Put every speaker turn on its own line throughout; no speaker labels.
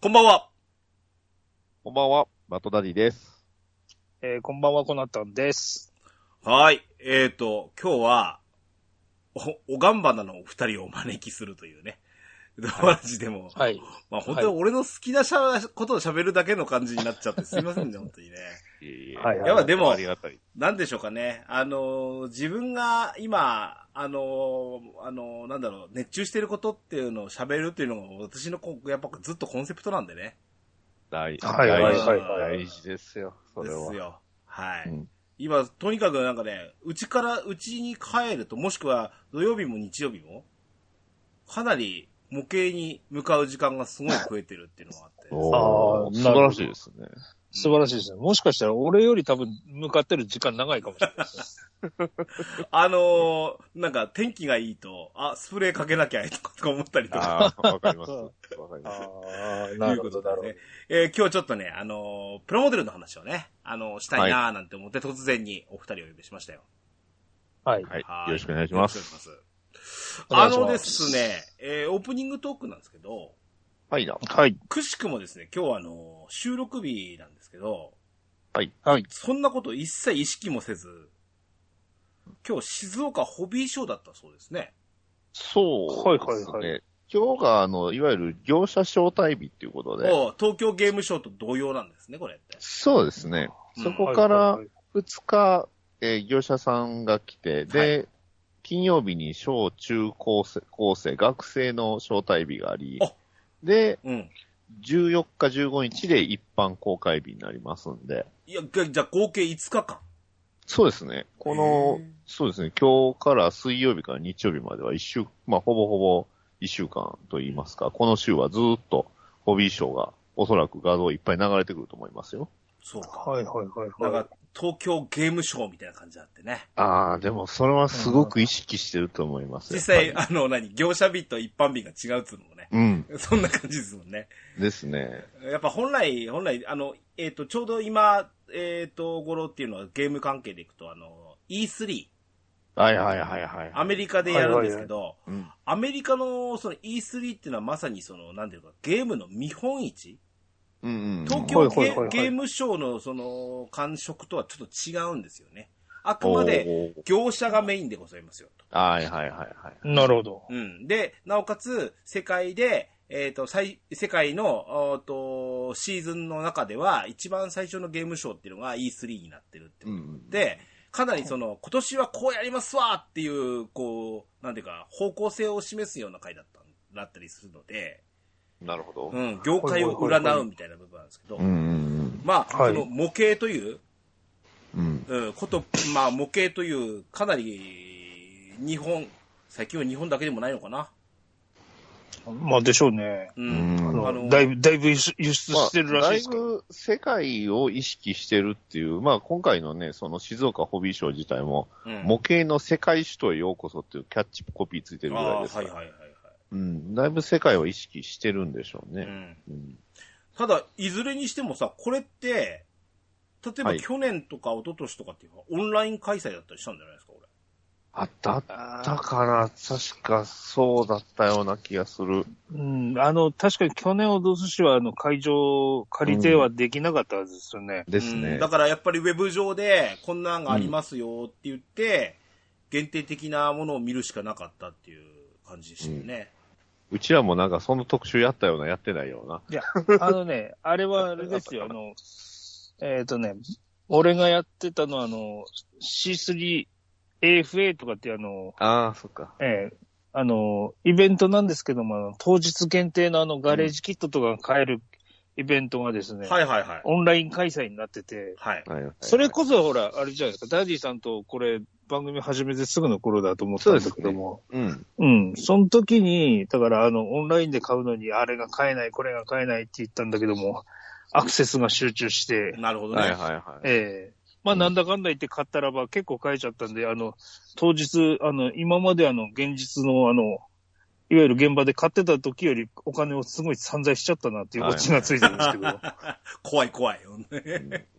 こんばんは。
こんばんは、マトダディです。
えーこんばんは、こなたんです。
はい。えーと、今日は、お、おがんばなのお二人をお招きするというね。お話でも、
はい。
まあ本当に俺の好きなしゃ、ことを喋るだけの感じになっち ゃってすいませんね、本当にね。
いえいえ
はいはい
やっぱでも
ありがたい。
なんでしょうかね。あのー、自分が今、あのー、あのー、なんだろう、熱中していることっていうのを喋るっていうのが私のこう、やっぱずっとコンセプトなんでね。
大事、
はいはい
はい
大事
はい
大事ですよ、そ
で
れは。
すよ。はい。
うん
今、とにかくなんかね、うちから、うちに帰ると、もしくは土曜日も日曜日も、かなり模型に向かう時間がすごい増えてるっていうのがあって。
おー
あー
素晴らしいですね。
素晴らしいですね。もしかしたら俺より多分向かってる時間長いかもしれないですね。
あのー、なんか天気がいいと、あ、スプレーかけなきゃとかとか思ったりとか。
ああ、わかります。わかります。
ああ、
いうことだね。えー今日ちょっとね、あのープロモデルの話をね、あのーしたいなーなんて思って突然にお二人をお呼びしましたよ。
はい。
はい、
は
よろしくお願いします。
よろしくお願いします
お願いします
あのですね、えーオープニングトークなんですけど、
はいな。
はい。
くしくもですね、今日はあの、収録日なんですけど、
はい。
そんなこと一切意識もせず、今日静岡ホビーショーだったそうですね。
そうですね。
はいはい
今日が、あの、いわゆる業者招待日っていうことで、
おう東京ゲームショーと同様なんですね、これって。
そうですね。
うん
そこから
はい
2日、えー業者さんが来て、で、
は
金曜日に小中高生、高生、学生の招待日があり
あ、
で、
うん。
14日、15日で一般公開日になりますんで、
いや、じゃじゃあ合計5日間。
そうですね。この
へー、
そうですね。今日から水曜日から日曜日までは一週、まあ、ほぼほぼ一週間と言いますか、この週はずっとホビーショーがおそらく画像いっぱい流れてくると思いますよ。
そうか。
はいはいはいはい。
なんか、東京ゲームショーみたいな感じあってね。
ああ、でもそれはすごく意識してると思います。
実
や
際、
っぱ
あの、何、業者日と一般日が違うっつうのもね。
りうん。
そんな感じですもんね。
ですね。
やっぱ本来、本来、あの、えっ、と、ちょうど今、えっ、と、頃っていうのはゲーム関係でいくと、あの、E3、
はいはいはいはい。
アメリカでやるんですけど、
うん。
アメリカのその E3 っていうのはまさにその、なんていうか、ゲームの見本市
うんうん。
東
は
京ゲ
いはいはいはい
ゲームショーのその感触とはちょっと違うんですよね。あくまで業者がメインでございますよと。
おー。はいはいはいはい。
なるほど。
うん。で、なおかつ、世界で、えっ、と、最、世界の、おーと、シーズンの中では、一番最初のゲームショーっていうのが E3 になってるって
うん
こ
う
と
ん。
で、かなりその、今年はこうやりますわっていう、こう、なんていうか、方向性を示すような回だった、だったりするので、
なるほど。
うん、業界を占うみたいな部分なんですけど
う、んうん
まあ、
はい
その模型という、
うん。うん。
うん、こと、まあ模型という、かなり、日本、最近は日本だけでもないのかな。
まあでしょうね。
う
うん
あ
ん。
の
あの、
だいぶ、だいぶ輸出輸出してるらしいですけ
まあ
ど。
だいぶ世界を意識してるっていう、まあ今回のね、その静岡ホビーショー自体も、
うん
模型の世界首都へようこそっていうキャッチコピーついてるぐらいです
あー
から、
はいはいはい
うん、だいぶ世界を意識してるんでしょう
はい。う
ね。
ん。
うん
ただ、いずれにしてもさ、これって、例え
は
ば
い
去年とか一昨年とかっていうのはオンライン開催だったりしたんじゃないですか、これ。
あ、だっ
あ
た
ー
かな、確かそうだったような気がする。
うん、あの、確かに去年おどすしは、あの、会場を借りてはできなかったはずですよね。
ですね。
うんだからやっぱりウェブ上で、こんなんがありますよって言って、限定的なものを見るしかなかったっていう感じでしたよね。
うちらもなんかその特集やったような、やってないような。
いや、 あのね、あれはあれですよ、あの、えっ、とね、俺がやってたのは、あの、C3AFA とかっていうあの、
ああ、そっか。
ええあの、イベントなんですけども、あの当日限定のあの、ガレージキットとかが買えるイベントがですね、
はいはいはい。
オンライン開催になってて、
はい。
はいはいはい
それこそほら、あれじゃないですか、ダディさんとこれ、番組始めてすぐの頃だと思ったんですけども、
うん。
うん。その時に、だから、あの、オンラインで買うのに、あれが買えない、これが買えないって言ったんだけども、アクセスが集中して、
なるほどね。
はいはいはい。
ええまあ、なんだかんだ言って買ったらば、結構買えちゃったんで、あの、当日、あの、今まであの、現実の、あの、いわゆる現場で買ってた時より、お金をすごい散財しちゃったなっていうオチがついてるんですけど。
怖い怖い。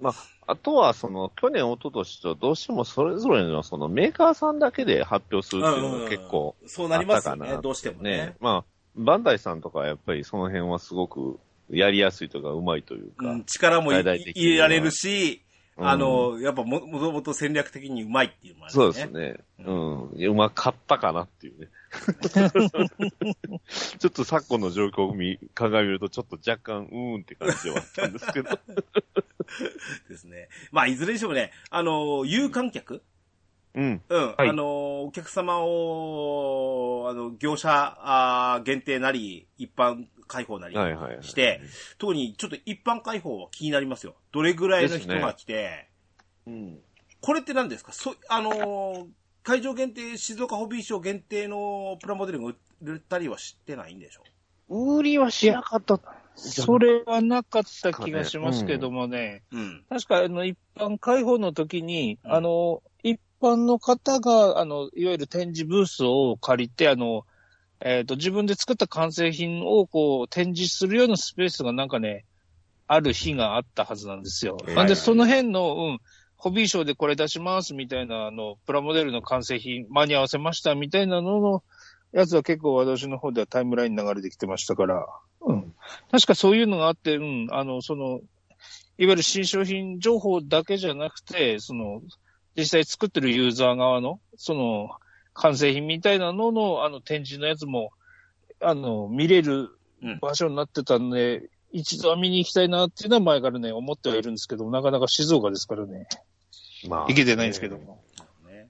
まあ、あとは、その、去年、一昨年と、どうしてもそれぞれの、その、メーカーさんだけで発表するっていうのが結構、
うんうんうんそう
あ
な
っ
りま
た
すよ
かな
ね、どうしても
ね
ね。
まあ、バンダイさんとかはやっぱりその辺はすごく、やりやすいとか、うまいというか。
うん、力もい
大々的には
入れられるし、
うん
あの、やっぱも、もともと戦略的にうまいっていうのもある
そうですね。うん。いやうまかったかなっていうね。 ちょっと昨今の状況を見、鑑みると、ちょっと若干、うーんって感じではあったんです けど。
ですね。まあ、いずれにしてもね、あの、有観客
うん。
うん。
はい
あの、お客様を、あの、業者あー限定なり、一般開放なり、
はいはいはい。
して、特にちょっと一般開放は気になりますよ。どれぐらいの人が来て、
うん。
これって何ですかそ、あのー会場限定、静岡ホビーショー限定のプラモデルが売れたりは知ってないんでしょ
売りはしなかった。
それはなかった気がしますけどもね、
うん。
確かあの一般開放の時に、
うん
あの、一般の方が、あの、いわゆる展示ブースを借りて、あの、えっ、と、自分で作った完成品をこう展示するようなスペースがなんかね、ある日があったはずなんですよ。
はい
なんで、その辺の、うん、ホビーショーでこれ出しますみたいな、あの、プラモデルの完成品、間に合わせましたみたいなのの、やつは結構私の方ではタイムラインに流れてきてましたから、うん。確かそういうのがあって、うん、あの、その、いわゆる新商品情報だけじゃなくて、その、実際作ってるユーザー側の、その、完成品みたいなのの、あの、展示のやつも、あの、見れる
うん
場所になってたんで、一度は見に行きたいなっていうのは前からね、思ってはいるんですけど、なかなか静岡ですからね、
ま
行けてないんですけど。も。
ね。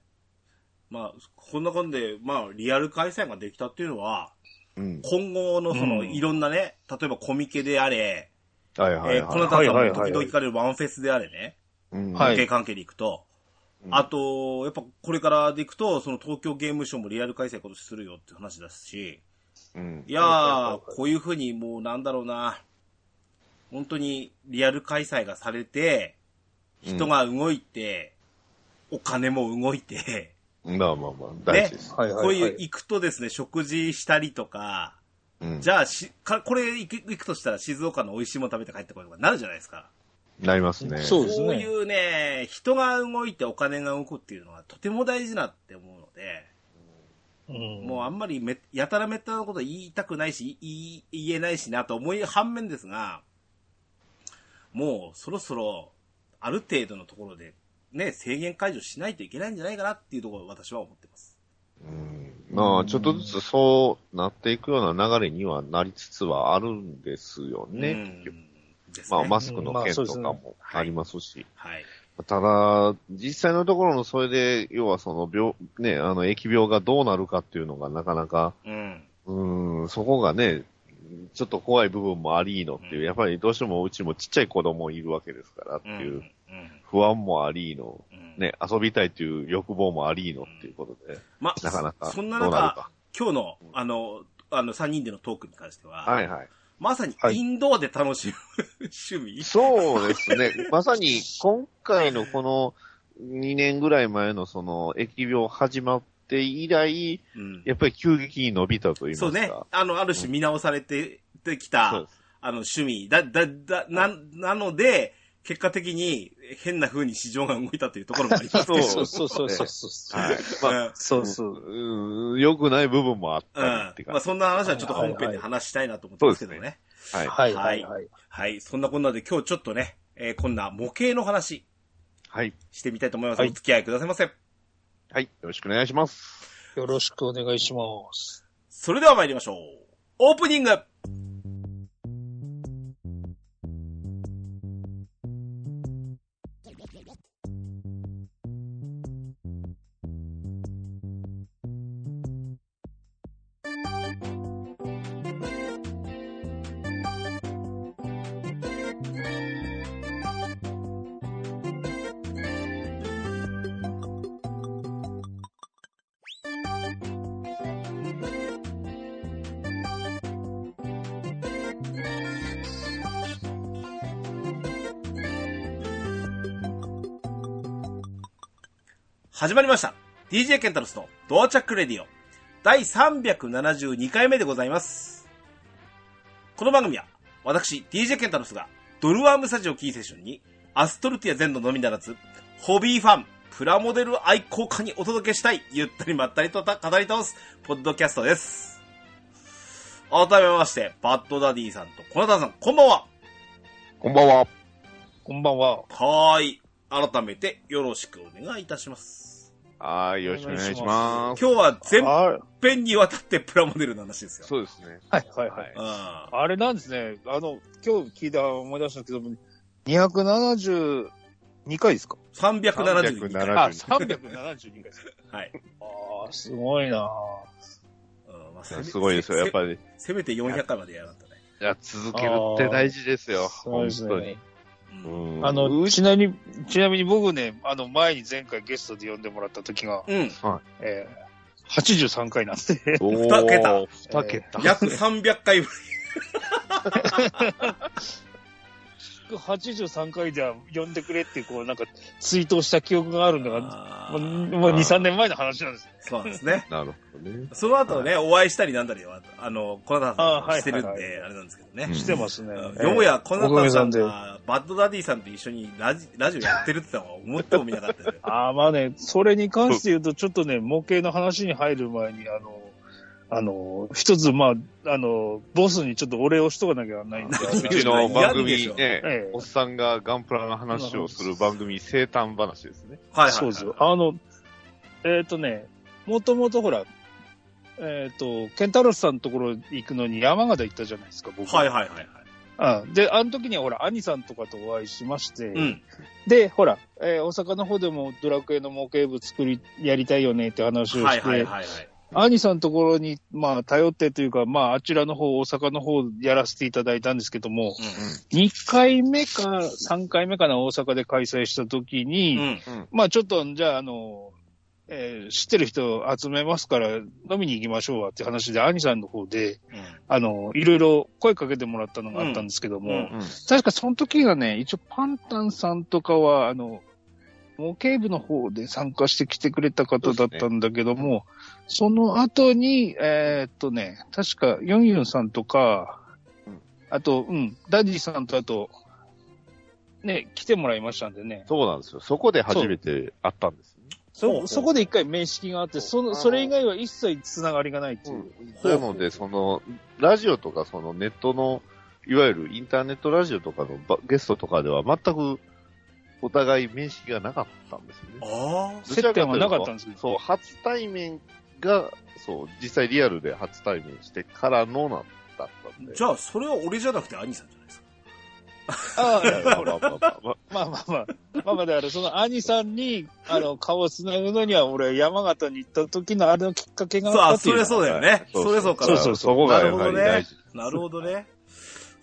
まあ、こんな感じで、まあ、リアル開催ができたっていうのは、
うん。
今後のその、
うん
いろんなね、例えばコミケであれ、
はいはいはい。
えーこの
は
方
いはい
も
はい
時々聞かれるワンフェスであれね、
うん
は
関
い
係関係でいくと、
うん
あと、やっぱこれからでいくと、その東京ゲームショウもリアル開催今年するよって話だし、
うん
いやー、こういうふうにもうなんだろうな、本当にリアル開催がされて、人が動いて、お金も動いて、
まあまあまあ、大事です。
はい
こういう行くとですね、食事したりとか、
うん
じゃあし、かこれ行く行くとしたら静岡の美味しいもの食べて帰ってこいとかなるじゃないですか。
なりますね。
そうですね
そういうね、人が動いてお金が動くっていうのはとても大事だって思うので、
うん
もうあんまりめ、やたらめったらのこと言いたくないし、言い言えないしなと思い反面ですが、もうそろそろ、ある程度のところで、ね、制限解除しないといけないんじゃないかなっていうところを私は思ってます。
うんまあ、ちょっとずつそうなっていくような流れにはなりつつはあるんですよ
う
ね。
ん。ですね。
まあ、マスクの
まあ
件
そ
と
うで
か
すね
もありますし。
はい。
ただ、実際のところのそれで、要はその病、ね、あの、疫病がどうなるかっていうのがなかなか、
うん。
うん、そこがね、ちょっと怖い部分もありのっていうう、
ん
やっぱりどうしてもうちもちっちゃい子供いるわけですからって
うん。
いううん
うん
不安もありの、
うん
ね、遊びたいという欲望もありのっていうことで、
まあ、
なかなか
そんな
どうなる
中、
か。
今日の、あの、あの、3人でのトークに関しては、
はいはい。
まさに
はい
インドアで楽しむ 趣味
そうですね。 まさに今回のこの2年ぐらい前のその疫病始まって以来、
うん
やっぱり急激に伸びたと言いますか。
そうね。あの、ある種見直されて、てき
そう
た
で、す
あの、趣味。だ、だ、だ、な、なので、結果的に変な風に市場が動いたというところもありますけど。
そ
そううそうそうそうそうそう。
はい。ま あ、
そうそう。
うん、良くない部分もあっ
う
た
ん。う
り
ん
って。
ま
感
あ、
じ。
そんな話はちょっと本編で話したいなと思ってますけどね。
はいはい。
はいはいはい。
はい。そんなこんなで今日ちょっとね、えーこんな模型の話
はい。
してみたいと思います。
はい
お付き合いくださいませ。
はい。よろしくお願いします。
よろしくお願いします。
それでは参りましょう。オープニング始まりました。DJ ケンタロスのドアチャックレディオ第372回目でございます。この番組は私 DJ ケンタロスがドルアームスタジオキーセッションにアストルティア全土のみならずホビーファン、プラモデル愛好家にお届けしたいゆったりまったりとた語り倒すポッドキャストです。改めまして、バッドダディさんと小ナタンさん、こんばんは。
こんばんは。
こんばんは。
はーい。改めてよろしくお願いいたします。
はい、よろしくお願いします。
今日は全
あれ
編にわたってプラモデルの話ですよ。
そうですね。
はいはいはい。
うん。は
あれなんですね。あの、今日聞いた思い出したんですけど、272回ですか
い。372回。
372
あ、372回です。
はい。
ああ、すごいな
うんまあ
すごいですよ。やっぱり、い
せめて400回までやらなかったね。
や、続けるって大事ですよ。
そうです
本当に。
ね。
う。
うんん
あの、ちなみに、ちなみに僕ね、あの、前に前回ゲストで呼んでもらった時が、
うん。
えー、83回なんで。
おー
二桁
二桁。
約300回ぐらい。
83回では呼んでくれっていう、こう、なんか、ツイートをした記憶があるんだが、
あ
もう、
ー
もう2、3年前の話なんです。
そうなんですね。
なるほどね。
その後ね、お会いしたりなんだりは、あの、小ナタンさんとしてるん
あーはいはい
で、あれなんですけどね。
してますね。
よもや、この
おか
方
げ
さ
さ
ん
んで
が、バッドダディさんと一緒にラジラジオやってるってのは思ってもみなか ったよ。
ああ、まあね、それに関して言うと、ちょっとね、模型の話に入る前に、あの、あの、一つ、まあ、あの、ボスにちょっとお礼をしとかなきゃないん で、
うちの番組ね、
ええ
おっさんがガンプラの話をする番組、生誕話ですね。
はいはいはい。
そうですよ。あの、えっ、とね、もともとほら、えっ、と、ケンタロスさんのところ行くのに山形行ったじゃないですか、僕。
はいはいはいはい。
うんで、あの時にはほら、兄さんとかとお会いしまして、
うん。
で、ほら、えー大阪の方でもドラクエの模型部作り、やりたいよねって話を
はい
して、
はいはいはい。
兄さんのところに、まあ、頼ってというか、まあ、あちらの方、大阪の方やらせていただいたんですけども、2回目か3回目かな、大阪で開催した時
う
に、
ん。うん。
まあ、ちょっと、じゃあ、あの、えー知ってる人集めますから飲みに行きましょうわって話で、兄さんの方で、あの、いろいろ声かけてもらったのがあったんですけども、
うんうん
うん。
確かその時がね、一応パンタンさんとかは、あの、模型部の方で参加してきてくれた方だったんだけども、そ,、の後に、えーっとね、確かヨンユンさんとか、
うん
あと、うん、ダディさんとあと、ね、来てもらいましたんでね。
そうなんですよ。そこで初めて会ったんですね。
ほうほう
そ、そこで一回面識があって、その、それ以外は一切つながりがないっていう。
うん
なので、その、ラジオとか、そのネットの、いわゆるインターネットラジオとかのばゲストとかでは全くお互い面識がなかったんですよ
あ
ね。
接点はなかったんですけど
そう、初対面が、そう、実際リアルで初対面してからのなだったん
あ。
で。
じゃあ、それは俺じゃなくて兄さんじゃないですか。
あ
いやいやまあまあまあまあ
まあまあまあ、まあまあ、だからその兄さんに、あの、顔をつなぐのには、俺、山形に行った時のあれのきっかけが
そう、
あった
あ、
ってい
そう
の
りゃそ
は。
うだよね。そりゃそうかな。
そうそう
こがや
な
は
るほ
り
どね
大事。
なるほどね。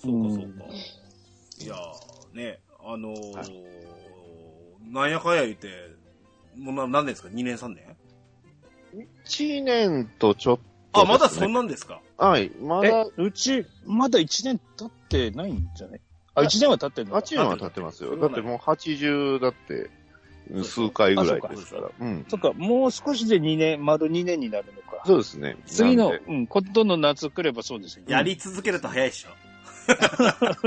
そうか、そうか。いやー、ね、あのー
は
なんやかんや言って、もうな何年ですか ?2 年、3年
1年とちょっと
あ、
ですね。
まだそんなんですか
はい、まだ、
え、うち、まだ1年経ってないんじゃないあ、1年は経ってんの
8
か
年は経ってますよ。
それは
だ
な
っ
い
てもう80だって、うん数回ぐらいですから。うん。
そっか、もう少しで2年、丸2年になるのか。
そうですね。
次の
なんで、
うん、今度の夏来ればそうですよ。
やり続けると早いっしょ。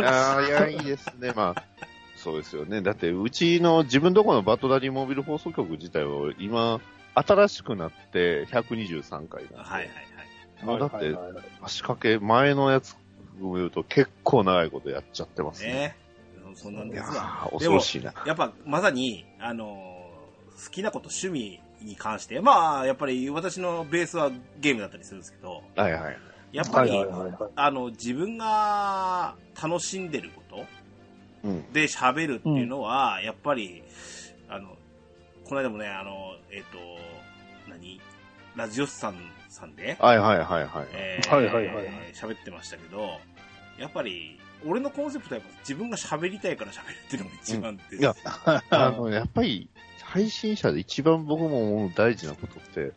ああ、いや、いいですね。まあ、そうですよね。だって、うちの自分どこのバトダディモビル放送局自体は、今、新しくなって123回なんで。
はいはいはい。
もうだっ
はい
て
は、いはい
足掛け、前のやつを言うと結構長いことやっちゃってますね。
ねそそんなん
い
で
や
すが。
ー恐ろしいな。
やっぱ、まさに、あのー好きなこと、趣味に関して、まあ、やっぱり私のベースはゲームだったりするんですけど、
はいはい。
やっぱり、
はいはいはいはい
あの、自分が楽しんでること
うん。
で喋るっていうのは、やっぱり、あの、この間もね、あの、えっ、と、何ラジオスさんさんで、
はいはいはいはい。
え
はいはいはいはい
喋ってましたけど、やっぱり、俺のコンセプトはやっぱ自分が喋りたいから喋るっていうのが一番です、
うんいやあの、やっぱり、配信者で一番僕も思う大事なことって、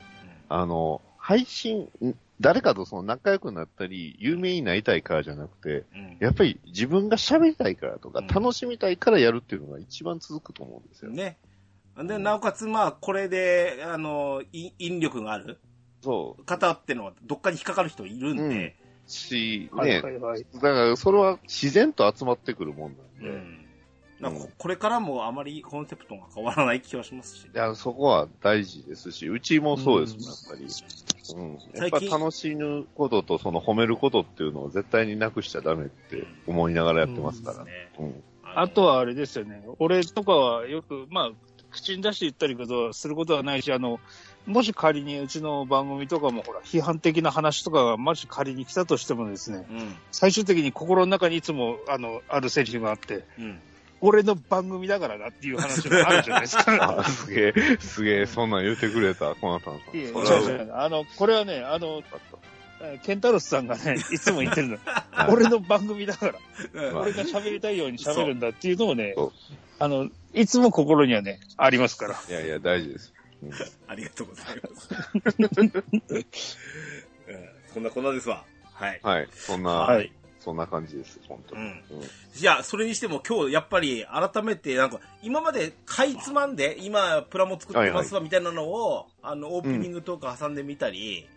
あの、配信、ん誰かとその仲良くなったり、有名になりたいからじゃなくて、
うん、うん
やっぱり自分が喋りたいからとか、
うん
楽しみたいからやるっていうのが一番続くと思うんですよね。
ね。
う
で、
ん
なおかつ、まあ、これで、あの、い引力がある
そう。
方ってのは、どっかに引っかかる人いるんで、
し、
はい
ね
は、いはい。
だからそれは自然と集まってくるもんなん
うん。
で、
なんかここれからもあまりコンセプトが変わらない気はしますし
い。や、そこは大事ですし、うちもそうです
うん
もん、やっぱり。うん。や
最
っぱ
近
楽しむことと、その褒めることっていうのを絶対になくしちゃダメって思いながらやってますから。
ね
うん。
あ
あとはあれですよね、俺とかはよく、まあ、口に出して言ったりことはすることはないし、あの、もし仮にうちの番組とかも、ほら、批判的な話とかが、もし仮に来たとしてもですね、
の、うん。
最終的に心の中にいつも、あの、あるセリフがあって、
うん。
俺の番組だからなっていう話もあるじゃないで す
あ、
か。
すげえ、すげえ、そんなん言ってくれた、コナタンさん。
いえ違
そ
う
れは
違
嬉し
うあの、これはね、あの、
かっ
えーケンタロスさん がね、いつも言ってるの。
たはい
俺の番組だから、
まあ
俺が喋りたいように喋るんだっていうのもね
そう、
あの、いつも心にはね、ありますから。
いやいや、大事です。うん
ありがとうございます。うんそんなこんなですわ。はい。
はい。そんな、
はい
そんな感じです、本当
う
に。
ん。
うん
いや、それにしても今日やっぱり改めてなんか、今までかいつまんで、今プラモ作ってますわみたいなのを、あの、オープニングトーク挟んでみたり、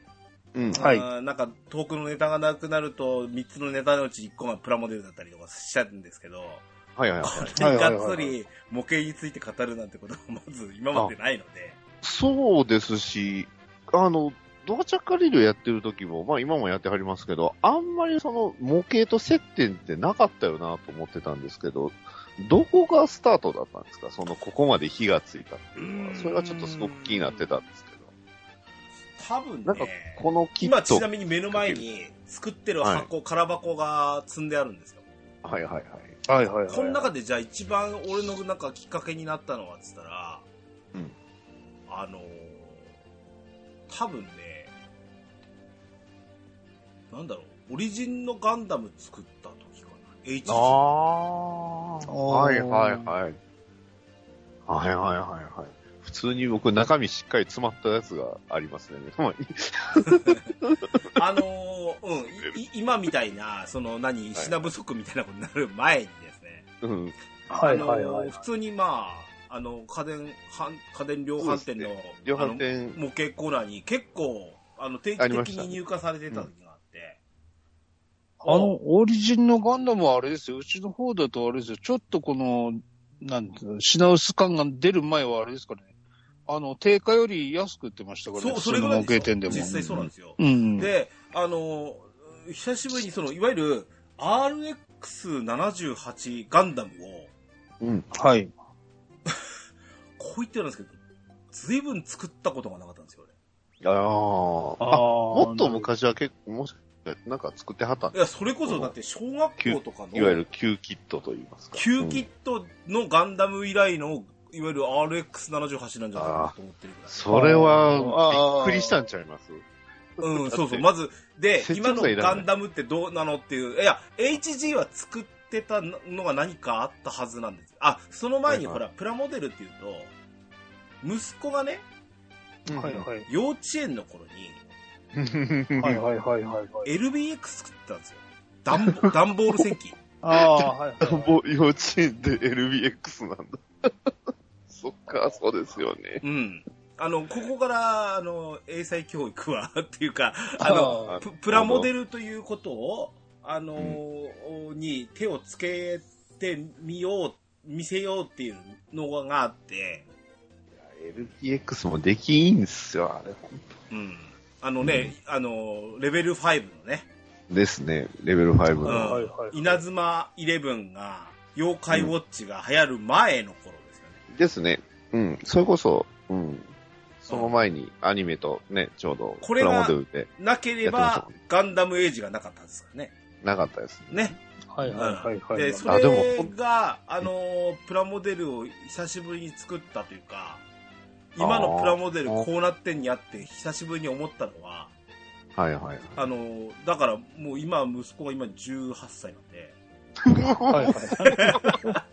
うん。
はい
うんなんかトークのネタがなくなると、3つのネタのうち1個がプラモデルだったりとかしちゃうんですけど、
はいはい
こ
はい。
れに
はいはい
がっ
はい
つ
はい
り模型について語るなんてことはまず今までないので、
そうですし、あの、ドアチャカリルやってる時も、まあ今もやってはりますけど、あんまりその模型と接点ってなかったよなと思ってたんですけど、どこがスタートだったんですかその、ここまで火がついたっていうのは。
うーん
それがちょっとすごく気になってたんですけど。
多分
なんか
ね、
このキ
今
ット。
ちなみに目の前に作ってる箱、空箱が積んであるんですよ。
はいはいはい。
はいはい
この中でじゃあ一番俺のなんかきっかけになったのはっつったら、
うん
あのー多分ね、なんだろう、オリジンのガンダム作った時かな。H
ああ。はいはいはい。はいはいはいはい。普通に僕中身しっかり詰まったやつがありますね。まあ
あのーうん、いい今みたいな、その何、品不足みたいなことになる前にですね、
うん。
はい
あのー
はいはいはい
普通にまあ、あの、家電、販家電量販店の、
量
あの
販店
模型コーナーに結構、あの、定
あ
期
りま
的
した
に入荷されてた時があって、
あの、オリジンのガンダムはあれですよ。うちの方だとあれですよ。ちょっとこの、なんていうの品薄感が出る前はあれですかね。あの、定価より安く売ってましたからね。
そう、
普
そ
通
れ
の
ぐらい
模型
ですよ
店でも。
実際そうなんですよ。
うん。
で、あの、久しぶりにその、いわゆる RX78 ガンダムを、
うん。
はい。
こう言ってるんですけど、ずいぶん作ったことがなかったんですよ、
あーあ。も
も
っと。昔は結構、もしかなんか作ってはったん
俺。いや、それこそだって小学校とかの、
いわゆる旧キットと言いますか。
旧キットのガンダム以来の、いわゆる RX78 なんじゃないかなと思ってるぐ
うん
らい。
それ
あー
は、びっくりしたんちゃいます
うん、そうそ
だっ
う。
て
まず、で、
接着
今
剤
の
いらない
ガンダムってどうなのっていう、いや、HG は作ってたのが何かあったはずなんです。あ、その前に
は
ほ
いは
ら、プラモデルっていうと、息子がね、
うん
はいはい。
幼稚園の頃に
はいはいはいはい。
LBX 作ってたんですよ。段 ボ段ボール戦記。
ああ、 はいはいはい。
ぼ幼稚園で LBX なんだ。 そっか、そうですよね。
うん。あの、ここから、あの、英才教育は、っていうか、あの、
あ
ププラモデルということを、あのーに手をつけてみよう、見せようっていうのがあって、
LBX もできいいんすよ、あれ。
うん。あのね、あのーレベル5のね、
ですね、レベル5
うん
の。
はいはいはい
稲妻11が、妖怪ウォッチが流行る前の頃ですよね。
ですね。うん、それこそ、うん。その前にアニメとね、ちょうど、
こ
プ
れが
ラモデルで
なけれ
やってま
ば
したもん、
ガンダムエイジがなかったんですからね。
なかったですね。
ね。
はいはいはいはい。
で、そ
あでも
れが、あのープラモデルを久しぶりに作ったというか、今のプラモデルこうなってんにあって、久しぶりに思ったのは、
はいはいはい。
あのーだからもう今、息子が今18歳なんで、
はいは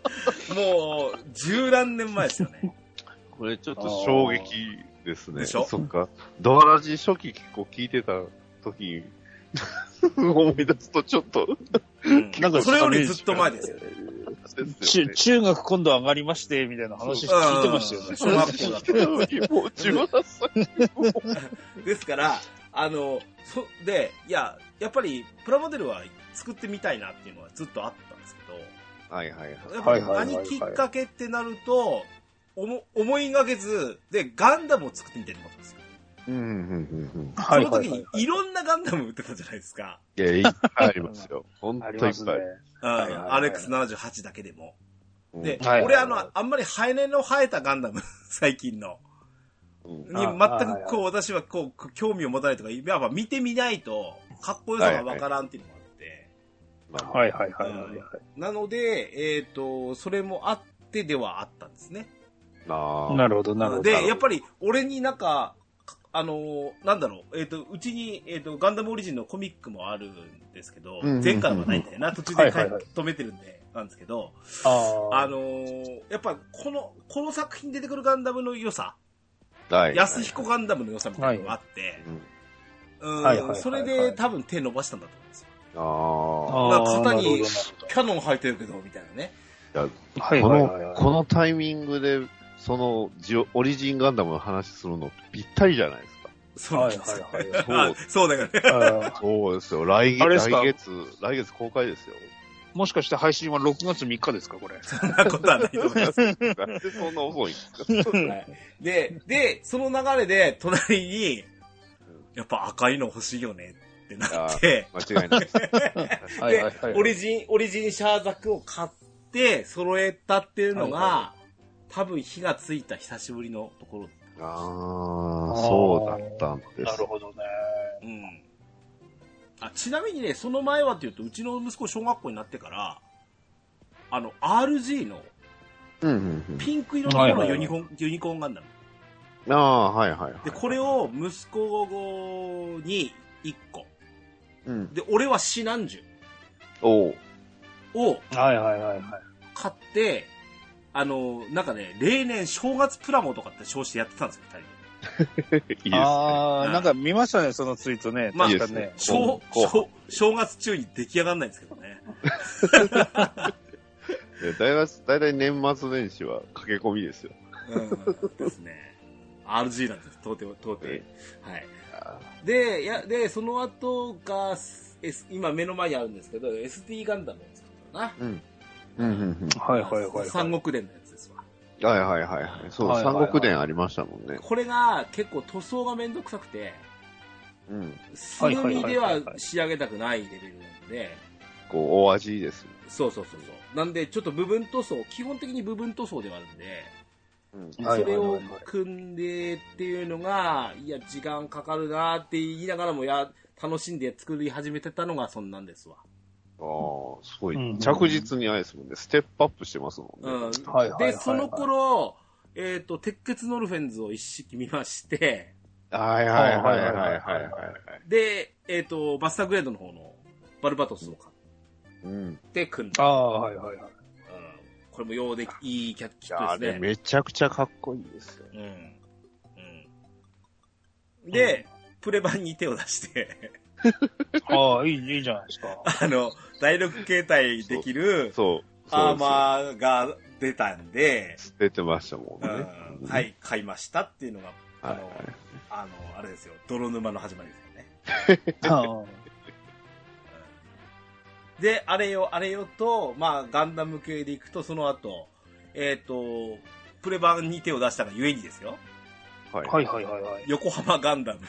い。
もう、十何年前ですよね。
これちょっと衝撃ですね。
でしょ
そっか。ドアラジ初期結構聞いてた時 思い出すとちょっと、
うん
なんか
それよりずっと前ですよ。
ですよ
中
ね。
中学今度上がりまして、みたいな話聞いてましたよ
うん
ね。
小学校だった。
もう18歳。
ですから、あの、そ、 で、いや、やっぱり、プラモデルは作ってみたいなっていうのはずっとあったんですけど、
はいはいはい。
やっ
はいはい
ぱ
はいは
何
い
きっかけってなると、おも思いがけず、で、ガンダムを作ってみたいと思ったんですよ。
うん、うん、うん、
はい
その時
はい
にいろんなガンダム売ってたじゃないですか。
うん。いや、いっぱいあります よ。本
あ
当い
り
っぱい
ますね。。
うん、
はいはいはい
RX78 だけでも。
うん
で、
はい
俺あ
はい
の、あんまりハエネの生えたガンダム、 最近の。
うん
に
あ
全くこう、私はこう、興味を持たないとか、やっぱ見てみないと、かっこよさがわからんっていうのもあって。
まあ
はいはいはいはいはい。
なので、えっ、と、それもあってではあったんですね。
なあ
なるほど、なるほど。
で、やっぱり、俺になんか、かあのーなんだろう、えっ、と、うちに、えっ、と、ガンダムオリジンのコミックもあるんですけど、
うんうんうん
前回はないんだよな、途中で買い
はいはい
止めてるんで、なんですけど、
あ
あのーやっぱ、この、この作品に出てくるガンダムの良さ、
はい
安彦ガンダムの良さみたいなのがあって、
うん
うん
はいはいはいはい
それで多分手伸ばしたんだと思うんですよ。
ああ。
あー
まあ肩に
なるほどなるほど
キャノン履いてるけど、みたいなね。
はい
こ
はいはい
の、
はい。
このタイミングで、そのジオ、オリジンガンダムの話するのぴったりじゃないですか。
そうなん
はい
ですよ。
は いはい。
そう
そうだよね。
あ
そうですよ。来月、
あれですか
来月、来月公開ですよ。
ーもしかして配信は6月3日ですか、これ。
そんなことはないと思います。
なんでそんな遅いんですか
はいで、で、その流れで、隣に、やっぱ赤いの欲しいよねってなって、
間違いない です。
はいはいはい。
オリジン、オリジンシャーザクを買って、揃えたっていうのが、
はい
多分火がついた久しぶりのところ。
ああ、そうだったんです。
なるほどね。
うん。あ、ちなみにね、その前はっていうと、うちの息子小学校になってから、あの、RG の
うんうん
ピンク色の
は
の
いはいは
ユ
い
ニコーン、ユニコーンガンダム。
うん。ああ、はいはいはい。
で、これを息子に1個。
うん。
で、俺はシナンジュ。
おう
を
はいはいはいはい。
買って、あの、なんかね、例年正月プラモとかって称してやってたんですよ、二人で。
いいですね。
あ
う
あ、
ん
なんか見ましたね、そのツイートね。
まあ
確かね。
正
こう
正正月中に出来上がんないんですけどね。
でだいたい大体年末年始は駆け込みですよ。
うん、ですね。RG なんですよ、到底、到底。
え
はい。で、いや、で、その後が、S、今目の前にあるんですけど、SD ガンダムを作ったな。
うん。うんうんうん。
はいはいはいはい。
三国連のやつですわ。
はいはいはいはい。そう、
はいはいはい
三国伝ありましたもんね。
これが結構塗装がめんどくさくて、
うん。
素組みで
はいはいはい
は
はいはい
仕上げたくないレベルなんで、
こう、大味ですね。
そうそうそうそう。なんで、ちょっと部分塗装、基本的に部分塗装ではあるんで、
うん。
は
そ
いはい
れ
はいは
を
い
組んでっていうのが、いや、時間かかるなーって言いながらも、や、楽しんで作り始めてたのがそんなんですわ。
ああ、すごい、
うん
着実にあれですもんね。ステップアップしてますもんね。
うん。
はいはいはいは
で、
い
その頃、えっ、と、鉄血ノルフェンズを一式見まして、
はいはいはいはいはいはいはい。
で、えっ、と、バスターグレードの方のバルバトスを買
うん。
って組ん
あ
だ。
あ、はいはいは
う
い。
ん、これもようできいいキャッ
い
キ
や、あ
ットで
れ
すね。
めちゃくちゃかっこいいですよ。
うん。うん。で、プレ版に手を出して、
ああ、いい、いいじゃないです か。
あの、第6形態できるアー
そう。そうですよ
マーが出たんで、
出てましたもん
う
ね。
んはい、買いましたっていうのが、
は
あ
いは
の
い。、
あの、あれですよ、泥沼の始まりですよね。
あー
うんで、あれよ、あれよと、まあ、ガンダム系でいくと、その後、えっ、と、プレ版に手を出したがゆえにですよ、
はい。
はいはいはいはい。
横浜ガンダム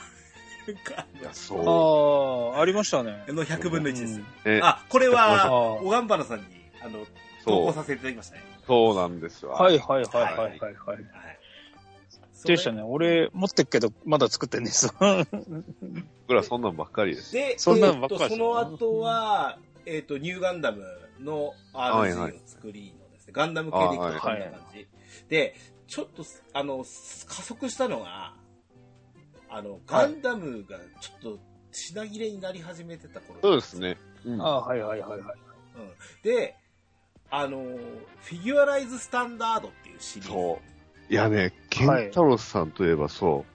が
いや、そ
ああ、ありましたね。
の100分の1です。
うん
う。ね、
あ、これ
あ
は、
あ
おがんばらさんに、あの、投
そ
稿
う。
させていただきましたね。
そうなんですよ。
あ、はいはいはいはいはいはい。
はい。
でしたね。俺、持ってっけど、まだ作ってんです。
僕らそんなんばっかりです。
で、
そんなのばっか
え
りで
ーとそ
すよ
の後は、えっ、と、ニューガンダムの
はいはい
RG を作りのですね、ガンダム系でいくとこんな感じ。で、ちょっと、あの、加速したのが、あの、ガンダムがちょっと品切れになり始めてた頃。
そうです。ね。うん。
あ あ、はいはいはいはい。
で、あの、フィギュアライズスタンダードっていうシリーズ。
そう。いやね、ケンタロスさんといえばそう、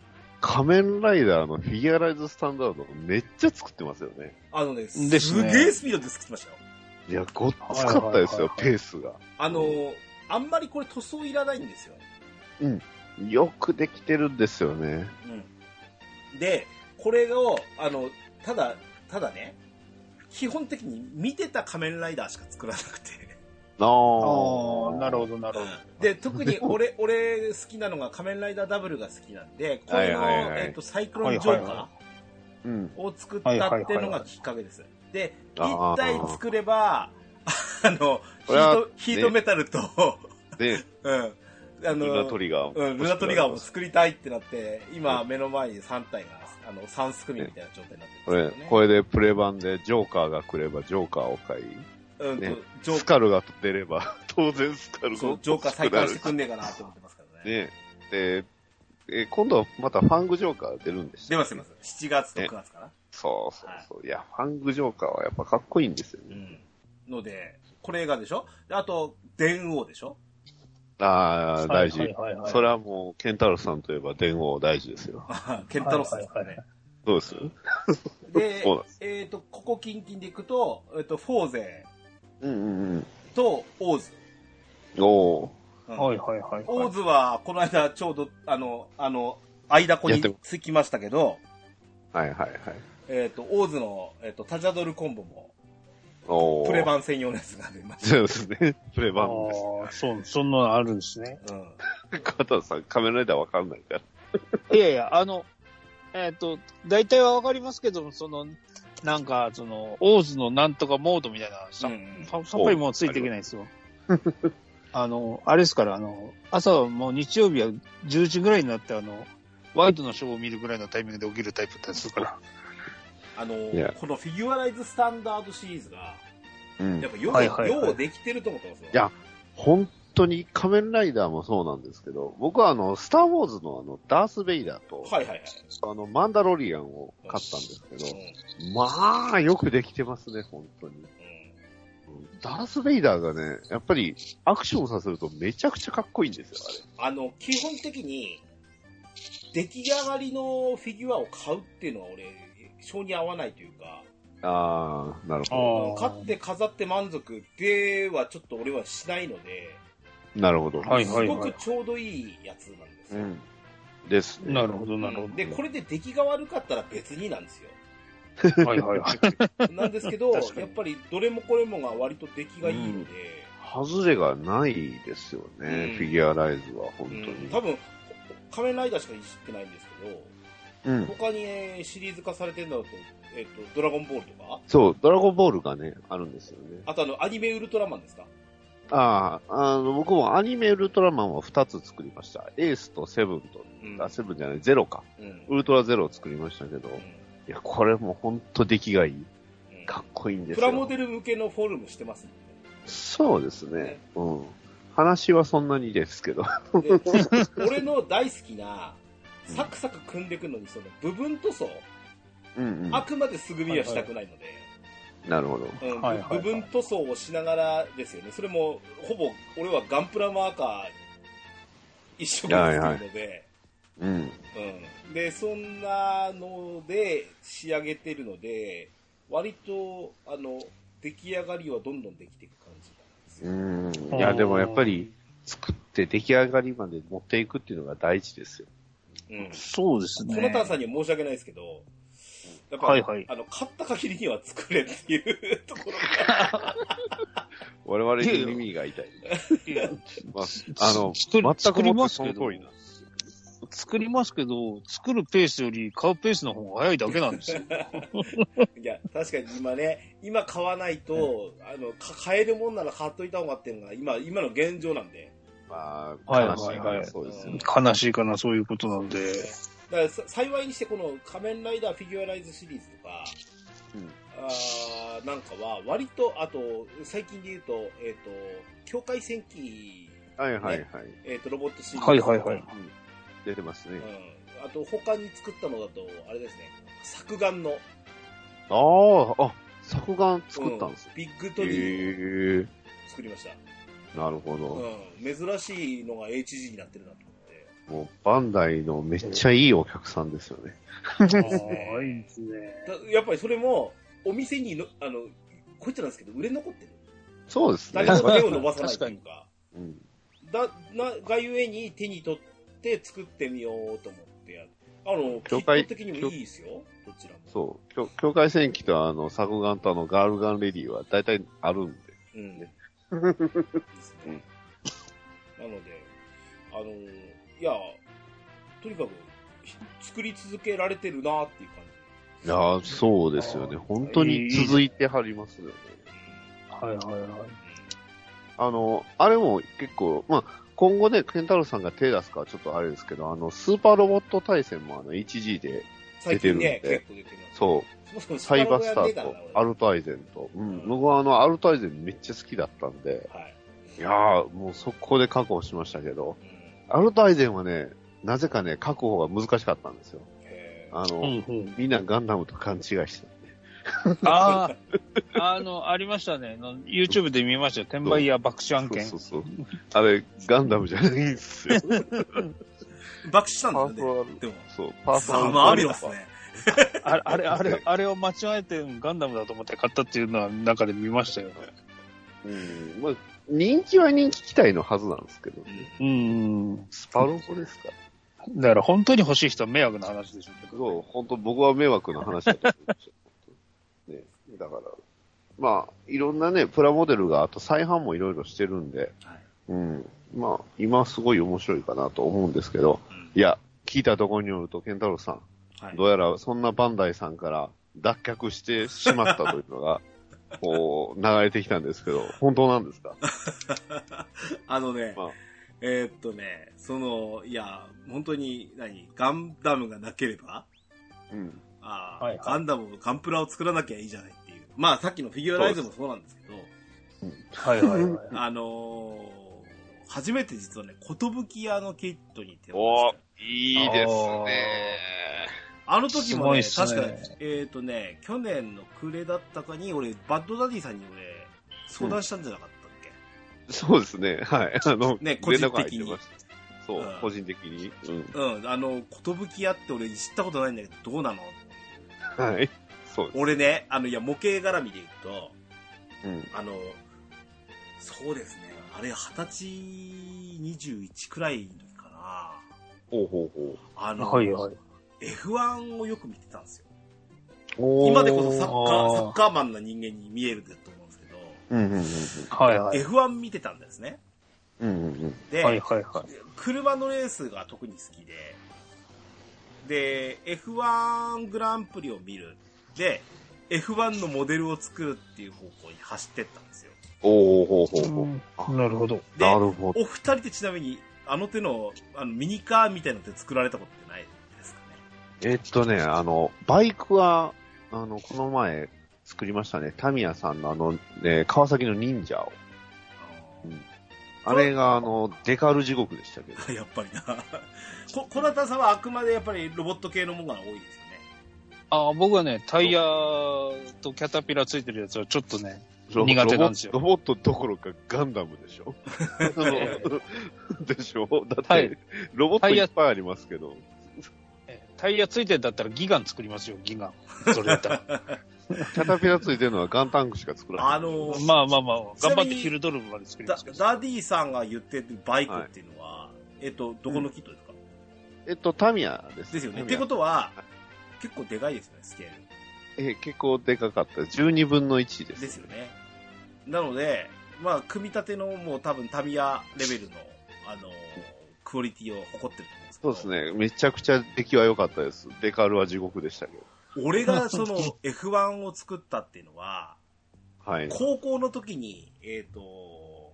仮面ライダーのフィギュアライズスタンダードめっちゃ作ってますよね。
あのね、す
ですね
げえスピードで作ってましたよ。
いや、ごっつかったですよ、
はいはいはいはい
ペースが。
あの、あんまりこれ塗装いらないんですよ。
よくできてるんですよね。
うん、で、これを、あの、ただ、ただね、基本的に見てた仮面ライダーしか作らなくて、
ああ
ああ、なる
ど。
ほど、なるほど。
で、特に俺、俺好きなのが仮面ライダーダブルが好きなんで、こ
はい
れ
はいはい
の、えっと、サイクロンジョーカ
うん。
ーを作ったっていうのがきっかけです。で、
あ
一
ー
体作れば、あの、ヒ
これ
ー
は
ト、ヒートメタルと、
で、
うん、あ
ルナ
の
ト、リガーも
うん、ルナトリガーも作りたいってなって、今目の前に3体が、あの、3すくみみたいな状態になって
こ
るん
れ
です、
これでプレ版でジョーカーが来ればジョーカーを買い、
けどね。うんと
ね、
ジョー
ス
カー、
カルが出れば、当然スカル
そ
が
う、ジョーカー再
な
開
る
してくんねえかなと思ってますからね。
ねで、え今度はまたファングジョーカー出るんでし
出
た
ます出ます。7月と
ね
9月かな。
そうそうそう。いや、ファングジョーカーはやっぱかっこいいんですよ
う
ね。
ん。ので、これがでしょであと、電王でしょ
ああ、大事。
はいはいはいはい
それはもう、ケンタロスさんといえば電王大事ですよ。
ケンタロスですからね。
どうです
で
そうなんで、
えっ、と、ここ近々でいくと、えっ、と、フォーゼ
うんうんうん。
とオーズ。
おお。
うん
はいはいはい。
オーズは、この間ちょうど、あの、あの、間子
やっ
に
てま
つきましたけど、
はいはいはい。
えっ、と、オーズの、えっ、と、タジャドルコンボも、
おお。
プレ版専用のやつが出まし
そうですね。 プレ
ああ
版で
ー、そう、そんなのあるんですね。
た。うん。
す。カタさん、仮面ライダーわかんないから。
いやいや、あの、えっ、と、大体はわかりますけども、その、なんか、その、オーズのなんとかモードみたいな、さ、
うん
ささっぱりもうついていけないですよ。あの、あれですから、あの、朝はもう日曜日は10時ぐらいになって、あの、ワイドのショーを見るぐらいのタイミングで起きるタイプだったりするから。
あの
いや
このフィギュアライズスタンダードシリーズが、
うん
やっ。ぱよう、
はいはいはい
ようできてると思ってますよ。
いや本当に仮面ライダーもそうなんですけど、僕はあの、スターウォーズのあの、ダース・ベイダーと、
はいはいはい。
あの、マンダロリアンを買ったんですけど
う、ん
まあ、よくできてますね、本当に。うんダース・ベイダーがね、やっぱりアクションさせるとめちゃくちゃかっこいいんですよ、
あの、基本的に、出来上がりのフィギュアを買うっていうのは俺、性に合わないというか、
あれ。ああ、なるほ
あ
買って飾って満足ではちょっと俺はしないので、
ど。なるほど。
はいはい
すごくちょうどいいやつなんです
う
よ。
ん。ですね。
なるほど、なるほ
うんで、これで出来が悪かったら別になんですよ。
ど。はいはいはい。
なんです けど、や
確かに
っぱりどれもこれもが割と出来がいいので、
外れがないですよね、
うん
フィギュアライズは、
う
本当に。
ん多分、仮面ライダーしかいじってないんですけど、
うん。
他にえーシリーズ化されてるのだと、えっ、と、ドラゴンボールとか、
そう、ドラゴンボールがね、あるんですよね。
あとあの、アニメウルトラマンですか
ああ、あの、僕もアニメウルトラマンは2つ作りました。エースとセブンと、
うん
あ、セブンじゃない、ゼロか。
うん。
ウルトラゼロを作りましたけど、
う
いや、これもうほんと出来がいい。
んうん
かっこいいんです
プ
よ。
ラモデル向けのフォルムしてます
そうですね。うん。話はそんなにですけど。
もん ね。で俺の大好きな、サクサク組んでくのに、その部分塗装、
うん
あくまで素組みはしたくないので、
うん。なるほど。
うん
はいはいはい
部分塗装をしながらですよね、それもほぼ俺はガンプラマーカー一色に作るので、
うん。
うん、でそんなので仕上げてるので、割とあの出来上がりはどんどんできていく感じなんですよ。
うん。いや、でもやっぱり、作って出来上がりまで持っていくっていうのが大事ですよ。
うん
そうですね。
コナタンさんには申し訳ないですけど、やっぱ、
はいはい
あの、買った限りには作れっていう ところ
我々に耳が痛い。
いや
まあ、あ
あ
の
の、、
全
作
くもっ
り
てそ
作ります
の
け
通
ど
りなんですよ。
作りますけど、作るペースより買うペースの方が早いだけなんですよ。
が、いや、確かに今ね、今買わないと、あの、か買えるもんなら買っといた方がっていうのが、今、今の現状なんで。
まあ、
はい
悲しいか
はいは
ら
い
そうですよ
うん
ね。
悲しいかな、そういうことなので。
だからさ、幸いにしてこの仮面ライダーフィギュアライズシリーズとか、
うん
あーなんかは、割と、あと、最近で言うと、えっ、と、境界戦記、
はいはいはい。
えっ、と、ロボットシリーズ。
はいはいはい。
うん出てますね。
うんあと、他に作ったのだと、あれですね、作眼の。
ああ、あ、作画作ったんです
うビ
よ。
ッグ
へ
トリーを
え
作りました。
なるほど。
うん。珍しいのが HG になってるなと思って。
もう、バンダイのめっちゃいいお客さんですよね。
ああ、いいですね。
だやっぱりそれも、お店にの、あの、こいつなんですけど、売れ残ってる。
そうですね。
誰も手を伸ばさないというか。
うん
だ、な、がゆえに手に取って作ってみようと思ってやる。あの、
教
基本
会
的にもいいですよ。どちらも。
そう。境境界戦記とあの、作画とあの、ガールガンレディは大体あるんで。
うん。ですね。なので、あのーいや、とにかく、ひ作り続けられてるなっていう感
いやーそうですよね。本当に続いてはりますよね。
はいはいはい。
あの、あれも結構、まあ、今後ね、ケンタロウさんが手出すかはちょっとあれですけど、あの、スーパーロボット対戦もあの、1G で、
じ。最近ね、
出てるんで
結構出てます。
そう、
そもそも
サイバースタ
ス
ー
パロボ
と
やってた
ア
んだ
ルトアイゼンと、うん、僕はあのアルトアイゼンめっちゃ好きだったんで、
俺はい。
いやー、もう速攻で確保しましたけど、
うん
アルトアイゼンはね、なぜかね、確保が難しかったんですよ。
へー
あの、
うんうん
みんなガンダムと勘違いして、
ああ、あの、ありましたね。あの YouTube で見ましたよ。転売屋爆死案件。
そうそうそう。あれ、ガンダムじゃないんですよ。
爆死したん
パ
だ
ーソ
よ
ナ
ね。
ル
でも、
そう、パーソナ
サ
ル
マーリオですね。
ああれ、あれ、あれを間違えてガンダムだと思って買ったっていうのは中で見ましたよ。
うん、まあ、人気は人気機体のはずなんですけど、
うん。
スパロボですか
だから本当に欲しい人は迷惑な話でしょうけど。
そう、本当僕は迷惑な話だと思うんですよ。ね、だから、まあ、いろんなね、プラモデルが、あと再販もいろいろしてるんで、
はい
うん。まあ、今すごい面白いかなと思うんですけど、
うん
いや、聞いたところによると、ケンタロウさん、
はい
どうやらそんなバンダイさんから脱却してしまったというの が、こう、流れてきたんですけど、本当なんですか
あのね、
まあ
えーっとね、その、いや、本当に、何、ガンダムがなければ、
うん。
あー
はいはい
ガンダムのガンプラを作らなきゃいいじゃないっていう。まあ、さっきのフィギュアライズもそうなんですけど、
はいはいはい。
あのー初めて実はね、寿屋のキットに手
お
を出
ー
した
いいですね。
あの時もね、
すごい
確
っす
か
ね
えーっ、とね、去年の暮れだったかに、俺、バッドダディさんに俺、相談したんじゃなかったっけ、
そうですね、はい。あの、
ね
連絡
個人的に
入ってましたそう、
うん
個人的に。うん。
うん、あの、寿屋って俺知ったことないんだけど、どうなの
はい。そうです。
俺ね、あの、いや、模型絡みで言うと、
うん。
あの、そうですね。あれ、二十歳、21くらいの時か
ほうほうほ
な。あの、
はいはい。
F1 をよく見てたんですよ。
う。おー
今でこそサッカ
あ
ー、
ー
サッカーマンな人間に見えると思うんですけど、
うんうんうん
はいはい。
F1 見てたんですね。
うん。うんうん
で、
はいはいはい。
車のレースが特に好きで、で、F1 グランプリを見る。で、F1 のモデルを作るっていう方向に走ってったんですよ。
おーほうほうほう。
なるほど。
で
なるほど。
お二人ってちなみに、あの手の、あの、ミニカーみたいなのって作られたことってないですかね
えっとね、あの、バイクは、あの、この前作りましたね。タミヤさんのあの、ね、川崎の忍者を。
あの
あれが、あの、デカール地獄でしたけど。
ー。やっぱりな。こ、こなたさんはあくまでやっぱりロボット系のものが多いですよね。
あ僕はね、タイヤとキャタピラついてるやつはちょっとね、
ロ
苦手なんですよ
ロボットロボットどころかガンダムでしょあのでしょだって、
はい
ロボットいっぱいありますけど。
えタイヤついてるんだったらギガン作りますよ、ギガン。それだ ったら。
キャタピラついてるのはガンタンクしか作らない。
あのー
まあまあまあ、
ちな
頑
み
張
に
ってヒルドルムまで作り
ダ
ますけど。
ダディさんが言ってるバイクっていうのは、えっと、どこのキットですか、
えっと、タミヤです。
ですよね。
タ
っ
ミ
て
ヤ
ことは、結構でかいですよね、スケール。
えー結構でかかった。12分の1です。
ですよね。なので、まあ、組み立てのもう多分タミヤレベルの、あのークオリティを誇ってると思うんですけ
そ
ど。
うですね。めちゃくちゃ出来は良かったです。デカールは地獄でしたけど。
俺が その F1 を作ったっていうのは、
はい。
高校の時に、えっ、と、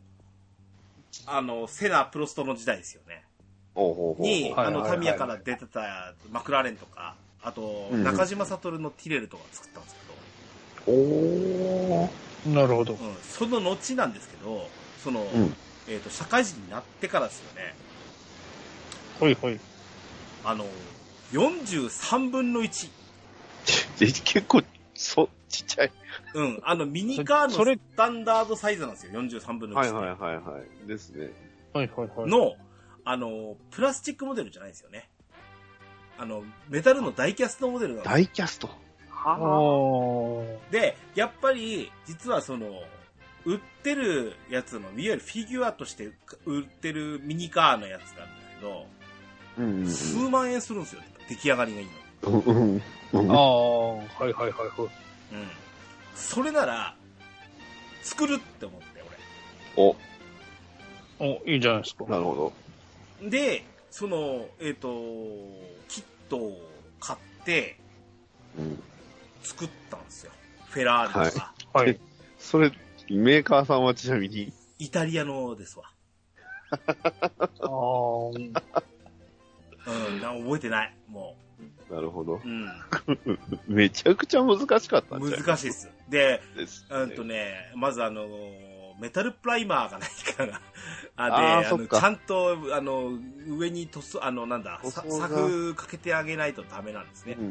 あの、セナ、プロストの時代ですよね。
ほうほうほう
に、
はい
あの、
はいは
タ
い
ミヤから出てたマクラーレンとか、あと、
うんうん
中島悟のティレルとか作ったんですけ
おー
なるほど。
ど、うん、その後なんですけど、その、
ん
えっ、と、社会人になってからですよね、
ほいほい。
あの、43分の1。
で結構、そ、ちっちゃい。
うん、あの、ミニカーの
それ
スタンダードサイズなんですよ、43分の1。
はいはいはいはい。ですね。
はいはいはい。
の、あの、プラスチックモデルじゃないですよね。あの、メタルのダイキャストモデルなんです
大キャスト。
あー
で、やっぱり、実はその、売ってるやつの、いわゆるフィギュアとして売ってるミニカーのやつがあるんだけど、
うんうんうん。
数万円するんですよ、出来上がりがいいの。
うんうんうん
あー、はいはいはいはい。
うん。それなら、作るって思って、
お お、
お、いいじゃないですか。
なるほど。
で、その、えっ、と、キットを買って
うん。
作ったんですよ。フェラーリとか、
はい。
それ、メーカーさんはちなみに、
イタリアのですわ。
あ
う
ー
ん、な覚えてない。も
なるほど
う。。うん。
めちゃくちゃ難しかったんじゃ
難しいっす。で、
いです。
うんとね、まずあのー、メタルプライマーがないから、
あ
あで、
ー
あ
そ
の
っ
ち
か
ゃんと、あの、上に塗装、あの、なんだ、
塗
さ
装が
柵かけてあげないとダメなんですね。
う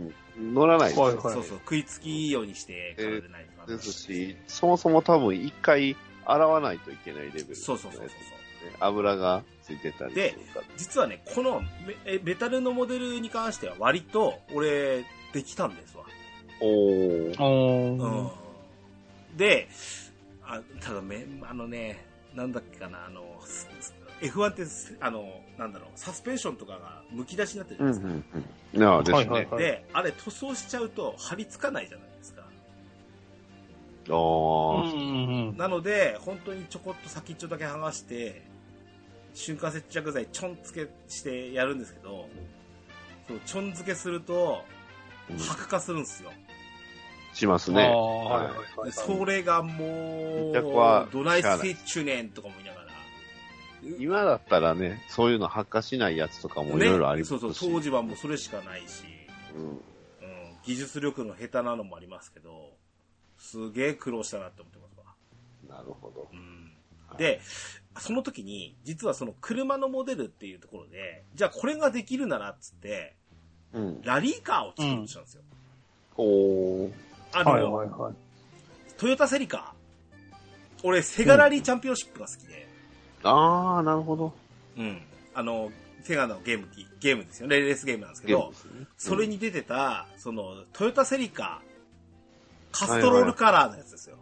ん。乗らない
はい
そうそう、食いつきようにしてからでないとダメなん
で
ですす
し、そもそも多分一回洗わないといけないレベル、
そうそうそうそうそう。
ね油がついてたりするから。
実はね、このメえメタルのモデルに関しては割と俺、できたんですわ。
おー。
う
お
ん。で、あただめ、あのね、なんだっけかな、あの、すす F1 ってす、あの、なんだろう、サスペンションとかがむき出しになってるじ
う
ゃな
んう
いですか。
んうん。ああ、ですね。
はいはいはい
で、あれ塗装しちゃうと貼り付かないじゃないですか。
ああ、
ー。
なので、本当にちょこっと先っちょだけ剥がして、瞬間接着剤ちょん付けしてやるんですけど、そうちょん付けすると、
うん
白化するんですよ。
します
あー
ね。
はいはいは
で
い。
それがも
着は
う、どないせっちゅうねんとかも言いながら。
今だったらね、そういうの発火しないやつとかもいろいろありますし、
そうそう、当時はもうそれしかないし、
うん
うん、技術力の下手なのもありますけど、すげえ苦労したなって思ってますわ。
なるほど。
うん
はい
で、その時に、実はその車のモデルっていうところで、じゃあこれができるならっつって、
うん。
ラリーカーを作ろうとしたんですよ。
おー。
あの、
はいはいはい。
トヨタセリカ。俺、セガラリーチャンピオンシップが好きで、
ああ、なるほど。
うん。あの、セガのゲーム、ゲームですよね。レースゲームなんですけ
ゲー
ど
ムで、すね
それ、に出てた、その、トヨタセリカ、カストロールカラーのやつですよ。
うん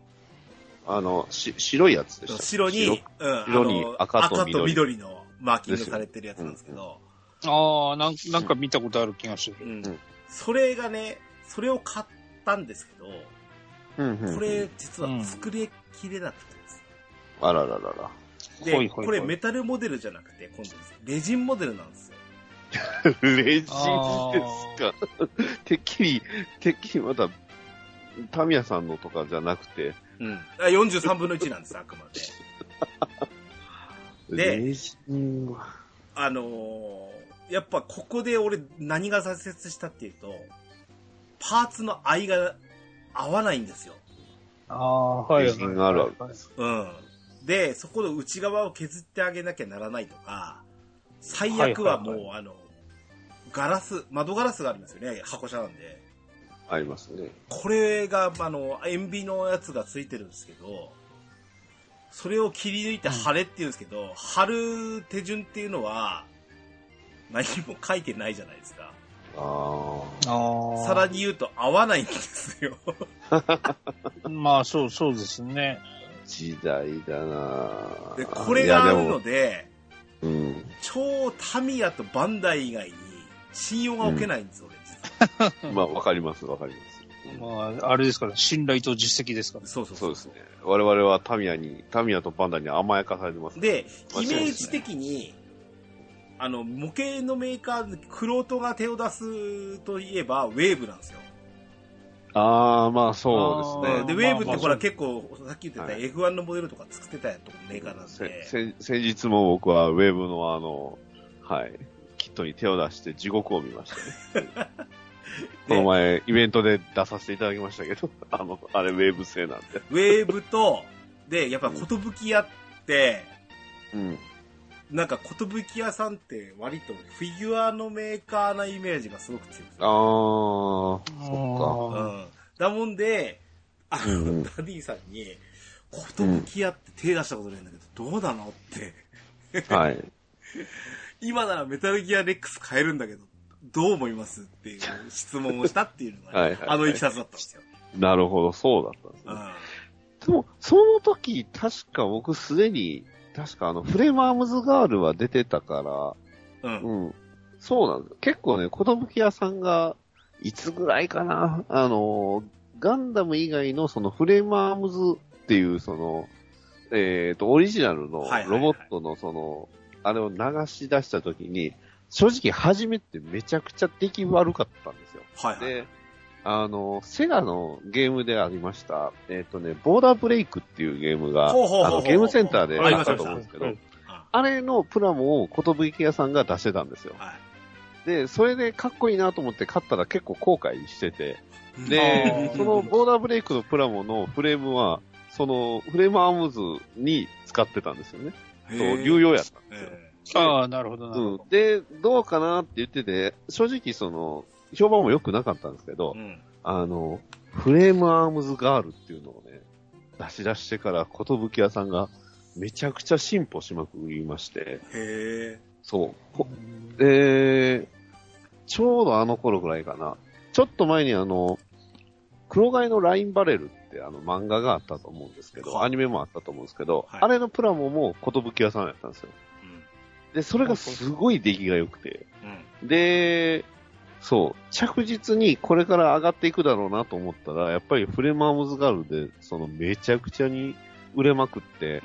あの、し、白いやつでした。
白に、うん、
白に
あの
赤と緑
赤と緑のマーキングされてるやつなんですけど、
ああ、なんなんか見たことある気がす
う
る。
ん
うん
それがね、それを買ったんですけど、
うんうんうん
これ、実は作りきれなくてです、
あらららら。
で、
ほいほいほい
これメタルモデルじゃなくて、今度レジンモデルなんですよ。
レジですか。 てっきり、てっきりまだ、タミヤさんのとかじゃなくて、
うん。あ43分の1なんです、あくまで。で
レジは、
あのーやっぱここで俺何が挫折したっていうと、パーツの合いが合わないんですよ。
ああ、はいはい。
自信があるわ
はい
うん。で、そこの内側を削ってあげなきゃならないとか、最悪はもう、
はい
あの、ガラス、窓ガラスがありますよね、箱車なんで。
ありますね。
これが、あの、塩ビのやつがついてるんですけど、それを切り抜いて貼れって言うんですけど、貼る手順っていうのは、何も書いてないじゃないですか。
ああ。
ああ。
さらに言うと合わないんですよ。
まあ、そう、そうですね。
時代だな
で、これがあるの
いや
で、
でも、うん。
超タミヤとバンダイ以外に信用が置けないんです、俺、実は。
まあ、わかります、わかります。
まあ、あれですから、信頼と実績ですから。
そうそう
そうですね。我々はタミヤに、タミヤとパンダに甘やかされてます。
で、
間違
イ
いな
メ
い
ー
で
ジ
すね
的に、あの、模型のメーカー、クロートが手を出すといえば、ウェーブなんですよ。
ああ、まあそう
あ
です
でで
ね、
ウ
まあ
ェーブって
まあ
ほら
そう
結構、さっき言ってた
はい
F1 のモデルとか作ってたやつメーカーなん
せ
で、
せ先日も僕はウェーブのあの、はい、キットに手を出して地獄を見ましたね。 この前、イベントで出させていただきましたけど、 あの、あれウェーブ製なんで。
ウェーブ と、で、やっぱ寿屋って、
うん。
なんか寿屋さんって割とフィギュアのメーカーなイメージがすごく強いんですよ
あー、そ
うん。だもんで、あの、
うんうん
ダディさんに、寿屋って手出したことないんだけど、どうなのって。
っか。はい。
今ならメタルギアレックス買えるんだけど、どう思いますっていう質問をしたっていうのが、
はいはいはい
あのいきさつだったんですよ。
なるほど、そうだったんです
う
ね。
ん
でも、その時、確か僕すでに、確かあの、フレームアームズガールは出てたから、
うん。
うん。そうなんです。結構ね、子供屋さんが、いつぐらいかな、あの、ガンダム以外のそのフレームアームズっていうその、えっ、と、オリジナルの
はいはいはい
ロボットのその、あれを流し出したときに、正直初めってめちゃくちゃ出来悪かったんですよ。
はいはい。
で、あの、セガのゲームでありました、えっ、とね、ボーダーブレイクっていうゲームが、あ
ほうほうほうほう
の、ゲームセンターで
あり
あ
ま
っ
した
たと思うんですけ
あ
ど
り、
あれのプラモを寿屋さんが出してたんですよ。
は
で、それでかっこいいなと思って買ったら結構後悔してて、
い。
で
あ、ー
そのボーダーブレイクのプラモのフレームは、そのフレームアームズに使ってたんですよね。
へ
と
ー
流用やったんですよ。
え
ああ、なるほど、なるほ
うん
ど。
で、どうかなって言ってて、正直その、評判も良くなかったんですけど
ー、うん。
あの、フレームアームズガールっていうのをね、出し出してから、寿屋さんがめちゃくちゃ進歩しまくりまして、
へ
そう。こで、ちょうどあの頃ぐらいかな。ちょっと前にあの、黒貝のラインバレルってあの漫画があったと思うんですけど、
はい
アニメもあったと思うんですけど、
はい
あれのプラモも寿屋さんやったんですよ。
ーう
で、それがすごい出来が良くて、
ん。うん。
で、そう、着実にこれから上がっていくだろうなと思ったら、やっぱりフレマームズガールで、そのめちゃくちゃに売れまくって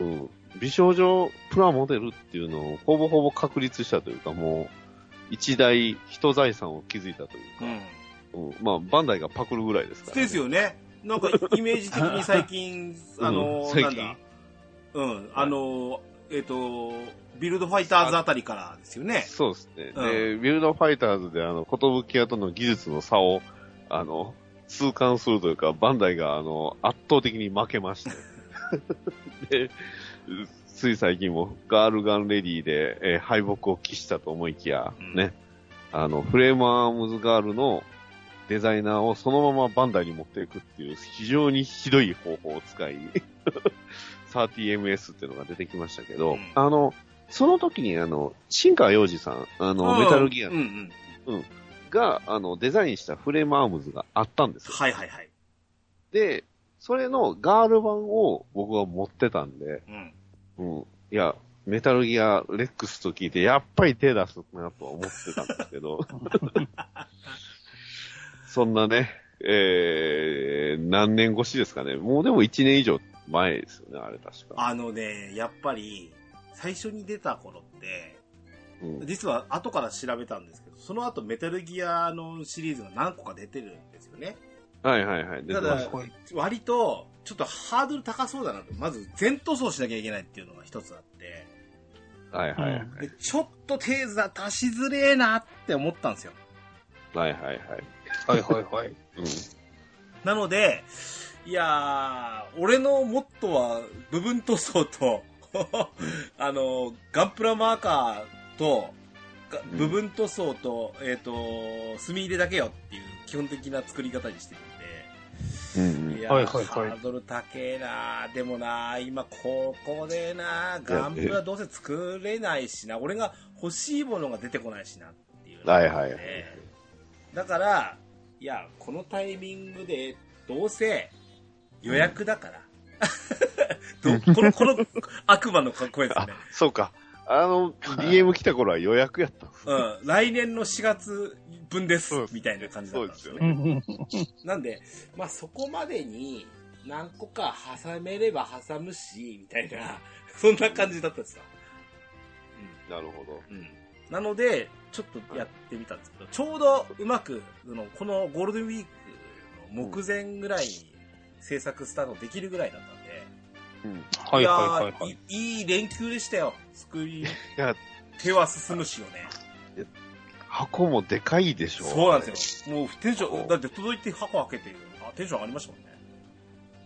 う、ん。
うん、美少女プラモデルっていうのをほぼほぼ確立したというか、もう、一大人財産を築いたという
う
か、
ん。
うんまあ、バンダイがパクるぐらいですから、
ですよね。なんか、イメージ的 に最近、
うん
あの、
最
なん
近
だ。うん。あの、えっと、ビルドファイターズあたりからですよね。
そうですね。
うん
で、ビルドファイターズで、あの、寿屋との技術の差を、あの、痛感するというか、バンダイが、あの、圧倒的に負け まして。で、つい最近も、ガールガンレディで、えー敗北を喫したと思いきや、
うん
ね、あの、フレームアームズガールのデザイナーをそのままバンダイに持っていくっていう、非常にひどい方法を使い、30ms っていうのが出てきましたけど、
うん
あの、その時にあの、新川洋二さん、あの、メタルギア
うんうん。
が、あの、デザインしたフレームアームズがあったんですよ。
はいはいはい。
で、それのガール版を僕は持ってたんで、
うん。
うん。いや、メタルギアレックスと聞いて、やっぱり手出すなとは思ってたんです けど、そんなね、えー、何年越しですかね。もうでも1年以上前ですよね、あれ確か。
あのね、やっぱり、最初に出た頃って、
うん、
実は後から調べたんですけど、その後メタルギアのシリーズが何個か出てるんですよね。
はいはいはい。出てました
こい
割と、ちょっとハードル高そうだなと。まず全塗装しなきゃいけないっていうのが一つあって、
はいはいはい。
でちょっと手出しづれえなって思ったんですよ。
はいはいはい。
はいはいはい。
うん
なので、いやー、俺のモットーは部分塗装と、 あの、ガンプラマーカーと、が
うん
部分塗装と、えっ、と、墨入れだけよっていう基本的な作り方にしてるんで、
うんうん
いやー、
はいはいはい
ハードル高えなでもな今ここでなガンプラどうせ作れないしな俺が欲しいものが出てこないしなっていうのがあって、
はいはい
だからいやこのタイミングでどうせ予約だから、どこのこの悪魔の声ですね、
そうか。あの、DM 来た頃は予約やったんですね
うん、来年の4月分です
そうです
みたいな感じだったんですよね
そう
なんで、まあ、そこまでに何個か挟めれば挟むし、みたいな、そんな感じだったんですよ。
なるほど。
うん。うん。なので、ちょっとやってみたんですけど、ちょうどうまく、そのこのゴールデンウィークの目前ぐらいに制作スタートできるぐらいだったんで、
うん。い
はいはいはいはいい。
やーいいい連休でしたよ。作り
や、
手は進むしよね。
箱もでかいでしょ。
そうなんですよ。もうテンショ
そ
ン、
う
だって届いて箱開けて、あ、テンション上がりましたもんね。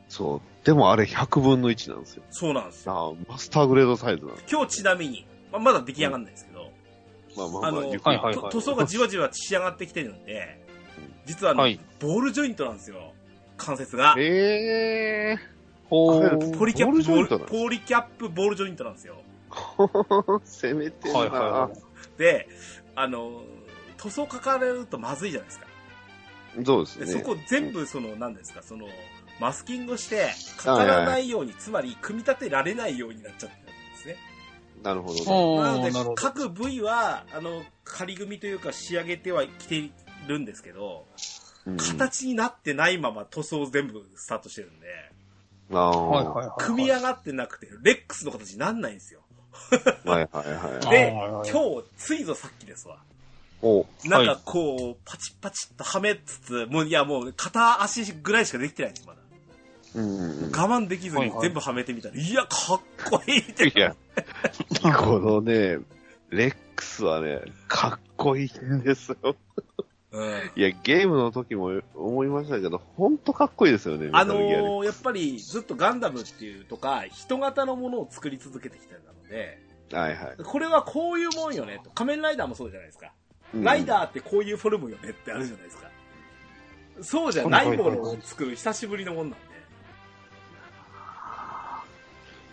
そう。でもあれ100分の1なんですよ。
そうなんですよ。
あマスターグレードサイズなんです。
今日ちなみに、まあ、まだ出来上がんないですけど、
まあま
あ
あまあ、
の
ゆっくり
はいはい
と塗装がじわじわ仕上がってきてるんで、実はね、
はい
ボールジョイントなんですよ、関節が。
えー。
ほ
あれ
う。
ポリキャップ
ボールジョイント
ボ
な
ー
の
ルポリキャップボールジョイントなんですよ。
攻めてるな、
はいは
で、あの、塗装書かれるとまずいじゃないですか。
そうです
で
ね。
そこ全部、その、何ですか、その、マスキングして、かからないように、つまり、組み立てられないようになっちゃってるんですね。
なるほ
いは
ど、ね。
なので
い。おーなるほ、ど。
各部位は、あの、仮組みというか仕上げてはきてるんですけど、
うん
形になってないまま塗装全部スタートしてるんで、
あー
はいはいはい。
組み上がってなくて、レックスの形になんないんですよ。
はいはいはい。
で
はいはいはい
今日、ついぞさっきですわ。
お、
なんかこう、パチパチっとはめつつ、もういやもう片足ぐらいしかできてないんです、まだ。
うんうんう
我
ん。
慢できず
はい
に
はい
全部はめてみたら、いや、かっこいいって。
いや、このね、レックスはね、かっこいいんですよ。
うん
いや、ゲームの時も思いましたけど、ほんとかっこいいですよね、メ
あ
タ
の
ルギアね。
ー、やっぱりずっとガンダムっていうとか、人型のものを作り続けてきてたので、
はいはい。
これはこういうもんよねと。仮面ライダーもそうじゃないですか。
うん
ライダーってこういうフォルムよねってあるじゃないですか。そうじゃないものを作る久しぶりのもんなんで。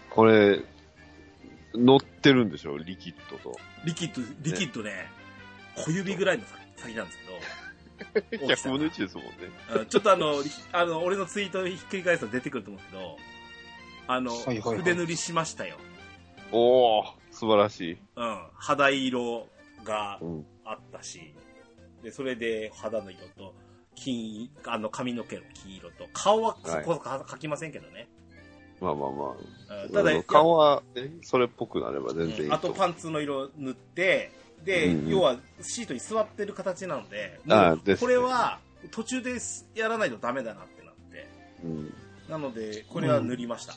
これ、乗ってるんでしょ、リキッドと。
リキッド、リキッドね、小指ぐらいの先なんです けど。大きさ
100分の1ですもんね。
うんちょっとあの、ひあの、俺のツイートひっくり返すと出てくると思うんですけど、あの、
はいはいはい
筆塗りしましたよ。
おー、素晴らしい。
うん。肌色が
うん。
あったし、で、それで肌の色と、金、あの、髪の毛の金色と、顔はそこそこ描きませんけどね。
まあまあま
うん
あ。
ただ、
あの顔は、えそれっぽくなれば全然いいと
うん
思う。
あとパンツの色塗って、で、
うんうん
要はシートに座ってる形なので、
あ
もう
です
こ
ね
れは途中ですやらないとダメだなってなって、
うん。
なので、これは塗りました。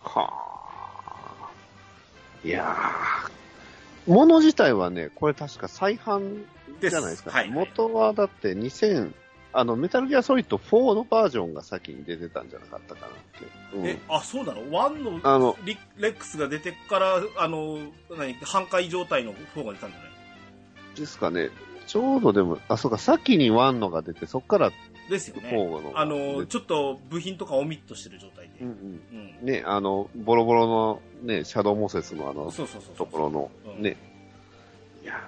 はあ。いやー。もの自体はね、これ確か再販じゃないです
です
か。
はい
元はだって2000、あの、メタルギアソリッド4のバージョンが先に出てたんじゃなかったかなって。うん
え、あ、そうなのワンの
あの、
リレックスが出てから、あの、何、半壊状態の方が出たんじゃない
ですかね。ちょうどでも、あ、そうか、先に1のが出て、そっから
ですよね。
4のが
あの、
出て
ちょっと部品とかオミットしてる状態で。
う
うんん。
うんね、あの、ボロボロのね、シャドウモセスのあの、
そうそうそうそう。
ところの
うん
ね。いや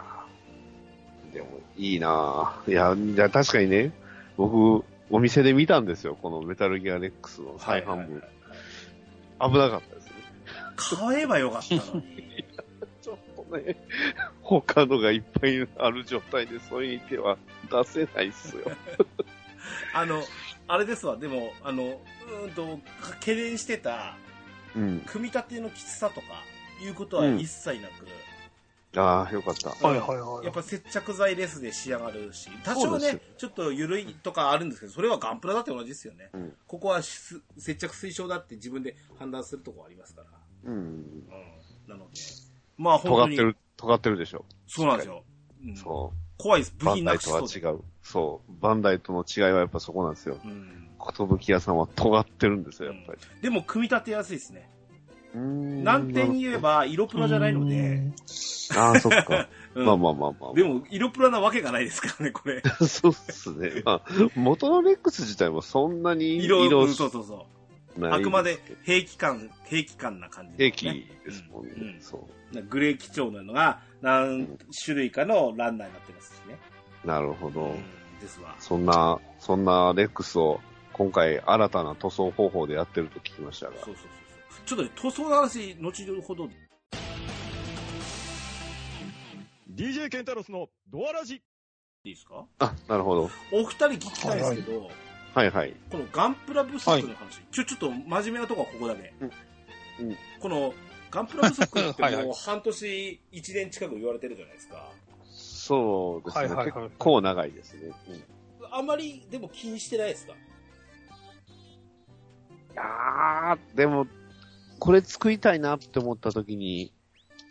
ーでもいいなぁ。いや、いや確かにね、僕、お店で見たんですよ、このメタルギアレックスの
は
再
いはい
販
はい
分。危なかったですね。
買えばよかったのに。
ちょっとね、他のがいっぱいある状態で、そういう手は出せないっすよ。
あの、あれですわ、でも、あの、うーんと、か懸念してた、
うん。
組み立てのきつさとか、いうことは一切なく、
ああ、よかった。
はいはいはい。
やっぱ接着剤レスで仕上がるし、多少
そうです
ね
よ、
ちょっと緩いとかあるんですけど、それはガンプラだって同じですよね。
うん
ここはす接着推奨だって自分で判断するとこありますから。
うん。
うん。なので、まあ
尖っ
本
て
当に、
る、尖ってるでしょ。
そうなんですよ。うん
そう。
怖いです。部
バン
品
ダ
な
イ
くし
と
そ
は
う
違
で。
う。そう。バンダイとの違いはやっぱそこなんですよ。
うん。
寿屋さんは尖ってるんですよ、やっぱり。
でも、組み立てやすいですね。
何
難点に言えば、色プラじゃないので、
ああ、そっ か。
うん
まあまあまあまあ。
でも、色プラなわけがないですからね、これ。
そうっすね。まあ、元のレックス自体もそんなに
色、
色
うん
し
そうそうそう。
ない。
あくまで平気感、平気感な感じ、
兵器ですもんね。
うん
そ
うんグレー基調なのが、何種類かのランナーになってますしね。
う。なるほど。
うんですわ。
そんな、そんなレックスを今回新たな塗装方法でやってると聞きましたが。
そうそうそうそう。ちょっとね、塗装の話、後ほど。
DJ ケンタロスのドアラジ
いいですか
あ、なるほど。
お二人聞きたいんですけど、
はいはい。
このガンプラ不足の話、ちょ、ちょっと真面目なとこはここだけ。
うんうん
この、ガンプラ不足って
はいはい
もう半年、一年近く言われてるじゃないですか。
そうですね。
はいはいはい
結構長いですね。うん
あまり、でも気にしてないですか
いやー、でも、これ作りたいなって思った時に、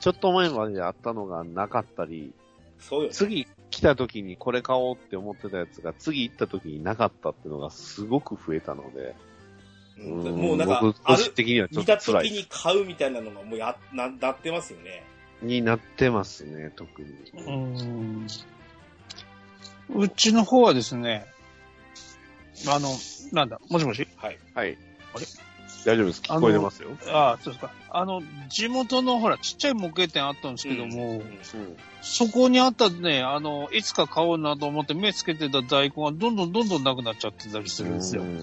ちょっと前まであったのがなかったり、
そうよね。
次来た時にこれ買おうって思ってたやつが、次行った時になかったっていうのがすごく増えたので、
うん
うん
もうなんか、
僕
あ
個
る
人的にはちょ
見
ったと
時
辛
に
い
買うみたいなのがもうや、な、なってますよね。
になってますね、特に。
うーんうちの方はですね、あの、なんだ、もしもし
はい。
はい。
あれ
大丈夫です。聞こえてますよ。
ああ、そうですか。あの、地元のほら、ちっちゃい模型店あったんですけども、
うん
うん
そこにあったね、あの、いつか買おうなと思って目つけてた在庫がどんどんどんどんなくなっちゃってたりするんですよ
う。ん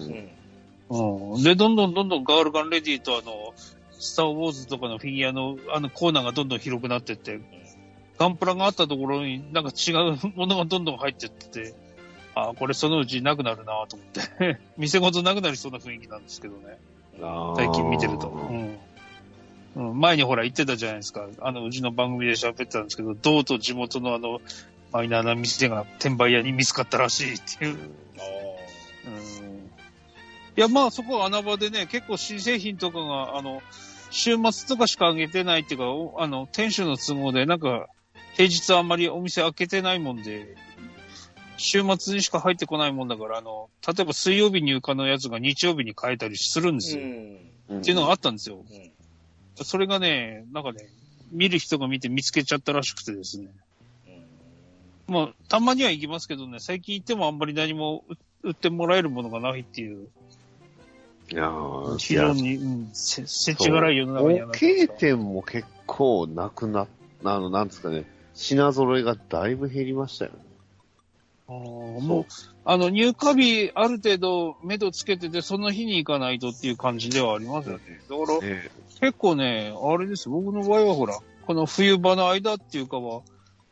うん
うん。で、どんどんどんどんガールガンレディとあの、スター・ウォーズとかのフィギュアのあのコーナーがどんどん広くなってって、ガンプラがあったところになんか違うものがどんどん入ってってて、 あこれそのうちなくなるなと思って、店ごとなくなりそうな雰囲気なんですけどね。最近見てると。うんうん前にほら言ってたじゃないですか。あの、うちの番組で喋ってたんですけど、道と地元のあの、マイナーな店が転売屋に見つかったらしいっていう。うんいや、まあそこは穴場でね、結構新製品とかが、あの、週末とかしかあげてないっていうか、おあの、店主の都合で、なんか、平日あんまりお店開けてないもんで、週末にしか入ってこないもんだから、あの、例えば水曜日入荷のやつが日曜日に変えたりするんですよ。っていうのがあったんですよ。
ん
それがね、なんかね、見る人が見て見つけちゃったらしくてですね。まあ、たまには行きますけどね、最近行ってもあんまり何も売売ってもらえるものがないっていう、
いやー
非常に、うん、せ、せちがらい世の中には
模
なっ
型
てます
店も結構なくな、あの、なんですかね、品揃えがだいぶ減りましたよね。
あーもう、あの、入荷日、ある程度、目処つけてて、その日に行かないとっていう感じではありますよね。だから、
ね
結構ね、あれです。僕の場合はほら、この冬場の間っていうかは、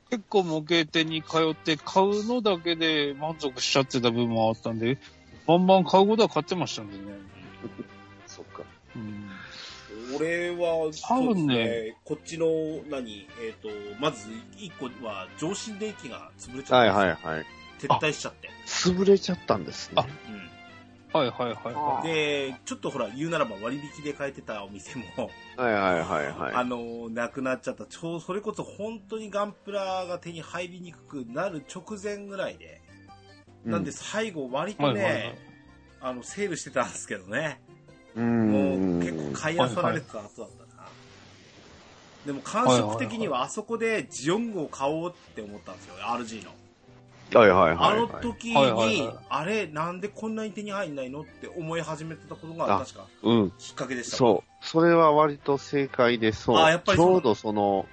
結構模型店に通って買うのだけで満足しちゃってた部分もあったんで、バンバン買うことは買ってましたんでね。
そっか。
うん。
俺は、
多
そうです
分ね
ね、こっちの、何、えっ、と、まず一個は、上新電機が潰れちゃった。
はいはいはい。
撤退しちゃって。
潰れちゃったんですね。
あ
うん
はいはいはいは
で、ちょっとほら、言うならば割引で買えてたお店も、
はいはいはいは
あの、なくなっちゃった。ちょう、それこそ本当にガンプラが手に入りにくくなる直前ぐらいで、
い。
なんで最後割
い。は
と
い
ね、
はいはい。
あの、セールしてたんですけどね。
うん、
もう
うん。
結構買い漁られてた後だったな。でも感触的にはあそこでジオングを買おうって思ったんですよ、RG の。
はいはい
あ
はい、
の
はい。
時
はいはい
に
はい、
あれ、なんでこんなに手に入んないのって思い始めてたことが
あ
確か
うん。
きっかけでした。
そう。それは割と正解で、そう。
あやっぱりそう
ちょうどその、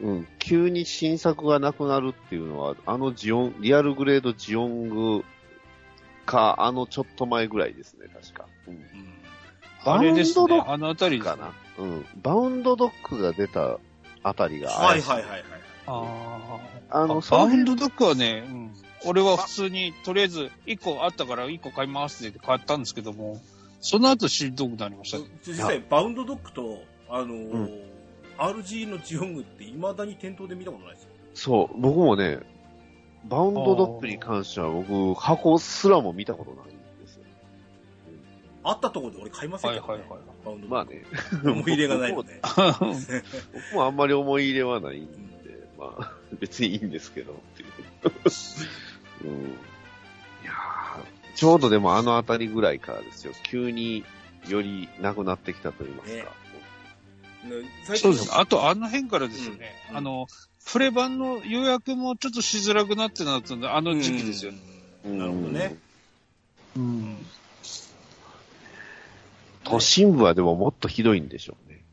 うん、急に新作がなくなるっていうのは、あのジオン、リアルグレードジオングか、あのちょっと前ぐらいですね、確か。うん、
う。ん、
あれです
バウンドド
ね。
ッ
あのあたり
グ
です
か
ね。
な。うん。バウンドドッグが出たあたりが、
はいはいはいはい。
あ
あ
あ
の、
バ
その
ウン
辺
ドドッグはね、うん、俺は普通に、とりあえず、1個あったから1個買いますって買ったんですけども、その後しんどくなりましたね。
実際、バウンドドッグと、あのー
う
RG のジオングって未だに店頭で見たことないですよ。
そう、僕もね、バウンドドッグに関しては僕、箱すらも見たことないんですよ。
あったところで俺買いません
は
け
い
ど、ね
はいはい。
バウンドド
ま
ッ
あ
グ。
ね、
思い入れがないので。
僕 もあんまり思い入れはないんで、まあ、 別にいいんですけど、 っていう。うん、いやーちょうどでもあのあたりぐらいからですよ、急によりなくなってきたと言いますか。
ね最
そ
近
うですね。あと、あの辺からですよね。
うん
あの、プレ版の予約もちょっとしづらくなってなったんで、あの時期ですよね。
うんなるほどね。
うん。
都心部はでももっとひどいんでしょうね。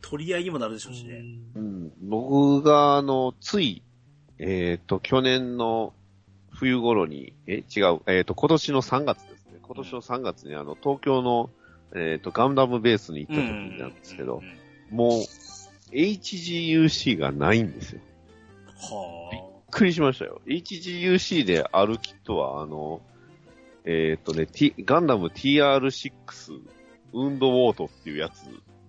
取り合いにもなるでしょうしね。
うん、僕が、あの、つい、えっ、と、去年の冬頃に、え、違う、えっ、と、今年の3月ですね。今年の3月に、あの、東京の、えっ、と、ガンダムベースに行った時なんですけど
う、ん
もう、HGUC がないんですよ。びっ
は
くりしましたよ。HGUC であるキットは、あの、えっ、とね、T、ガンダム TR6 ウンドウォートっていうやつ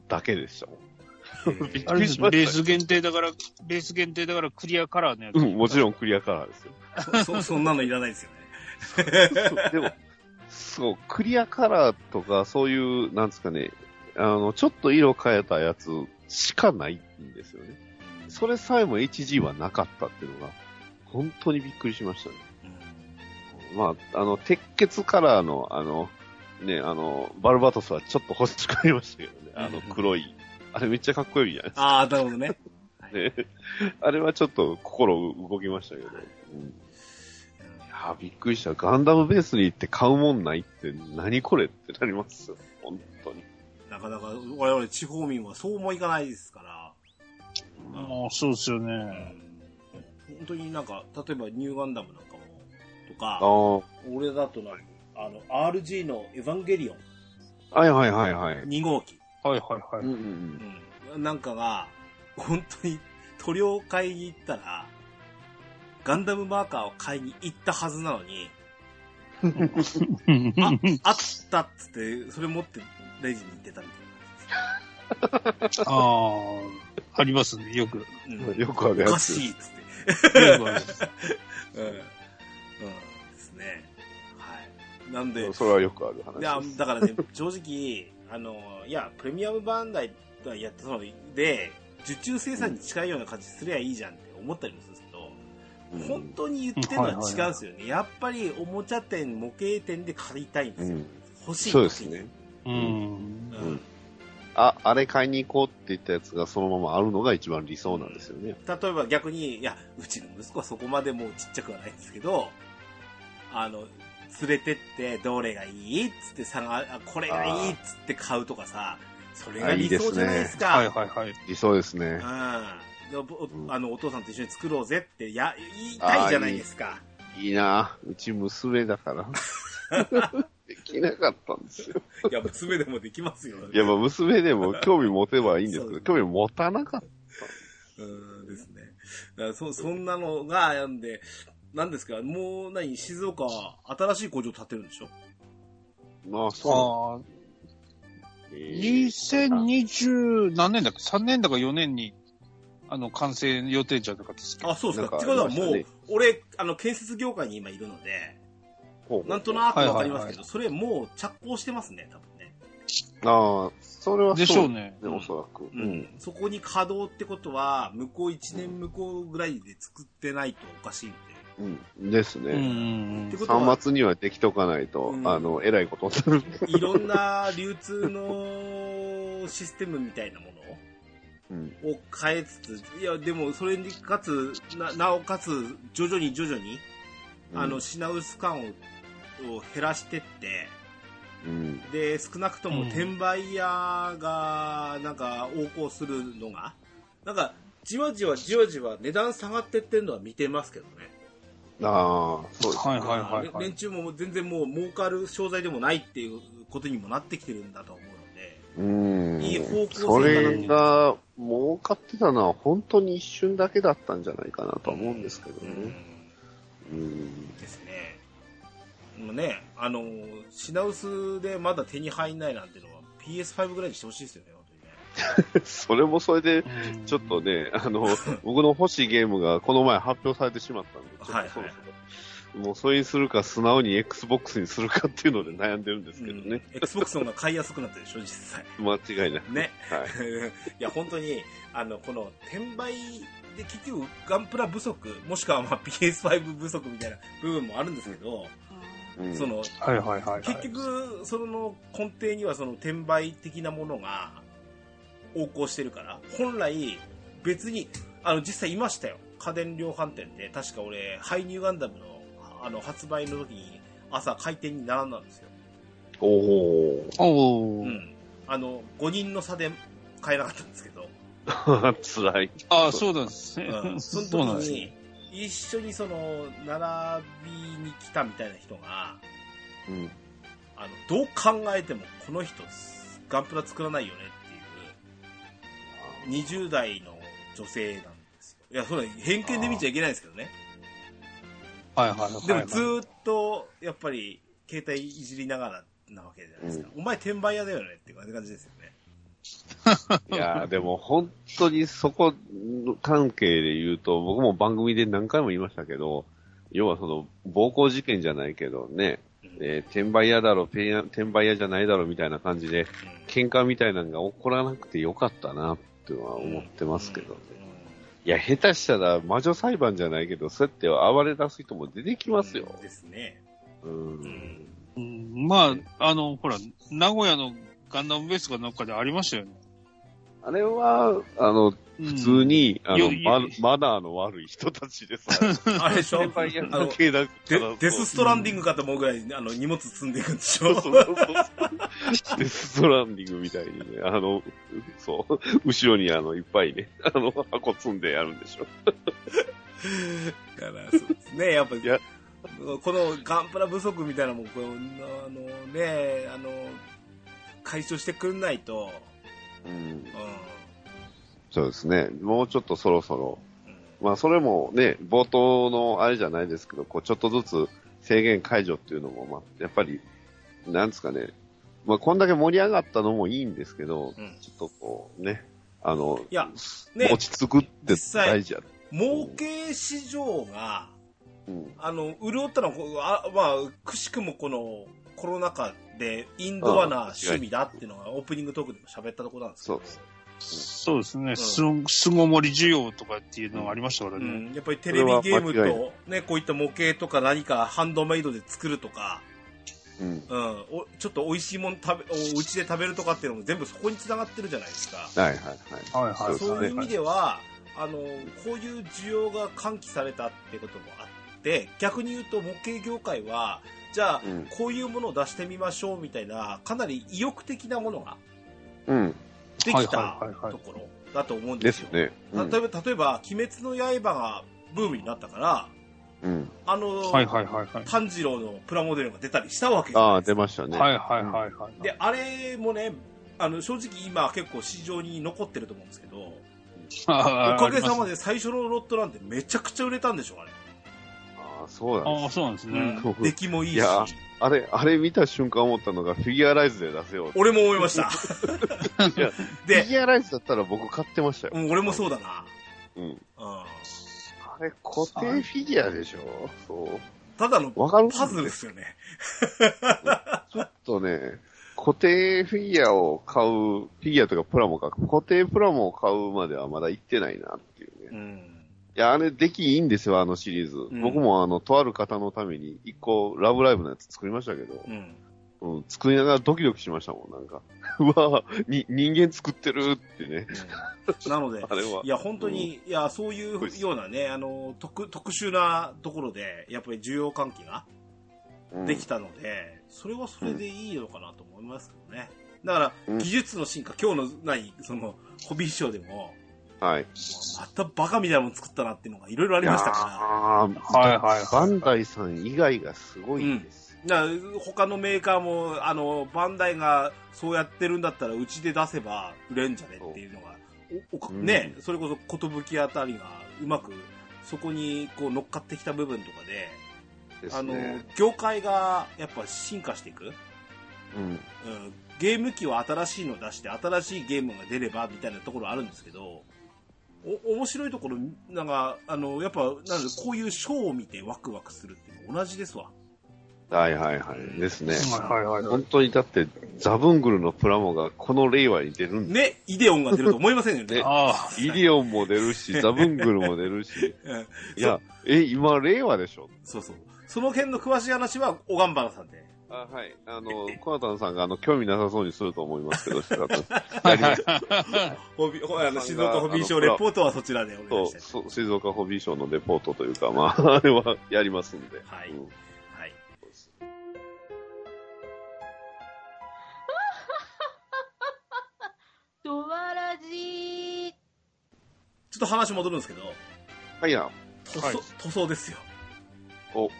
だけでしたもん。
あ。
びっ
あ
くり
れです
し
レ
ましたよ
ース限定だから、レース限定だからクリアカラーのやつ。
うん、もちろんクリアカラーですよ。
へえそ そんなのいらないですよね。
そうでも、そう、クリアカラーとか、そういう、なんですかね、あの、ちょっと色変えたやつしかないんですよね。それさえも HG はなかったっていうのが、本当にびっくりしましたね。まあ、あの、鉄血カラーの、あの、ね、あの、バルバトスはちょっと欲しくなりましたけどね。あの、黒い。あれめっちゃかっこいいじゃない
ああ、なるほどね。
ですか。ね、あれはちょっと心動きましたけど。うんいやーびっくりした。ガンダムベースに行って買うもんないって、何これってなりますよ。本当に。
なかなか我々地方民はそうもいかないですから。
もうそうですよね。
本当になんか、例えばニューガンダムなんかも、と
あ
か、
あ。は
俺だとな、あの、RG のエヴァンゲリオン
いはいはいはい。
2号機、
はいはいは
う
い。
んうん
うん、なんかが、本当に塗料買いに行ったら、ガンダムマーカーを買いに行ったはずなのに、あったっつって、それ持ってレジに行ってたみたいな。
あ あ、ありますね、 よく。よ
うん
よくある
お
や
か
つ。
しいっつっ
くあります
て。うん。うん。ですね。はい。なんで、
それはよくある
いや
話です。
だからね、正直、あの、いや、プレミアムバンダイがやってたので、受注生産に近いような感じすりゃいいじゃんって思ったりもするんですけど、
うん
本当に言ってるのは違うんですよね、やっぱりおもちゃ店、模型店で買いたいんで
う
すよ、
ん
欲しい
そうですね。
うん。
欲しい、
う
うん
んあ、あれ買いに行こうって言ったやつがそのままあるのが一番理想なんですよね。
例えば逆に、いや、うちの息子はそこまでもうちっちゃくはないんですけど、あの、連れてって、どれがいいっつって探、あこれがいいっつって買うとかさ、それが理想じゃないですか。
はいはいはい。
理想ですね。
うんでおお
うん
あのお父さんと一緒に作ろうぜってや言いたいじゃないですか。
いいなうち娘だから。 できなかったんですよ。
いや、娘でもできますよ。
いや、まあ娘でも興味持てばいいんですけ
そう
ど、興味持たなかっ
うんですね。だからそそんなのが、なんで、なんですか、もう何、静岡、新しい工場建てるんでしょ
た。まあ、そ
ああ、
うなんですね。
2020何年だっけ ?3 年だか4年に、あの、完成予定じゃなかったですか
あ、そうですか。
なん
って
か
ことは
ありま
も
した
う、
ね
俺、あの、建設業界に今いるので、
ほう
なんとなくわかりますけど、
はいはいは
それもう着工してますね、多分ね。
ああ、それはそう
でしょう。ね。
ねおそらく。う
うん
ん。
そこに稼働ってことは、向こう1年向こうぐらいで作ってないとおかしいんで。
うん。です
うんう
ね。
っ
んう
て
ん。
ことは、
端末にはできとかないと
う、ん
あの、えらいこと になる。
いろんな流通のシステムみたいなも
うん。
のを変えつつ、いや、でもそれにかつ、ななおかつ、徐々に徐々に、あの、品薄感をを減らしてって、
うん、
で、少なくとも
うん
転売屋が、なんか、横行するのが、なんか、じわじわじわじわ値段下がってってんのは見てますけどね。
ああ、そうです。
はいはいはい、
あ
は
れ
い
連。中も全然もう儲かる商材でもないっていうことにもなってきてるんだと思うので、
うん。
いい方向性
それが、儲かってたのは本当に一瞬だけだったんじゃないかなとは思うんですけど
う
ね。
ん
うん。
ですね。でもね、あの、品薄でまだ手に入んないなんてのは PS5 ぐらいにしてほしいですよね、本
それもそれで、ちょっと
ね。
ね、あの、 僕の欲しいゲームがこの前発表されてしまったんで、ちょっと
はいはい
そろそろもうそれにするか素直に Xbox にするかっていうので悩んでるんです
当
け
に
ど
ね
ね。。
うん Xbox の方が買いやすくなってるでしょ、実際。
間違いなく。
ね。
はい。
いや、本当に、あの、この、転売で結局、ガンプラ不足、もしくはまあ PS5 不足みたいな部分もあるんですけど、
うん
その、
はいはいはいはい。
結局、その根底にはその転売的なものが横行してるから、本来別に、あの、実際いましたよ。家電量販店で、確か俺、ハイニューガンダムの、あの、発売の時に朝開店に並んだんですよ。
お
おお、
うん。あの、5人の差で買えなかったんですけど、
ー。 辛い。
ああ、そうなんですね。
うん、そ
そうな
の
んで
時
す
に
ね。、
一緒にその、並びに来たみたいな人が、
うん。
あの、どう考えてもこの人、ガンプラ作らないよねっていう、20代の女性なんですよ。いや、それ偏見で見ちゃいけないんですけどね。
はいはいはい。
でもずーっと、やっぱり、携帯いじりながらなわけじゃないですか。お前転売屋だよねっていう感じですよね。
いやーでも本当にそこ関係で言うと、僕も番組で何回も言いましたけど、要はその、暴行事件じゃないけどね、えー転売屋だろ、ペイヤ転売屋じゃないだろみたいな感じで、喧嘩みたいなのが起こらなくてよかったな、っては思ってますけどね。いや、下手したら魔女裁判じゃないけど、そうやって暴れ出す人も出てき
い
ますよ。
ですね。
うん。
うんまあ、あの、ほら、名古屋のガンダムベースかなんかでありましたよね。
あれは、あの、
普
普通。に、あの
よよ
マ、マナーの悪い人たちです。
あれでしょ
先輩や
あの
関係なく
デ
そう
デスストランディングかと思うぐらい、あの、荷物積んでいくんでしょ
そうそうそうデスストランディングみたいにね、あの、そう、後ろにあの、いっぱいね、あの、箱積んでやるんでしょ。
だから、そうですね、やっぱり
いや、
このガンプラ不足みたいなもん、このあのね、あの、解消してくんないと、
うん
うん。。
そうですね。もうちょっとそろそろ、
うん
まあそれもね、冒頭のあれじゃないですけど、こうちょっとずつ制限解除っていうのも、まあやっぱり、なんですかね、まあ、こんだけ盛り上がったのもいいんですけど、
うん
ちょっとこうね、あの、
いや、ね、
落ち着くって大事や。
儲け市場が、
うん。
あの、潤ったのはこう、あまあ、くしくもこのコロナ禍でインドアな趣味だっていうのがオープニングトークでも喋ったところなんですけ
そ
ど
うです。
そうですね、すすごもり需要とかっていうのがありましたから
う
ね。
ん、やっぱりテレビゲームと、ね、こういった模型とか何かハンドメイドで作るとか、
うん。
うん、おちょっと美味しいもの食べ、お家で食べるとかっていうのも全部そこに繋がってるじゃないですか。
はいはいはい。
は
そう
い
ですね
そういう意味では、あの、こういう需要が喚起されたってこともあって、逆に言うと模型業界は、じゃあ、
うん
こういうものを出してみましょうみたいな、かなり意欲的なものが
うん。
できた
はいはいはいはい
ところだと思うん
で
です
す
よ。
ね。うん
例えば、例えば、鬼滅の刃がブームになったから、
うん。
あの、
はいはいはいはい。
炭治郎のプラモデルが出たりしたわけ
ああ、出ましたね。
はいはいはいはい。
で、あれもね、あの、正直今結構市場に残ってると思うんですけど、お
お
かげさまで最初のロットなんてめちゃくちゃ売れたんでしょ、あれ。
ああ、そうなん
あ
で
あ、
す。
そうなんですね。
そう
出来もいい
い
し。
やあれ、あれ見た瞬間思ったのが、フィギュアライズで出せようって
俺も思いま した。
いやフィ
で、
ギュアライズだったら僕買ってましたよ。
うん俺もそうだな。
うん。
うん。
あれ、固定フィギュアでしょそ
ただの
う。わかる
パズルで
ち
すよね。
ょっとね、固定フィギュアを買う、フィギュアとかプラモか、固定プラモを買うまではまだ行ってないなっていうね。
うん。
いや、あれ、出来いいんですよ、あのシリーズ。
ん
僕も、あの、とある方のために、一個、ラブライブのやつ作りましたけど
う、ん。
うん、作りながらドキドキしましたもん、なんか。 うわに、人間作ってるってね。
うんなの で、。
あれはい
や、本当に、いや、そういうようなね、あの、特、特殊なところで、やっぱり需要喚起が
うん
できたので、それはそれでいいのかなと思いますけどね。だから、
うん
技術の進化、今日の、何、その、ホビーショーでも、
はい。
またバカみたいなもの作ったなっていうのがいろいろありましたか
ああ、
はいはい
バ
は
ンダイさん以外がすごいんですよ。
ら、だから他のメーカーも、あの、バンダイがそうやってるんだったら、うちで出せば売れんじゃねっていうのが、おおか
うん
ね、それこそ、寿あたりがうまく、そこにこう乗っかってきた部分とかで、
で
あ
す
の
ね。、
業界がやっぱ進化していく。
うん。
うんゲーム機は新しいの出して、新しいゲームが出れば、みたいなところあるんですけど、お、面白いところ、なんか、あの、やっぱ、なんだろうこういうショーを見てワクワクするっていうの同じですわ。
はいはいはい。ですね。
い。はいはいはい。
本当にだって、ザブングルのプラモがこの令和に出るんで、
ね、イデオンが出ると思いませんよね。
ね
あ
イディオンも出るし、 ザブングルも出るし、
うん
いや、え、今令和でしょ
そうそう。その辺の詳しい話は、おがんばらさんで。
あはい。あの、コナタンさんが、あの、興味なさそうにすると思いますけど、白川さん
あ、 はいはい
ホビほあの静岡ホビーショーレポートは そちらでお願い
と
したいと
そ静岡ホビーショーのレポートというか、まあ、あれはやりますんで。
はい
うん
はい。
ドワラジ
ちょっと話戻るんですけど、
はいや、
塗
はい
装塗装ですよ。
お、
はい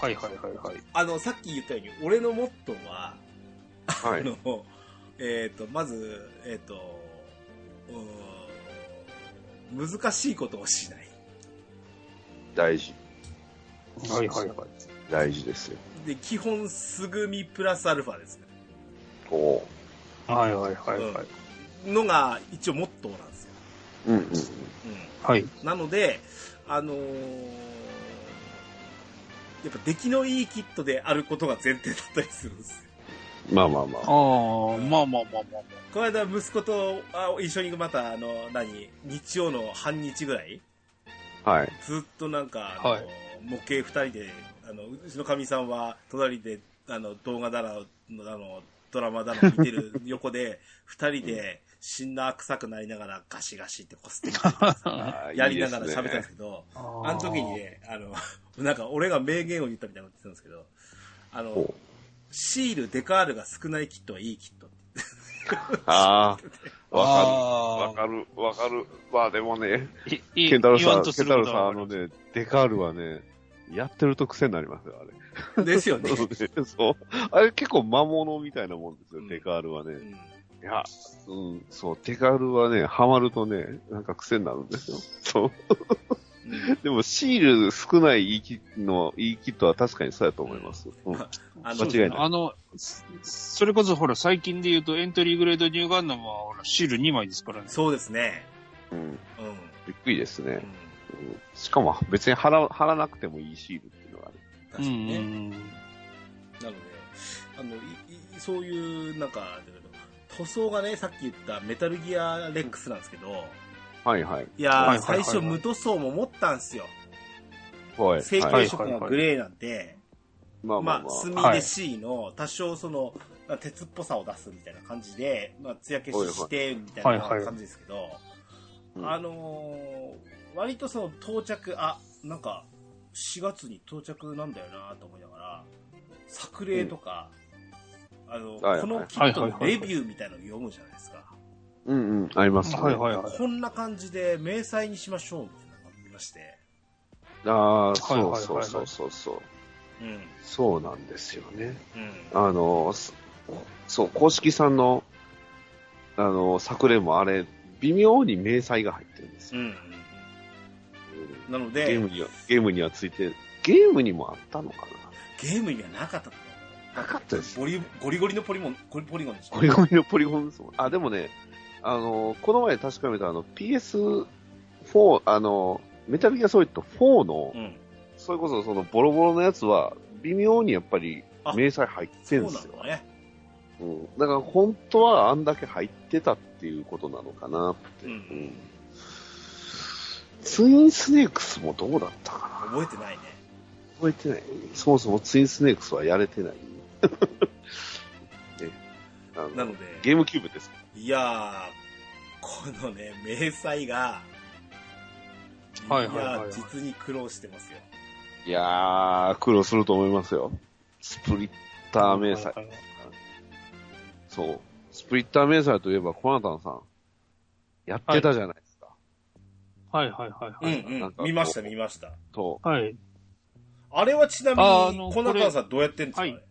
はいはい。
あの、さっき言ったように、俺のモットーは、
は
あ
い。
の、えっ、と、まず、えっ、と、うーん難しいことをしない。
大事。
はいはいはい。
大事ですよ。
で、基本、すぐみプラスアルファですね。
お
はいはいはいはい。
のが、一応モットーなんですよ。
うんうん。
はい。
うん。なので、あのーやっぱ出来のいいキットであることが前提だったりするんですよ。
まあまあま
ああ、
あ。
まあまあまあまあ
この間息子とあ一緒にまたあの何日曜の半日ぐらい
はい。
ずっとなんか、あの
はい
模型二人で、あの、うちのかみさんは、隣で、あの、動画だら、あの、ドラマだら見てる横で、二人で、死んだ臭くなりながら、ガシガシってこすってたりとかさやりながら喋ったんですけど、
まあ。
あの時にね、あの、 なんか俺が名言を言ったみたいなこと言ってたんですけど、あの
お、
シール、デカールが少ないキットはいいキットって。
ああ、わかる。わ
わか
かる。わかる。まあでもね、
る。いい
ケンタロウさ
言わ
ん、
と
ケ
す
ン
る
タロ
こ
ウ
と
さん、
は
あのね、デカールはね、やってると癖になりますよ、あれ。
ですよね。
そうね そう。あれ結構魔物みたいなもんですよ、
うん
デカールはね。
うん
いや、うん、そう、デカールはね、ハマるとね、なんか癖になるんですよ。そう。
うん
でも、シール少ない域の、域とは確かにそうやと思います。うん
はあの
間違いない。
あの、そそれこそほら、最近で言うとエントリーグレードニューガンダムはほら、シール2枚ですからね。
そうですね。
うん
うんうん。
びっくりですね。うんしかも、別に貼ら貼らなくてもいいシールっていうのがある。
確か
うんう
にね。
ん
なので、あの、いいそういう、なんか、だけど塗装がね、さっき言ったメタルギアレックスなんですけど、
はいはい。
いや
は
ー、
いはいはいは
最
い
初無塗装も持ったんですよ。
はい。
成
は
型
い
色がグレーなんで、
まあまあ
ま
ま
あ、
あ。
墨で C の多少その、まあ鉄っぽさを出すみたいな感じで、まあ、艶消しして、みたいな
はいはい
感じですけど、
うん
あのー割とその到着、あ、なんか、4月に到着なんだよなと思いながら、作例とか、あの、
はいはい
このキットのレビューみたいなの読むじゃないですか。
うんうん、あります、ね。
はいはいはい。
こんな感じで、明細にしましょう、みたいなのが見まして。
ああ、
はい
そ
は
う
い
そう
はい
そ
は
う
い
そうそう。
うん。うん。
そうなんですよね。あの、そそう、公式さんの、あの、作例もあれ、微妙に明細が入ってるんです
う
よ。
ん。
うん
なの
ゲ
で、
ームには、ゲームにはついて、ゲームにもあったのか
ゲームにはなかったと思
ななかったです
う。。ボリゴリゴリのポリモン、ゴリポリゴンでした。
ポリゴンのポリゴンですもんあ、でもね、あの、この前確かめたあの PS4、あの、メタルギアソリッド4の、
うん。
それこそそのボロボロのやつは、微妙にやっぱり
あ
明細入って
そ
る
うん
で
な
すよ
ん。だね。
うん、だから本当はあんだけ入ってたっていうことなのかなって。
うん
ツインスネークスもどうだったかな
覚えてないね。
覚えてない。そもそもツインスネークスはやれてない。 ね、あの
なので、
ゲームキューブです。
いやー、このね、明細が、
はいはいはいはい
やー実に苦労してますよ。
いやー、苦労すると思いますよ。スプリッター明細。
はいはいはい
そう。スプリッター明細といえば、コナタンさん、やってたじゃないですか。
はいはいはいはい。
うんうん
なんかこう
見ました、見ました。
と、
はい。
あれはちなみ
ああ
に、
の
コナタンさんどうやってんですか、
こ
あ
れ
れ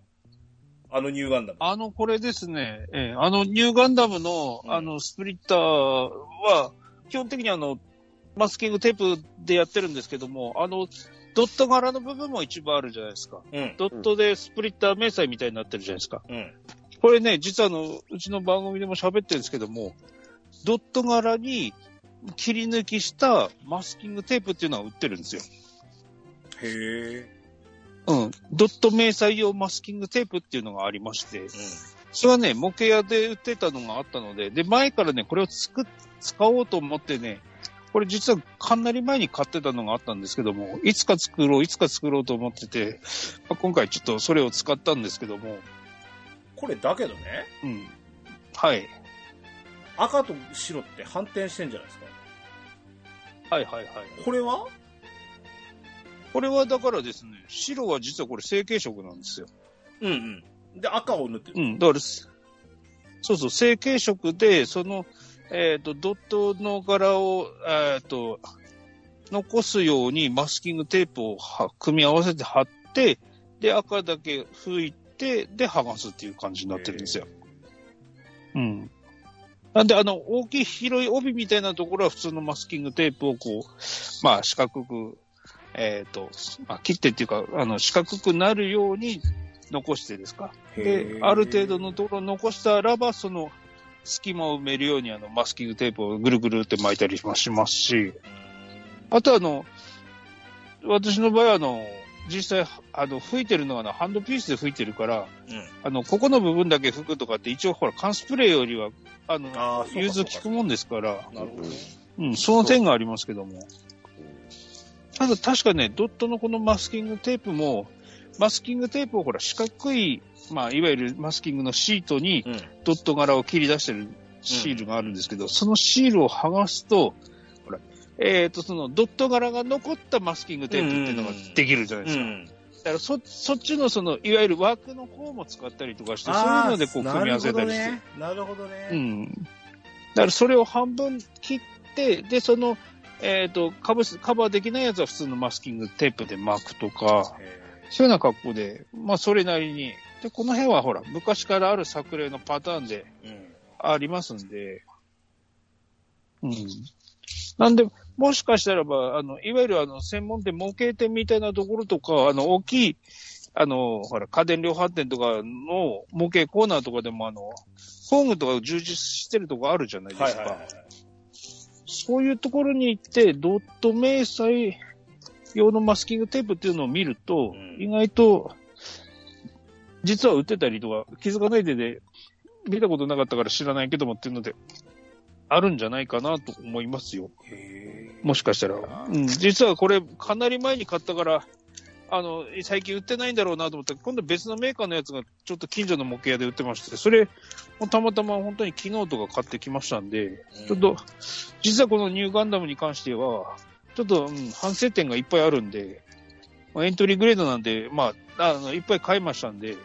あのニューガンダム。
あの、これですね、えーあの、ニューガンダムの、
うん
あの、スプリッターは、基本的にあの、マスキングテープでやってるんですけども、あの、ドット柄の部分も一部あるじゃないですか。
うん。
ドットでスプリッター明細みたいになってるじゃないですか。
うん。
これね、実はあの、うちの番組でも喋ってるんですけども、ドット柄に切り抜きしたマスキングテープっていうのは売ってるんですよ。
へー
うん。ドット明細用マスキングテープっていうのがありまして、
う
それはね、模型屋で売ってたのがあったので、で、前からね、これを作っ、使おうと思ってね、これ実はかなり前に買ってたのがあったんですけども、いつか作ろう、いつか作ろうと思ってて、まあ、今回ちょっとそれを使ったんですけども、
ん。これだけどね、
うん。はい。
赤と白って反転してんじゃないですか。
はいはいはい。
これは
これはだからですね、白は実はこれ成型色なんですよ。
うんうん。で、赤を塗ってる。
うん、だからす、そうそう、成型色で、その、えっ、と、ドットの柄を、えっ、と、残すようにマスキングテープをは組み合わせて貼って、で、赤だけ拭いて、で、剥がすっていう感じになってるんですよ。うん。なんで、あの、大きい広い帯みたいなところは普通のマスキングテープをこう、まあ、四角く、えっ、と、まあ、切ってっていうか、あの、四角くなるように残してですか。で
へ、ー
ある程度のところを残したらば、その隙間を埋めるようにあのマスキングテープをぐるぐるって巻いたりもしますし、あとあの、私の場合はあの、実際、あの、吹いてるのはあのハンドピースで吹いてるから、
うん
あの、ここの部分だけ吹くとかって一応ほら、缶スプレーよりは、あの、
ああ、そうか
融通
そう
効
か
くもんですから、
なるほどね。
うん、その点がありますけども。ただ確かね、ドットのこのマスキングテープも、マスキングテープをほら四角い、まあ、いわゆるマスキングのシートに
うん。
ドット柄を切り出してるシールがあるんですけど、そのシールを剥がすと、ほら、えっ、と、そのドット柄が残ったマスキングテープっていうのができるじゃないですか。
ん。
だからそ、そっちのその、いわゆる枠の方も使ったりとかして、そういうのでこう組み合わせたりして。
なるほどね。なるほどね。
うん。だからそれを半分切って、で、その、えっ、と、カブス、カバーできないやつは普通のマスキングテープで巻くとか、
へ
そういうような格好で、まあそれなりに。で、この辺はほら、昔からある作例のパターンで
ーうん
ありますんで、うん。なんで、もしかしたらば、あの、いわゆるあの、専門店、模型店みたいなところとか、あの、大きい、あの、ほら、家電量販店とかの模型コーナーとかでも、あの、工具とか充実してるとこあるじゃないですか。
はいはいはい。
そういうところに行って、ドット迷彩用のマスキングテープっていうのを見ると、
うん
意外と、実は売ってたりとか、気づかないでで、見たことなかったから知らないけどもっていうので、あるんじゃないかなと思いますよ。もしかしたら。うん、実はこれ、かなり前に買ったから、あの、最近売ってないんだろうなと思ったら、今度別のメーカーのやつがちょっと近所の模型屋で売ってまして、それ、たまたま本当に昨日とか買ってきましたんで、ちょっと、実はこのニューガンダムに関しては、ちょっと、うん反省点がいっぱいあるんで、まあエントリーグレードなんで、まあ、あの、いっぱい買いましたんで、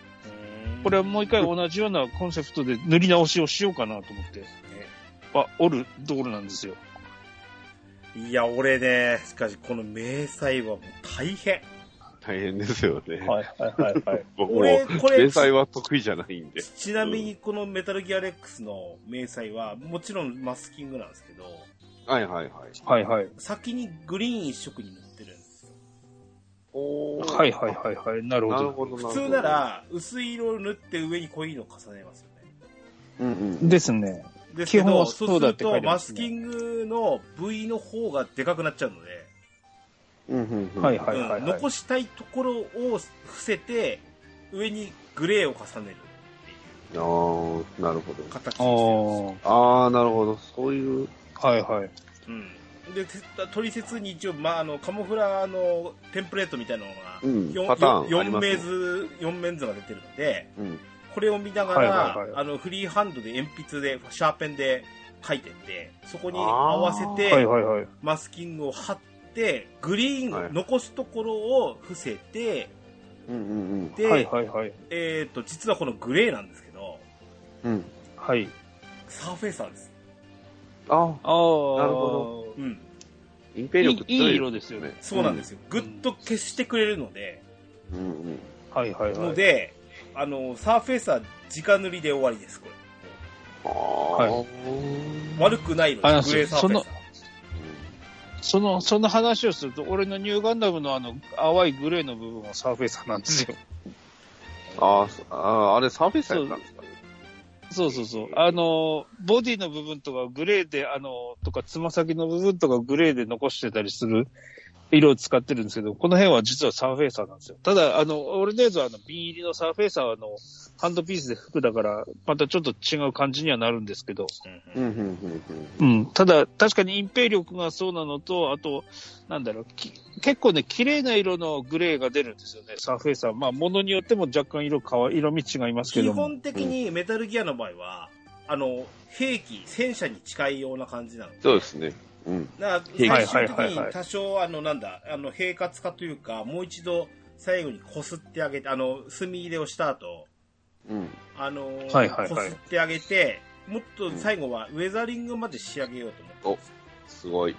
これはもう一回同じようなコンセプトで塗り直しをしようかなと思って、あ、おるところなんですよ。
いや、俺ね、しかしこの迷彩はもう大変。
大変ですよね。
はいはいはいはい。
僕も、
俺、これ
連、載は得意じゃないんで。
ちちなみにこのメタルギアレックスの迷彩は、もちろんマスキングなんですけど、
はいはいはい。
はいはい。
先にグリーン一色に塗ってるんですよ。
おー
はいはいはいはい。なるほ
なる
ど。
ほどなるほ
普
ど。
通な、ら、薄い色を塗って上に濃いのを重ねますよね。
うんうん。
ですね。
ですけ
基本
ど、
は
そ
そうう
す
だ
る
って書
と、
いて
マ
ま
ス
すね
キングの部位の方がでかくなっちゃうので、
うんうんうん
はいはいはい、はい
うん残したいところを伏せて、上にグレーを重ねる
ああ、なるほど。
形
あ
を
あ、は
ああ、なるほど。そういう。
いはい。
してる。うん。で、て取説に一応、まあ、あの、カモフラのテンプレートみたいなのが、
うん
よん
パターン
よ
あり
ん
ますね
メ図、四面図が出てるので、
うん。
これを見ながら、
はいはいは
あの、フリーハンドで鉛筆で、シャーペンで書いてって、そこに合わせて、
はいはいはい。
マスキングを貼って、グリーンを
はい
残すところを伏せて、
うんうんうん。
で、
はいはいはい。
えっ、と、実はこのグレーなんですけど、
うん。
はい。
サーフェイサーです。
あ
ああ、
なるほ
うん。
隠蔽力。
いいいい色ですよね。
そうなんですすよ。ぐっと消してくれるので、
うんうん。
はいはいはい。
ので、あの、サーフェイサー直塗りで終わりです、これ。
ああ。
は
悪くないの
あ
です、グレーサーフェイ
そ
サー。
その、その話をすると、俺のニューガンダムのあの、淡いグレーの部分はサーフェイサーなんですよ。
あーそあー、あれサーフェイサーやったんですかね。
そうそうそう。あの、ボディの部分とかグレーで、あの、とか、つま先の部分とかグレーで残してたりする色を使ってるんですけど、この辺は実はサーフェイサーなんですよ。ただ、あの、俺のやつはあの、瓶入りのサーフェイサーはあの、ハンドピースで服だから、またちょっと違う感じにはなるんですけど、
うんうんうん
うん、ただ、確かに隠蔽力がそうなのと、あと、なんだろう、き結構ね、綺麗な色のグレーが出るんですよね、サーフェイサー。まあ、ものによっても若干色変わ、色味違いますけ
基
ども。
本的にメタルギアの場合は、あの、兵器、戦車に近いような感じなので
そうですね。うん。
だから最終的に多少、あの、なんだ、あの、平滑化というか、もう一度最後にこすってあげて、あの、墨入れをした後、
うん。
あのー、
はいはいはい
こすってあげて、もっと最後はウェザリングまで仕上げようと思ってます、
すごい。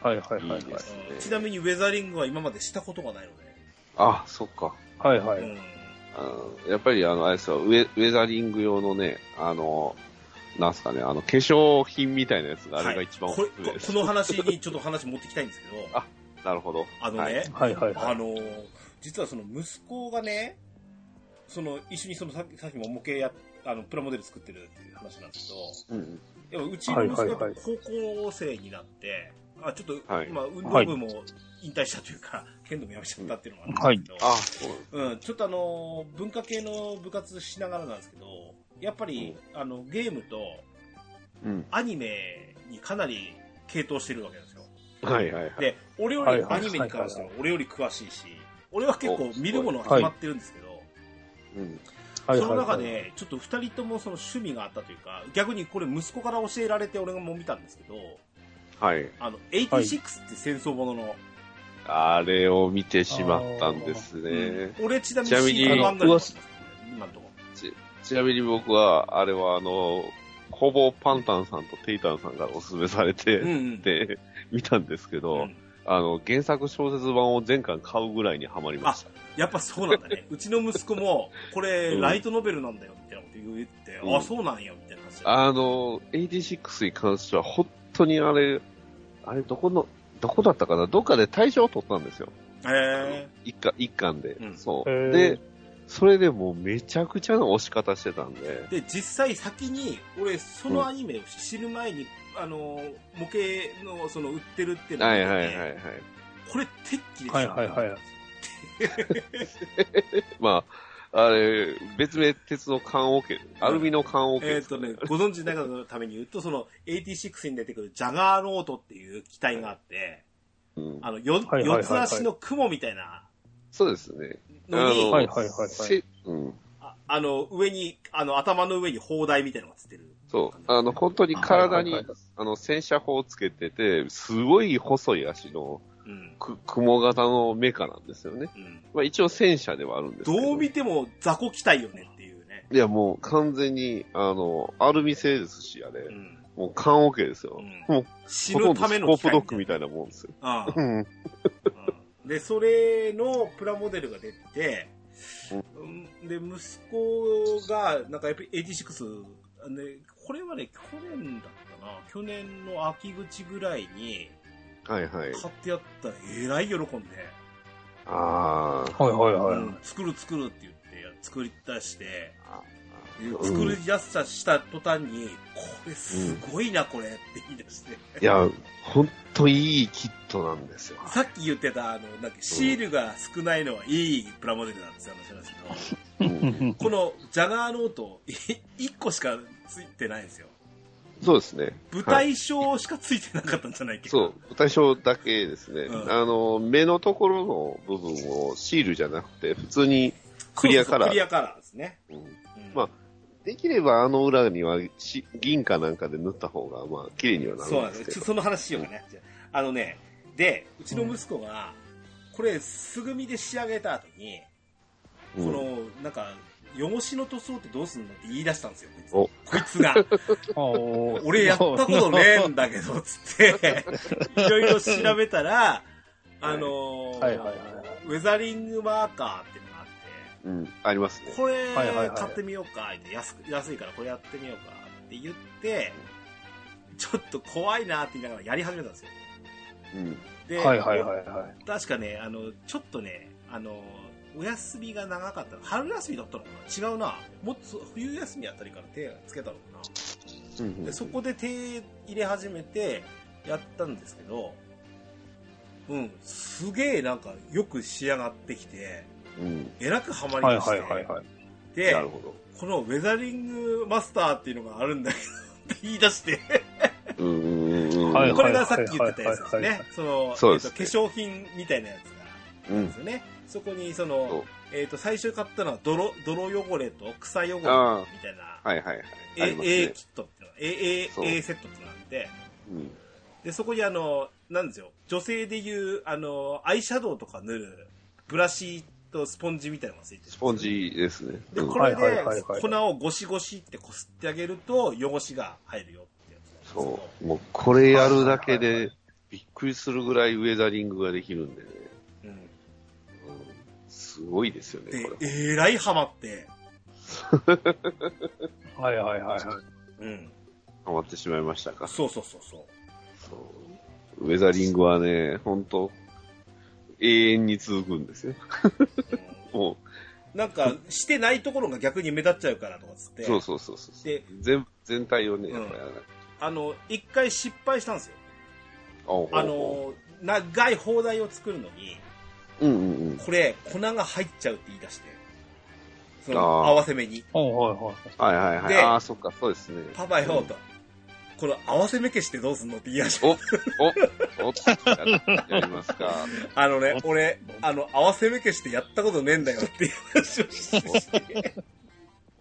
はいはいはい
い
はいい。
ですね
うんちなみにウェザリングは今までしたことがないので。
あ、そっか。
はいはい。
うん
あのやっぱりあの、あれですよ、ウェウェザリング用のね、あの、なんすかね、あの、化粧品みたいなやつがあれが一番おす
はい
すめ
こ
です。
この話にちょっと話持ってきたいんですけど、
あなるほど。
あのね、
はい
はいはいは
あのー実はその息子がね、その一緒にそのささっきも模型や、あの、プラモデル作ってるっていう話なんですけど、
うん
でもうちの息子
はい
が
はいはい
高校生になって、あちょっと、
はい
まあ、運動部も引退したというか、 剣道もやめちゃったっていうのがあるんですけど、
あ、そう
うん、ちょっとあのー文化系の部活しながらなんですけど、やっぱり、あの、ゲームと
うん。
アニメにかなり傾倒してるわけなんですよ。
はいはいはい。
で、俺よりアニメに関しては俺より詳しいし、俺は結構見るものは決まってるんですけど、
うん。
い。
その中で、ちょっと二人ともその趣味があったというか、逆にこれ息子から教えられて俺も見たんですけど、
はい。
あの、86って戦争ものの、
あれを見てしまったんですね。
俺ちなみ
ちなみ
に
に
C の漫画で
噂
今のところ。
ちなみに僕は、あれはあの、ほぼパンタンさんとテイタンさんがおすすめされ
うん
て、
うん。
で、見たんですけ
う
ど、
ん
あの、原作小説版を全巻買うぐらいにハマりました。
やっぱそうなんだ ね。うちの息子も、これ、
うん
ライトノベルなんだよ、みたいなこと言って、
うん
あ、そうなんや、みたいな話。
あの、86に関しては、本当にあれ、あれ、どこの、どこだったかなどっかで大賞を取ったんですよ。
え
一巻、一巻で。
うん
そう。
へー
で、それでもうめちゃくちゃな押し方してたんで。
ー、で、実際先に、俺、そのアニメを知る前に、あのー、模型の、その、売ってるっていうのを
は
見て
いはいはいはい。
これ、鉄器でしょ
はいはいはい。
まあ、あれ、別名、鉄の缶オケ、アルミの缶オケ
え
で
っ、
す
と
ね、
ね、ご存知ない方のために言うと、その、86に出てくるジャガーロートっていう機体があって、
うん
あの、よ
はいはいはいは
四
い
つ足の雲みたいな
そうですね。
のに、
あの
はいはいはいはい。
せうん。
ああの、上に、あの、頭の上に砲台みたいなのがつってる。
そう。あの、本当に体に、
はいはいは
あの、洗車砲をつけてて、すごい細い足の、
うん。
く、雲型のメカなんですよね。
うん。
まあ一応戦車ではあるんですけど。
どう見ても雑魚機体よねっていうね。
いやもう完全に、あの、アルミ製ですし、あれ
う。ん。
もう缶オケですよ。
うん
もう、
死
ほと
ぬ
んど
ため
ス
の
コー
機
プ
械
ドッグみたいなもんですよ。
な。うん
うん。
うんで、それのプラモデルが出て、うんで、息子が、なんかやっぱり86、ね、これはね、去年だったかな。去年の秋口ぐらいに
はい はい。
買ってやったら、えらい喜んで、
あー
はいはいは
う
い。
ん、作る作るって言って、作り出して、
あ。
作り出したした途端に、これすごいな、これって言い出して。
いや、ほんといいキットなんですよ。
さっき言ってた、あの、なんかシールが少ないのはいいプラモデルだって話なんですけど、
うん
このジャガーノート、1個しかついてないんですよ。
そうですね。
舞台章しかついてなかったんじゃないっけ、
そう、対象だけですね、
うん
あの、目のところの部分をシールじゃなくて、普通に、クリアカ
そうそうそう
ラー
クリアカラーですね。
うん
うん
まあできればあの裏にはし銀貨なんかで塗った方が、まあ、綺麗にはな
そう
るん
なん
で
ですすちょ
けど。
その話しようかね。じゃああのね、で、うちの息子が、これ、素組みで仕上げた後に、
うん
この、なんか、汚しの塗装ってどうすんのって言い出したんですよ、
お
こいつこいつが。 俺やったことねえんだけど、つって、いろいろ調べ たら、あのー
はいはいはい
ウェザリングマーカーってのがあっ
うん、ありますね
て、。これ
はいはいはい
買ってみようか、って安く安いからこれやってみようかって言って、ちょっと怖いなって言いながらやり始めたんですよ。
うん。
で、
はいはいはいはい。
確かね、あの、ちょっとね、あの、お休みが長かった。春休みだったのかな違うな。もっと冬休みあたりから手つけたのかな
うん
でそこで手入れ始めてやったんですけど、うん、すげえなんかよく仕上がってきて、
うん。
えらくハマり
はい
まして、
はいはいはい。
で
なる、ほ
このウェザリングマスターっていうのがあるんだけど、って言い出して、
ど。うんうんうんうん。
はい
これがさっき言ってたやつです
はいはいは
ね
いは。
その、
そう
え
で
っ
す
と
ね
化粧品みたいなやつが
う
あるんで
ん
す。よね。そこに、そ
そう
の、えっ、と、最初買ったのは泥、泥汚れと草汚れみたい
あ
な、
はいはいはい。あります
A, A
ね。
キットっていうの、A,
そう
A, A セットっていうのがあって、
うん。
で、そこにあの、なんですよ、女性でいう、あの、アイシャドウとか塗る、ブラシとスポンジみたいなのがついてる。
スポン。ジですね。
で、
うん
これ
はいは
で
いはいはい
粉をゴシゴシってこすってあげると、汚しが入るよってやつなんですけど
そう。もう、これやるだけ
はいはい
で、びっくりするぐらいウェザリングができるんでね。
うん
うんすごいですよね、これ。
で、えらいハマって、
はいはいはいはい。
うん。
ハマってしまいましたか。
そうそうそうそう。
そうウェザリングはね、本当永遠に続くんですよ。
うん
も
なんか、してないところが逆に目立っちゃうからとかっつっ
う、
て、
そうそうそうそう
で
全。全体をね、
うん
やっぱやらない。
あの、一回失敗したんですよ。
あ
あ、の、長い砲台を作るのに、
うんうんうん。
これ、粉が入っちゃうって言い出して、その
あー
合わせ目に。
はいは
はいはいはい。
で
ああ、そっか、そうですね。
パパよ、と。この合わせ目消してどうすんのって言い出して。
お、お、ややりますか。
あのね、俺、あの、合わせ目消してやったことねえんだよっていう話を して。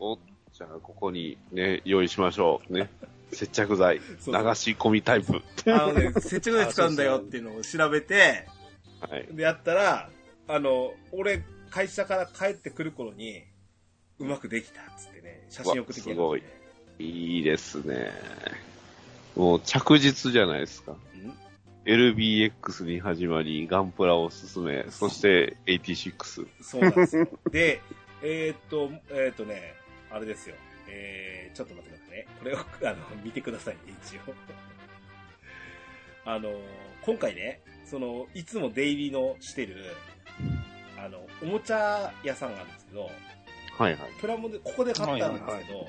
お、じゃあ、ここにね、用意しましょう。ね。接着剤、流し
そうそう
込みタイプ。
あのね、接着剤使うんだよっていうのを調べて、
はい。
で、やったら、あの、俺、会社から帰ってくる頃に、うまくできたっつってね、写真送ってきて。
うわすごいいいですね。もう着実じゃないですか。
うん
LBX に始まり、ガンプラを進め、そして86。
そうなんですよ。で、えーっと、えーっとね、あれですよ。えー、ちょっと待ってくださいね。これを、あの、見てくださいね、一応。あの、今回ね、その、いつも出入りのしてる、あの、おもちゃ屋さんがあるんですけど、
はいはい。
プラモデル、ここで買ったんですけど、
はいはい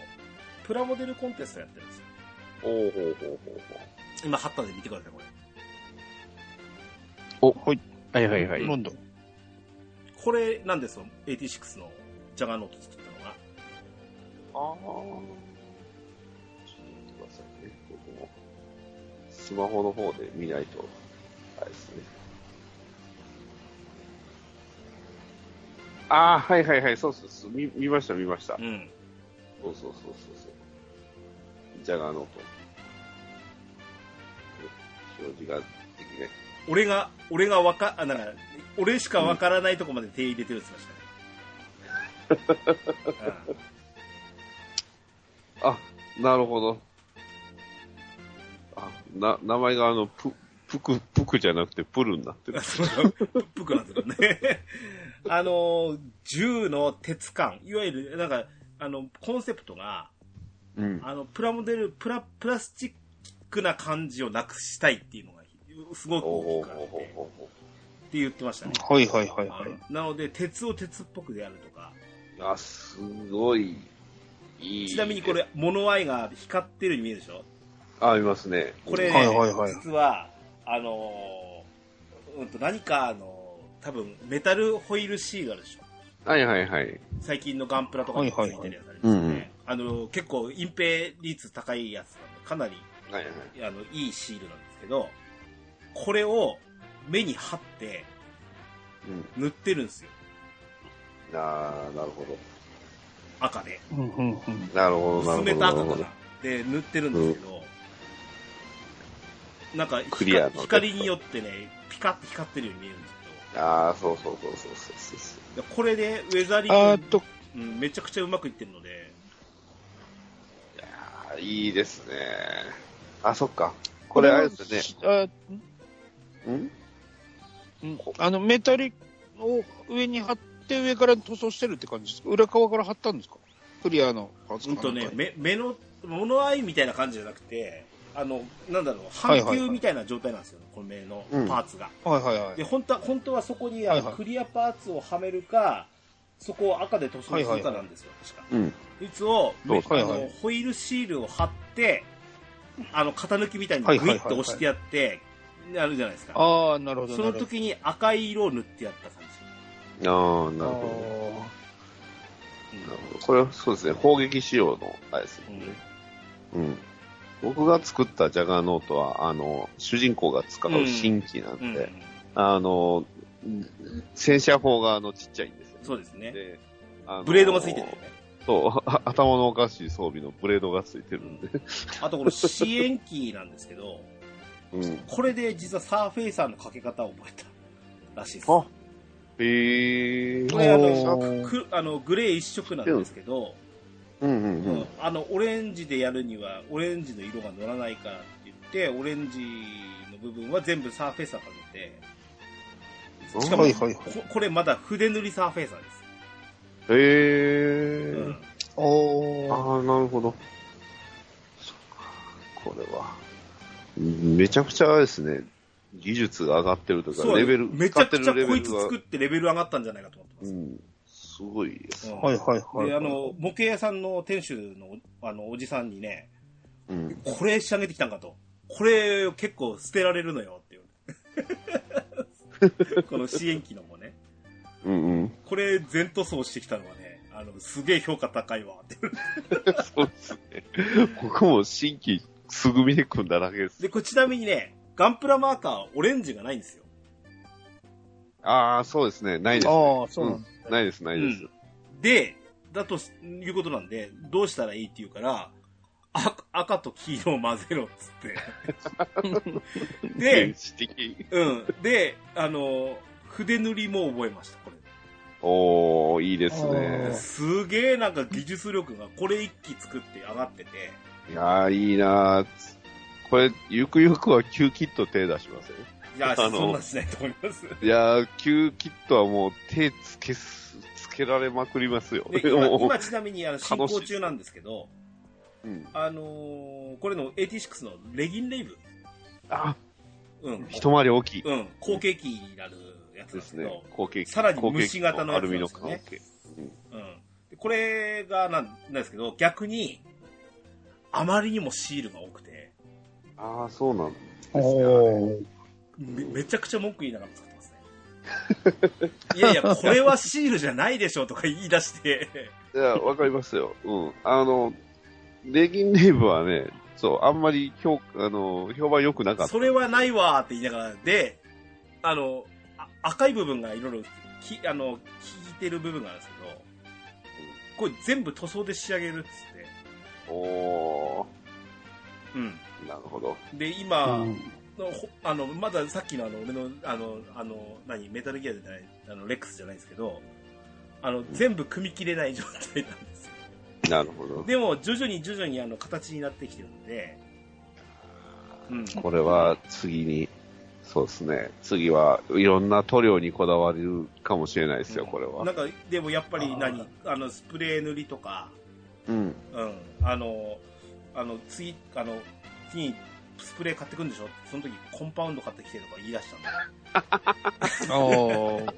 プラモデルコンテストやってるんですよ。
おおほうほうほう
今貼ったんで見てください、これ。
ほう。お、はい。はいはいは
なんだ
これなんですよ、86のジャガーノート作ったのが。
ああ。ちょっと待ってくださいね。僕も、スマホの方で見ないと、あれですね。ああ、はいはいはい、そうそうそう。見見ました見ました。
うん。
そうそうそうそうそう。ジャガーノート。表示ができない。
俺が、俺がわか、あ、なんか、俺しかわからないとこまで手入れてるって言ってましたね。うん
あ、なるほど。あ、な、名前があの、ぷ、ぷく、ぷくじゃなくてプルになってる。
そうプックなんですよね。あの、銃の鉄感、いわゆる、なんか、あの、コンセプトが、
うん。
あの、プラモデル、プラ、プラスチックな感じをなくしたいっていうのが、すごく
お
大
ー
きくあ
ほ
っ
うほう
て、っ
ほうほ
て言ってましたね。
はいはいはいは
はいなので、鉄を鉄っぽくでやるとか、
う。あ、すごい。いい。
ちなみにこ。れ、物合いが光ってるように見えるでしょ
あ、いますね。
これ、
はいはいはい
実は、あのーうんと、何か、あのー多分、メタルホイールシールあるでしょ
はいはいはい。
最近のガンプラとかについてるやつありますよ
はいはいはいうんうん
ね。あの、結構隠蔽率高いやつなんで、かなり、
はいはい。
あの、いいシールなんですけど、これを目に貼って
うん。
塗ってるんですよ。
あー、なるほ
赤で。
い。うんうんうん。
ど。なるほど、なるほど。
薄めた
なる
赤
ほ
か
ど
な。で、塗ってるんですけど、なんか
クリアの
光、光によってね、ピカッと光ってるように見えるんです
あー、そうそうそうそうそうそうそう。
けど、これでウェザリ
あ
ン
ーっ
グ、
と、
うん、めちゃくちゃうまくいってるので、
あーいいですね。あ、そっか。これ、あれですね。
あ
うん
うんあの、メタリを上に貼って、上から塗装してるって感じですか裏側から貼ったんですかクリアのパーツ
うん
かな
とね、
んか
目目の、物合いみたいな感じじゃなくて、あの、なんだろう、半
はいはいは
球
い
みたいな状態なんですよ、この目の
うん
パーツが。
はいはいはい
で、。本当は、本当はそこにあ
はい
の
はい
クリアパーツをはめるか、そこを赤で塗装するかなんですよ、確か。
うん。
いつを、
そう
めあ
はいは
の
い
ホイールシールを貼って、あの、型抜きみたいにグイッと押してやって、やるじゃないですか。
ああ、なるほど。
その時に赤い色を塗ってやった感
あー、なる
なる
ほ
ほど
ど。
じ。うん
なるほどこれはそうですね、砲撃仕様のあれですよね。うん。僕が作ったジャガーノートは、あの、主人公が使う新機なんで、
うんうん
あの、戦車砲があのちっちゃいんですよ、ね。
そうですね。
であの
ブレードがついてるんだよね。
そう、 あ頭のおかしい装備のブレードがついてるんで。
あとこの支援機なんですけど、
うん。
これで実はサーフェイサーのかけ方を覚えたらしいです。
あへえ
これあ
お
の
ー
くあのグレー一色なんですけど、
うんうんうん。
あのオレンジでやるにはオレンジの色が乗らないからって言ってオレンジの部分は全部サーフェイサーかけてしかも、
はいはいはい
ここれまだ筆塗りサーフェイサーです、
へえ
うん
おー
ああ、なるほど。そっかこれは。めちゃくちゃあれですね、技術が上がってるという
そ
か、
う
レベル、
めち
使
ゃ
って
くちゃ
るレ
こ
ベ
い
ル
つ
が
作ってレベル上がったんじゃないかと思って
う
ます、
ん、すごいです。
うん
はいはいはい。
であの模型屋さんの店主のあのおじさんにね
うん。
これ仕上げてきたんかとこれ結構捨てられるのよって言う この支援機のもね
うんうん。
これ全塗装してきたのはねあのすげえ評価高いわって
そうですね。僕も新規すぐ見てくんだだけです。
で、これちなみにね、ガンプラマーカーはオレンジがないんですよ。
ああ、そうですね。ないです、ね。
ああ、そうなんだ。
ないです、ないです。
で、だとすいうことなんで、どうしたらいいって言うから、赤赤と黄色を混ぜろっつっ て。
原
で、
始的。
うん。で、あの、筆塗りも覚えました、これ。
おー、いいです
あ
ね。
すげえなんか技術力がこれ一機作って上がってて、
いやー、いいなー。これ、ゆくゆくは Q キット手出しません
いや、
あの
そんなんしないと思い ます。
いやー、旧キットはもう手つけす、つけられまくりますよ。
で今
もう
今ちなみにあの進行中なんですけど、
うん
あのーこれの86のレギンレイブ。
あ、
うん。
一回り大きい
うん。後継機になるやつなん
で
ですすけど
ね。。後継機
さらに虫型のやつ
後継機アルミの
なんで
関
す
係。
うん。でこれがなん、なんですけど、逆に、あまりにもシールが多くて、
ああ、そうなんだ。
おー
めめちゃくちゃ文句言いながら使ってますね。 いやいや、これはシールじゃないでしょとか言い出して、
いや、わかりますよ。うん。あの、レギンネーブはね、そう、あんまり評あの評判良くなかった。
それはないわーって言いながらで、あの、あ赤い部分がいろいろき、あの、効いてる部分があるんですけど、これ全部塗装で仕上げるっつって、
お
うん。
ー、なるほど。
で、今、
うん
のほあのまださっきのあの俺のあのあの何メタルギアじゃないあのレックスじゃないんですけどあの全部組み切れない状態なんですよ
なるほど。
でも徐々に徐々にあの形になってきてるんで、うん、
これは次に、そうですね。次はいろんな塗料にこだわるかもしれないですよ、これは
な。んかでもやっぱり何あのスプレー塗りとか、
うん。
うん、あのあの次あの次にスプレー買ってくんでしょその時コンパウンド買ってきてとか言い出したんで
あ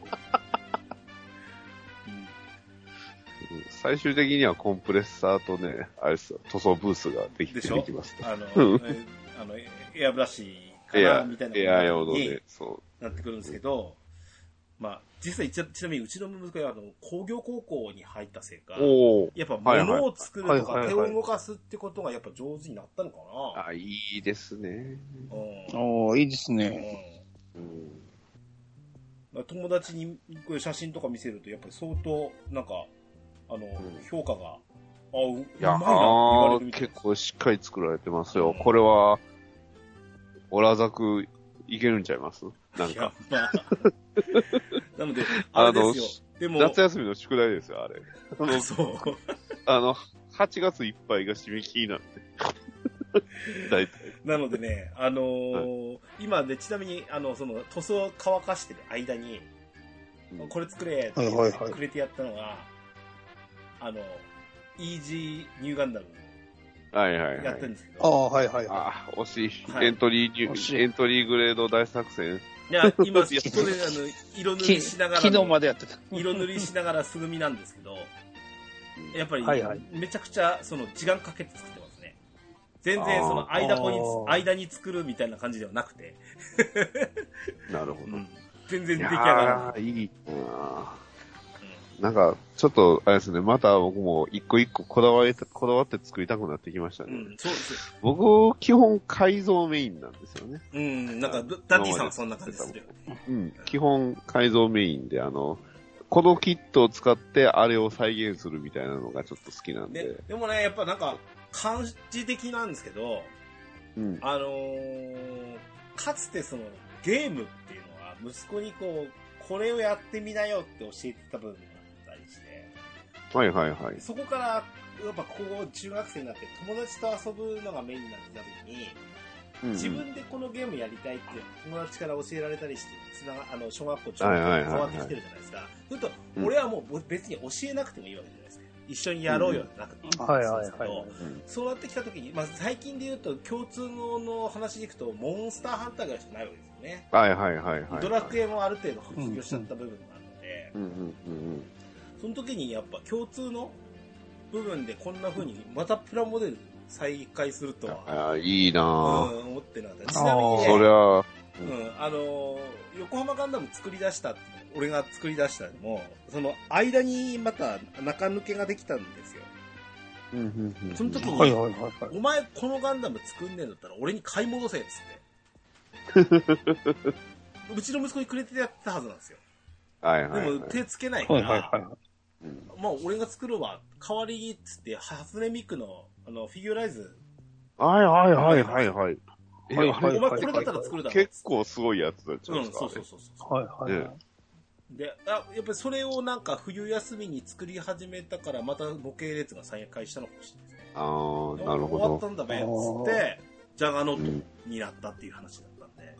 最終的にはコンプレッサーとね、あれですよ、塗装ブースができて
でしょ
できますね。
あの
う
えあのエエアブラシか
エ
な
ア
みたい、な
エア用
こと
の
に
ね、そ
なってくるんですけど、まあ、実際、ちちなみにうちの息子はあの工業高校に入ったせいか
う。、おー。
やっぱ
はいはい
物を作ると
は
か
いは
手
いはい
を動かすってことがやっぱ上手になったのかな。
あ、いいですね。
うん
おーいいです
う
ね。
ん
うん
友達にこういう写真とか見せると、やっぱり相当、なんか、あの、
ん
評価が、あ、ううまい
いや
なって言われ
ー
るみたい
結構しっかり作られてますよ。
うん
これは、オラザクいけるんちゃいますな
な。
ん
い
か、
や、まあ。 なので、あれですよ。でも、
夏休みの宿題ですよ、あれ。あの
あ そう。
あの、8月いっぱいが締め切 りなんで。大体。
なのでね、あのー今ね、ちなみに、あの、その、塗装を乾かしてる間に、
うん
これ作れって
は
言
い
っ
はいは
て
い
くれてやったのが、あの、イージーニューガンダム
はいはいは
やってる
い。
んですけ
あ
ど、
あ、はいはいは
あー、惜し
はい
い。エントリーニュ、
惜しい
エントリーグレード大作戦。
いや今、そこで、あの、色塗
き
りしながら
昨日
の、
までやってた。
色塗りしながら素組みなんですけど、やっぱり、
はいはい
めちゃくちゃ、その、時間かけて作ってますね。全然、
あー
その、間こに
あー、
間に作るみたいな感じではなくて、
なるほ
う
ど。
ん全然
い
出
や
来上がらない。
ーいいなーなんか、ちょっと、あれですね、また僕も一個一個こだわり、こだわって作りたくなってきました
う
ね。
ん、そうです。
僕、基本改造メインなんですよね。
うん、なんか、ダディさんはそんな感じするよ。
うん。基本改造メインで、あの、このキットを使ってあれを再現するみたいなのがちょっと好きなんで。
ででもね、やっぱなんか、感じ的なんですけど、
うん。
あのーかつてその、ゲームっていうのは、息子にこう、これをやってみなよって教えてた部分があったりして、
はいはいはい。
そこから、やっぱこう、中学生になって友達と遊ぶのがメインになってた時に、
うん
自分でこのゲームやりたいって友達から教えられたりして、つなが、あの、小学校、中
はい
学校に
はいはい
変わってきてるじゃないですか。それと、
うん
俺はもう別に教えなくてもいいわけじゃないですか。一緒にやろうよじゃなくていいんですけ
い。
ど。
はいはいはい。
そうなってきたときに、まあ、最近で言うと共通の話でいくと、モンスターハンターぐらいしかないわけですよね。
はいはいはいはい。
ドラクエもある程度卒業しちゃった部分があるので、
うんうんうん
その時にやっぱ共通の部分でこんな風にまたプラモデル再開すると
うん。
は、
ああ、いいな
うん
ぁ、
思ってなかった。ちなみに
あー
ね、
そりゃあ、
うん、あのー横浜ガンダム作り出したって俺が作り出したのも、その間にまた中抜けができたんですよ。
うんうんうん
その時に、
はいはいはいはい。
お前このガンダム作んねえんだったら俺に買い戻せっつ って。うちの息子にくれてやってたはずなんですよ。
はい
で
はい、はい。
も手つけないか
はい
ら、
はいはい。
うん
まあ俺が作るわ、代わりにっつって、初音ミクのあのフィギュアライズ、
はいはいはいはいはい。え
はい
あれ
お前これだったら作るだろっつって。
結構すごいやつだっちゃう
うんん、
ですか、
そうそうそうそう。
はいはいはい。
であ、やっぱりそれをなんか冬休みに作り始めたから、また模型列が再開したのかもしれないですね。
ああ、なる
終わっ
ほ
た
ど。
んだべ、っつって、ジャガノ
う
ッ
ん
トになったっていう話だったんで。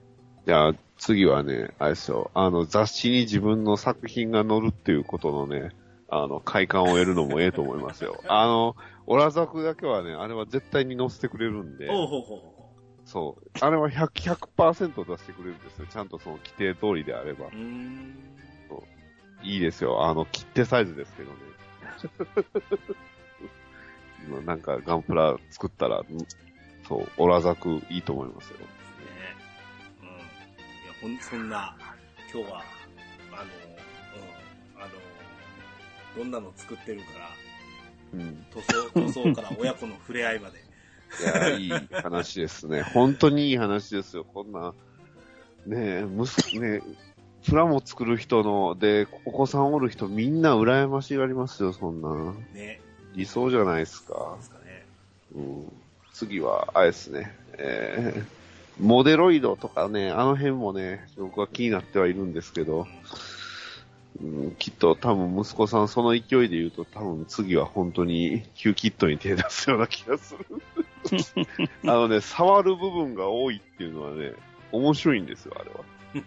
じゃあ、次はね、あれですよ。あの、雑誌に自分の作品が載るっていうことのね、あの、快感を得るのもええと思 いますよ。あの、オラザクだけはね、あれは絶対に載せてくれるんで、
おうほうほうほう。
そう。あれは100、100%出してくれるんですよ。ちゃんとその規定通りであれば。
うーん。
いいですよ。あの、切手サイズですけどね。 今なんかガンプラ作ったら、んそう、オラザクいいと思いますよ。
ねうん。いや、ほん、そんな、今日は、あの、うん、あの、どんなの作ってるから、
うん。
塗 装、塗装から親子の触れ合いまで。
いや、いい話ですね。 本当にいい話ですよ。こんな、ねえ、息子、ねえ、プラモ作る人の、で、お子さんおる人みんな羨ましがりますよ、そんな。
ね。
理想じゃないです
どう
か
で。すかね。
うん、次は、あれですね、えーモデロイドとかね、あの辺もね、僕は気になってはいるんですけど、うん、きっと多分息子さんその勢いで言うと多分次は本当に旧キットに手出すような気がする。あのね、触る部分が多いっていうのはね、面白いんですよ、あれは。うん、いい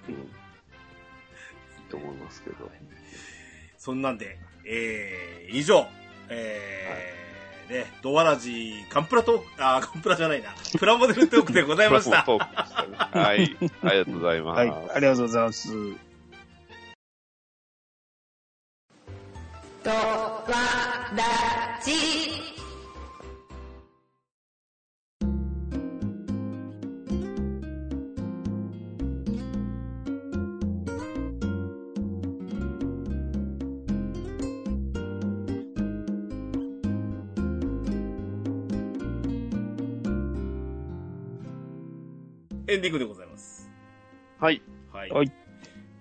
と思いますけど。
そんなんで、えー、以上、えー、ね、ドワラジ、ガンプラトーク、あー、ガンプラじゃないな、プラモデルトークでございました。
トークでしたねはい、ありがとうございます。
はい、ありがとうございます。
とわらじ
エンディングでございます。
はい。
はい。
はい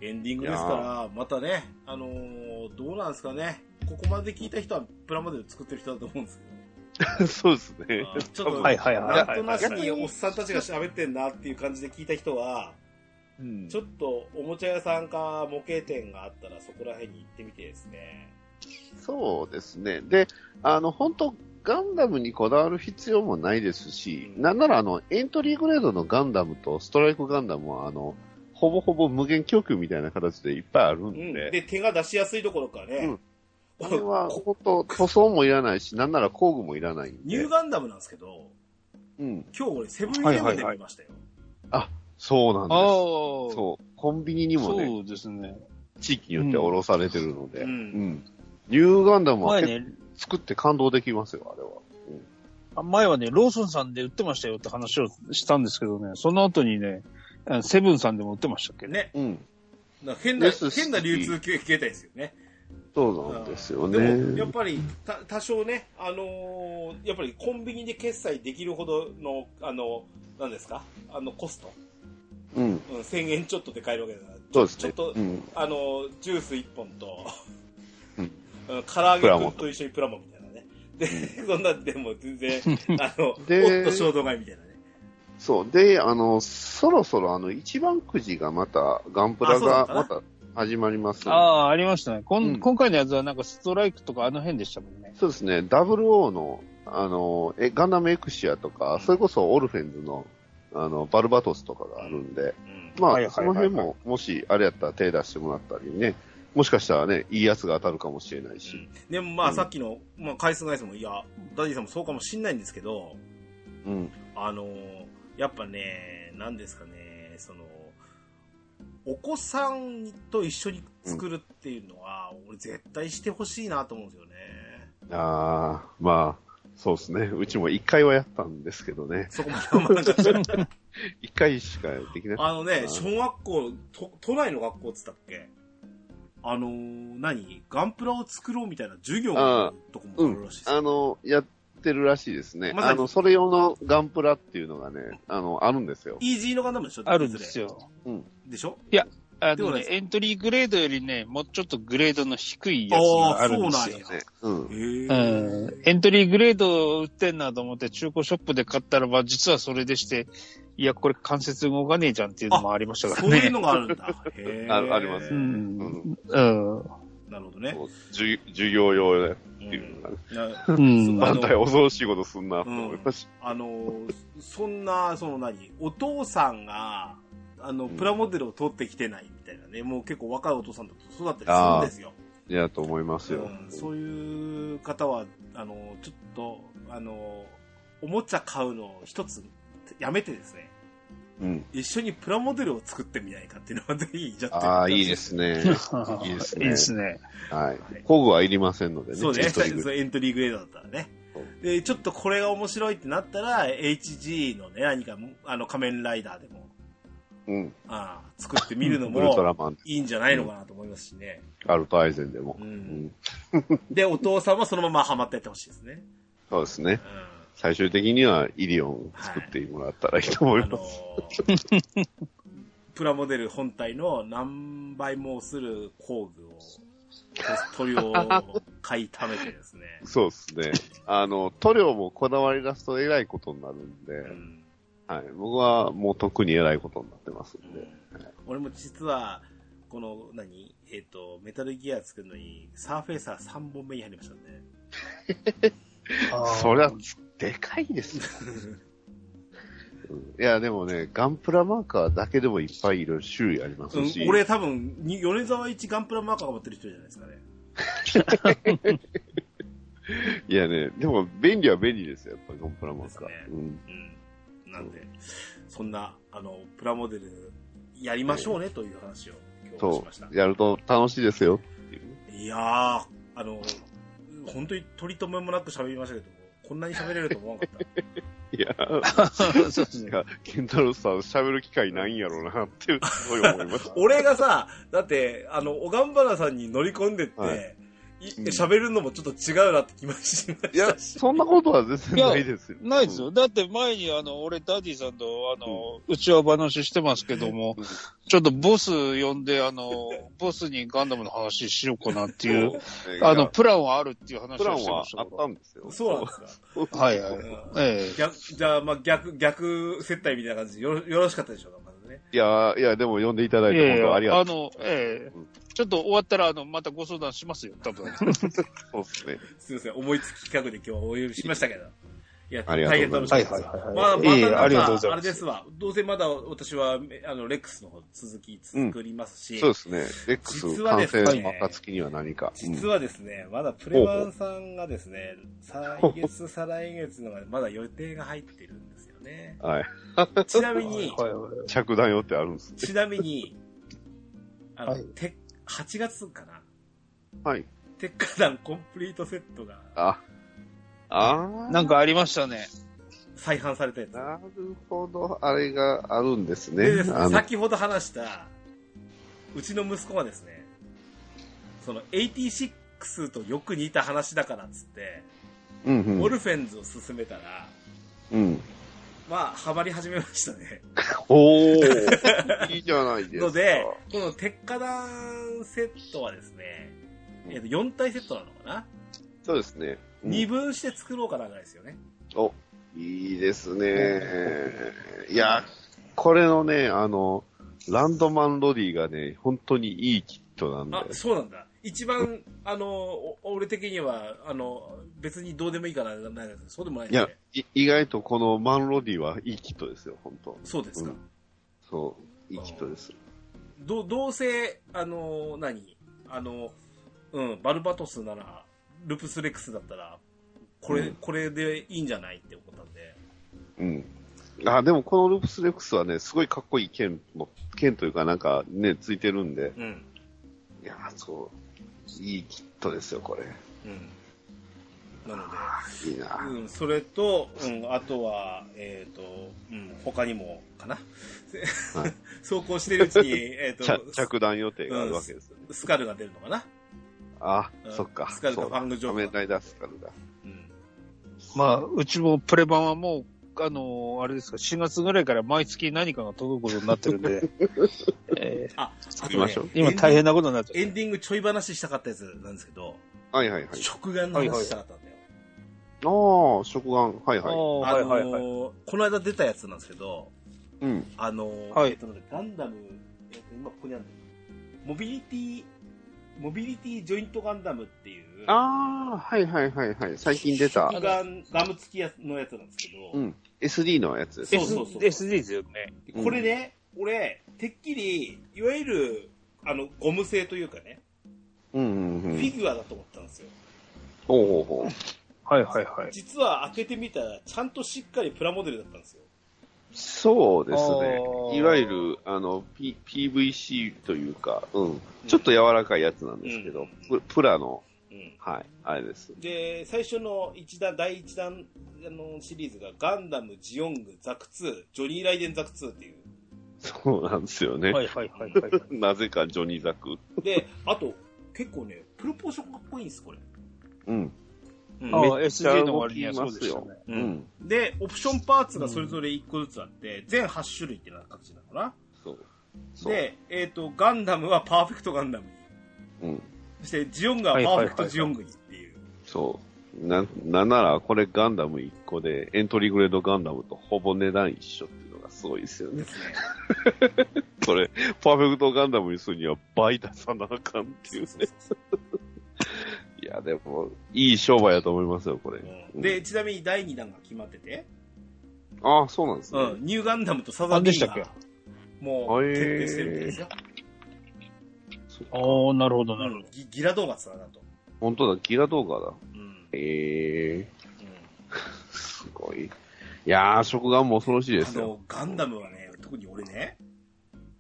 エンディングですから、またね、あのーどうなんですかね。ここまで聞いた人はプラモデル作ってる人だと思うんです
そうです
け
ね
ど、。ちょっと、
はいはいはい
なんとなし
はい
におっさんたちが喋ってんなっていう感じで聞いた人は、
うん
ちょっとおもちゃ屋さんか模型店があったらそこら辺に行ってみてですね。
そうですね。で、あの、本当ガンダムにこだわる必要もないですし、
うん
なんならあの、エントリーグレードのガンダムとストライクガンダムは、あの、ほぼほぼ無限供給みたいな形でいっぱいあるん
うん。
で、
で、手が出しやすいところからね、
これは、ほんと、塗装もいらないし、なんなら工具もいらないん
ニュ
で
ー、ガンダムなんですけど、
うん、
今日俺セブンイレブンで見ましたよ。
そうなん
ああ
で、す。
そ
そう、コンビニに
う
もね、
ですね。
地域によっておろされてるので、
うん
うんニューガンダムは
前
結構
ね、
作って感動できますよ、あれは。
あ前はね、ローソンさんで売ってましたよって話をしたんですけどね、その後にね、あのセブンさんでも売ってましたっけね。
ね。
うん、
なんか変な、
ですし
変な流通形形態ですよね。
そうなんですよ
でも、やっ。
ね
ぱり、た、多少ね、あのーやっぱりコンビニで決済できるほどの、あの、なんですかあの、コスト。
うん、
うん、1000円ちょっとで買えるわけだから。
そうですね。
ちょっと
うん
あのージュース1本と、
うん
うん、唐揚
プ
げ
ラ
くん
モ
と一緒にプラモみたいなね。で、そんなんでも全 然、あの、おっ
で
と衝動買いみたいなね。
そう。で、あの、そろそろあの、一番くじがまた、ガンプ
あ
ラ
そうだっ
が
たな
また始まります。
ああ、ありましたね。こん
うん
今回のやつはなんかストライクとかあの辺でしたもんね。
そうですね、WO の、あの、え、ガンダムエクシアとか、それこそオルフェンズの、あの、バルバトスとかがあるんで、
うん
まあ、
はいはいはいはい
その辺も、もし、あれやったら手出してもらったりね、もしかしたらね、いいやつが当たるかもしれないし、
でもまあ
うん
さっきの、まあ回数回数も、いや、ダディさんもそうかもしんないんですけど、
うん。
あのーやっぱね、なんですかね、その、お子さんと一緒に作るっていうのは、俺絶対してほしいなと思うんですよね。
ああ、まあ、そうですね、うちも一回はやったんですけどね、
そこまではまだなか った。
一回しかできなかっ
あのね、小学校、都都内の学校っつったっけあのー何ガンプラを作ろうみたいな授業のとこもあるらしいですよ
あの、やってるらしいですね。
まさに
あの、それ用のガンプラっていうのがね、あの、あるんですよ。
イージーのガンダムでしょ
あるんです。よ。
でしょ
あ
でも
の
ね
ね、エントリーグレードよりね、もうちょっとグレードの低いやつ
あ
が
あ
あ
ー、
る
そ
ん
う
で
なん
す
や
よ。。
うん。
へ
う
え。
んエントリーグレード売ってんなと思って中古ショップで買ったらば、実はそれでして、いや、これ関節動かねえじゃんっていうのもありましたから
そ
ね。
ういうのがあるんだ。へえ。
ああります
な
う
る
ん。うん。
ほどね。
授授業用で、
う
っていうんのがね
な
うん。
あ
団
の
体恐ろしいことすんなって思いまし
あのー、そんな、その何、お父さんが、あの、プラモデルを取ってきてないみたいなね、もう結構若いお父さんだと育ったりするんですよ。
た。いや、と思いますよ。
うん、そういう方は、あの、ちょっと、あの、おもちゃ買うのを一つやめてですね、
うん。
一緒にプラモデルを作ってみないかっていうのはぜひ、じゃ
ああ、いいで。すね。いいですね
いいですね。
はい。工具はいりませんのでね。
そうね、
ちょっといく
そうエントリーグレードだったらね
そう。
で、ちょっとこれが面白いってなったら、HG のね、何か、あの、仮面ライダーでも、
うん。
ああ作ってみるの
ウルトラ
も、
マン、
いいんじゃないのかなと思いますしね。
アルトアイゼンでも。
う。
うんん。
で、お父さんはそのままハマってやってほしいですね。
そうですね
うん。。
最終的にはイリオン作ってもらったらいいと思
あ
いま
の
す。
ープラモデル本体の何倍もする工具 を、塗料を買い溜めてですね。
そうですね。あの、塗料もこだわり出すとえらいことになるんで、
うん
はい。僕はもう特にえらいことになってますんで。
俺も実は、この、何えっ、と、メタルギア作るのに、サーフェイサー3本目に入りましたね。
そりゃ、でか いですね。うんいや、でもね、ガンプラマーカーだけでもいっぱいいろいろ種類ありま
う
すし、
ん、俺多分、に米沢一ガンプラマーカー持ってる人じゃないですかね。
いやね、でも便利は便利ですよ、やっぱりガンプラマーカー。
です
う
ね
ん、
うん。なんで、そんな、あの、プラモデル、やりましょうねという話を今日はし
そ
ました
う、。やると楽しいですよ。
いやー、あの、本当に取り留めもなく喋りましたけど、こんなに喋れると思わなかった。。
いや、
そうですね。
ケンタロウさん喋る機会ないんやろうなって、すごい思いました
俺がさ、だって、あの、おがんばらさんに乗り込んでって、
はい
い
うん
喋、るのもちょっと違うなって気もしま
い
し
や
た、し。
そんなことは全然ないですよ。
ないですよ。だって前にあの、俺、ダディさんと、あの、うちわ話してますけども、ちょっとボス呼んで、あ の、ボスにガンダムの話しようかなって
うん。そう
いう、
ですね
あの、、プランはあるっていう話
プラ
を
ン
して
は
ました
あ
か
ったんですよ。
そうなんですか。
ら。はいは
う
い。
ん
ええ。
逆じゃあ、まあ、逆、逆接待みたいな感じでよろよろしかったでしょうか、まずね。
いや、いや、でも呼んでいただい
い
て
やい
本当あり
や、
が
あ
とう。
の、ええ
うん
ちょっと終わったら、あの、またご相談しますよ、多 分。
そうですね。
すいません、思いつき企画で今日はお許ししましたけど。いや、
ありが
大
とう
変楽
ご
し
ざ
かっ
い
たで
ます
す。
はいはい
まあ、ま
いえいえありが
た
と
な
うご
んか、
ざいます
あれですわ。どうせまだ私は、あの、レックスの方続き作りますし、
そうですね。レック
実
ス
は
完
です
成
ね
の暁には何か。うん
実はですね、まだプレワンさんがですね、再
ほう
月、再来月のがまだ予定が入ってるんですよ ね。
はい。
ちなみに、
はいはいはい
着弾用ってあるんですね。
ちなみに、あの、
はい
て8月かな
はい。
鉄火団コンプリートセットが
あ、あ
なんかありましたね。
再販されたやつ
あ、。なるほど。あれがあるんですね。
でです
あ
ね、
の
先ほど話した、うちの息子がですね、その86とよく似た話だからっつって、
うん
オ
う
ルフェンズを進めたら、
ん。うん。
まあ、ハマり始めましたね。
おー いいじゃないですか。
ので、この鉄火弾セットはですね、えっと4体セットなのかな、
そうですね。うん
二2分して作ろうかなぐらいですよね。
お、いいですね。いや、これのね、あの、ランドマンロディがね、本当にいいキットなん
あ
で、。
そうなんだ。一番、あの、お俺的には、あの、別にどうでもいいからなんですけどそうでもない
い
です
や
ね。、
い意外とこのマンロディはいいキットですよ、本当。
そうですか。
そう、いいキットです。
どどうせ、あの、何あの、うん、バルバトスなら、ルプスレックスだったら、これ、
うん
これでいいんじゃないって思ったんで。
うん。あ、でもこのループスレックスはね、すごいかっこいい剣も、剣というかなんかね、ついてるんで、
うん。
いや、そう、いいキットですよ、これ。
うん。なので、
いいな。
うん、それと、うん、あとは、えっ、と、うん、他にも、かな。
はい
走行してるうち に、えっ、
着
と、
着弾予定があるわけですよね。
ススカルが出るのかな。
あ
うん、
そっか。
スカルか
そう
ファングジョー
仮
ク
面ライダースカルだ。
うん。
まあ、うちもプレ版はもう、あの、あれですか、4月ぐらいから毎月何かが届くことになってるん で、ええ
あ、あとね
きましょう
今大変なことになって
エ
る。
ンディングちょい話したかったやつなんですけど、
はいはいはい。
食玩の話したかったんだよ。
ああ、食玩。はいはい。
あ
あ
あはい
のー
はいはい。
この間出たやつなんですけど、
うん。
あのー
はい
えっとねガンダム、えっと、今ここにあるんだけどモビリティ、モビリティジョイントガンダムっていう、
ああ、はいはいはいはい。最近出た
食、玩ガム付きやつのやつなんですけど、
うん。SD のやつです。
そうそうそう
SD ですよね。
これね、俺、てっきり、いわゆる、あの、ゴム製というかね、
うんうんう
フ
ん。
ィギュアだと思ったんですよ。
ほうほうほう。
はいはいはい。
実は開けてみたら、ちゃんとしっかりプラモデルだったんですよ。
そうです
あー
ね。いわゆる、あの、P、PVC というか、うん。ちょっと柔らかいやつなんですけど、
うん
ププラの、
うん
はい、あれです。
で、最初の一弾、第一弾あのシリーズが、ガンダム、ジオング、ザク2、ジョニー・ライデン・ザク2っていう。
そうなんですよね。
はいはいはいはいはい。
なぜかジョニーザク。
で、あと、結構ね、プロポーションかっこいいんです、これ。
うん。
うん
ああ、
めっちゃ
SG の
動
割に
き
は
ま
そうですす
よ
よね。。
う
うんん。
で、オプションパーツがそれぞれ1個ずつあって、全8種類ってな形なのかな。
そう。そう。
で、えっ、と、ガンダムはパーフェクトガンダムに。
うん。
そして、ジオングはパーフェクトジオングにっていう。
そう。な、なんなら、これガンダム1個で、エントリーグレードガンダムとほぼ値段一緒っていうのがすごいですよね
で。すね。
それ、パーフェクトガンダムにするには倍出さなあかんっていうね。いや、でも、いい商売だと思いますよ、これ。
うんで、ちなみに第2弾が決まってて、
ああ、そうなんですね。
うん、ニューガンダムとサザ
何
ビ
でし
ー
たっけ
が、もう、
へー
決定してるみたいですよ。
ああ、なるほど、な
う
るほ
んギギラ動画つながると。
本当だ、ギラ動画だ。
うん。
ええ
うん
すごい。いやー、食玩も恐ろしいで
あ
すよ。
の、ガンダムはね、特に俺ね、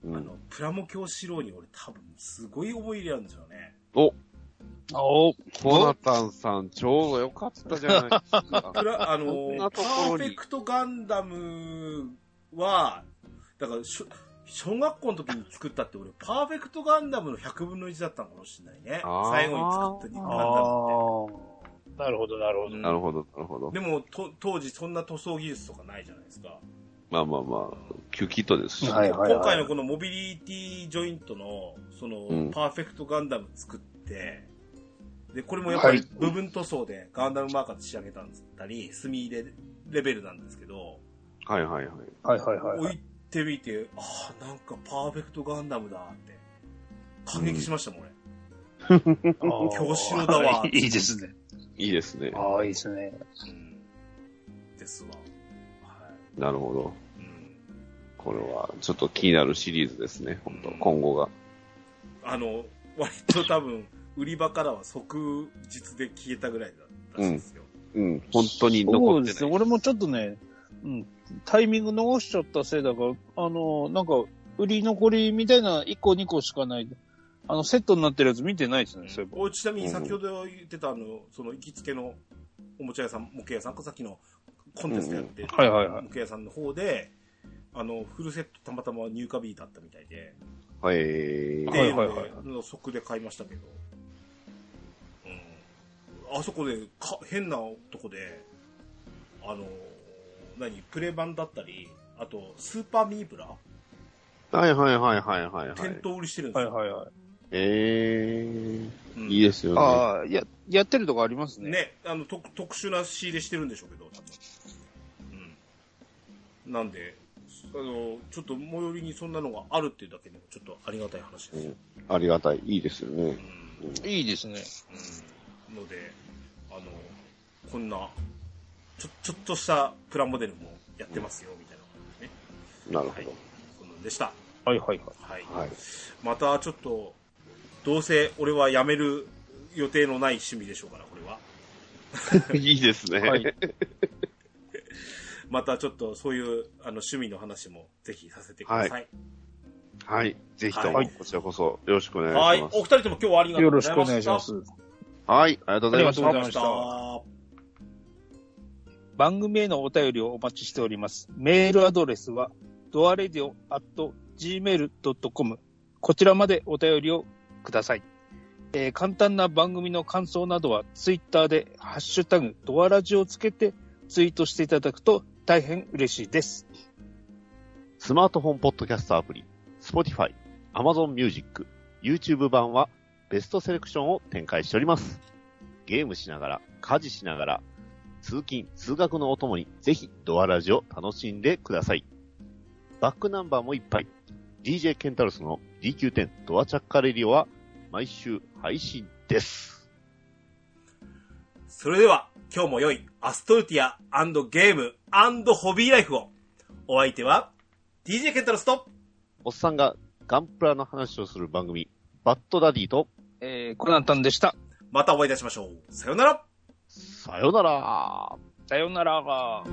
う
あ
ん、
の、プラモ教師郎に俺多分、すごい思い入れあるんですよね。
お、
あお
コナタンさん、ちょうどよかったじゃないですか。
プラ、あの
そん、な
パ
ところ
ー
に
フェクトガンダムは、だから、しょ小学校の時に作ったって俺、パーフェクトガンダムの100分の1だったのかもしれないね。
あー
最後に作ったニ
ど。
ューガンダム。
ああ、なるほど、なるほど。
なるほど、なるほど
で。もと、当時そんな塗装技術とかないじゃないですか。
まあまあまあ、旧キットですし。
はいはい
今回
は
のこのモビリティジョイントの、その、
うん
パーフェクトガンダム作って、で、これもやっぱり
はい
部分塗装でガンダムマーカーで仕上げたんだったり、墨入れレベルなんですけど、
はいはいはい。
い。はいはいはいは
置
い。
いてみて、ああ、なんかパーフェクトガンダムだって、感激しましたもん、教師のだわ
いいですね。
いいですね。
ああ、いいですね。
俺。うんですわ。は
なるほど。
い。うん
これは、ちょっと気になるシリーズですね、本当今後が。
あの、割と多分、売り場からは即日で消えたぐらいだったらしいですよ。
うん、本当に
そ
残
う
っ
で
て
す
ない。
ね。俺もちょっとね、うん、タイミング逃しちゃったせいだから、あの、なんか、売り残りみたいな1個2個しかない。あの、セットになってるやつ見てないですね、そういえば。
おちなみに先ほど言ってた、あの、その行きつけのおもちゃ屋さん、模型屋さんか、さっきのコンテストやって、
はいはいはい
模型屋さんの方で、あの、フルセットたまたま入荷日だったみたいで、
はい。
っていう
はい
の
はいはい
で、の即で買いましたけど、うん、あそこでか、変なとこで、あの、何、プレ版だったり、あと、スーパーミーブラ、
はいはいはいはいはいはい。
店頭売りしてるんです
はい
よ。
はいはい。
ええ
うん
いいですよね。
ああ、や、やってるとこありますね。
ね、あの特特殊な仕入れしてるんでしょうけど、多分うん、なんであの、ちょっと最寄りにそんなのがあるっていうだけでも、ちょっとありがたい話ですよ。
ありがたい。いいですよね
う。ん
いいですね。
うんのであの、こんなちょ、ちょっとしたプラモデルもやってますよ、みたいな感じでね。
なる
はい
ほ、
そんなんでした。
はいはいは
はい。
ど。 はい。
またちょっと、どうせ俺は辞める予定のない趣味でしょうから、これは。
いいですね。
はい
またちょっとそういうあの趣味の話もぜひさせてください。
はい。ぜひと
は
も、
い
こちらこそ、よろしくお願
はいい。
しま
お二
す。
人とも今日はありが
い。
と
よ
うご
ろし
ざい
くお
ました。
願いします。
はい。ありがとうございまし
あ
た
りがとうございま。した番組へのお便りをお待ちしております。メールアドレスは、ドアレディオ at gmail.com。こちらまでお便りをください。えー簡単な番組の感想などは、ツイッターで、ハッシュタグ、ドアラジをつけて、ツイートしていただくと大変嬉しいです。
スマートフォンポッドキャストアプリ、Spotify、Amazon Music、YouTube 版はベストセレクションを展開しております。ゲームしながら、家事しながら、通勤、通学のお供にぜひドアラジを楽しんでください。バックナンバーもいっぱい。DJ ケンタロスの DQ10 ドアチャッカレディオは毎週配信です。
それでは今日も良いアストルティアゲームホビーライフを。お相手は DJ ケンタロスと
おっさんがガンプラの話をする番組、バッドダディと、
えーコナンタンでした。
またお会いいたしましょう。さようなら。
さよなら
さようなら。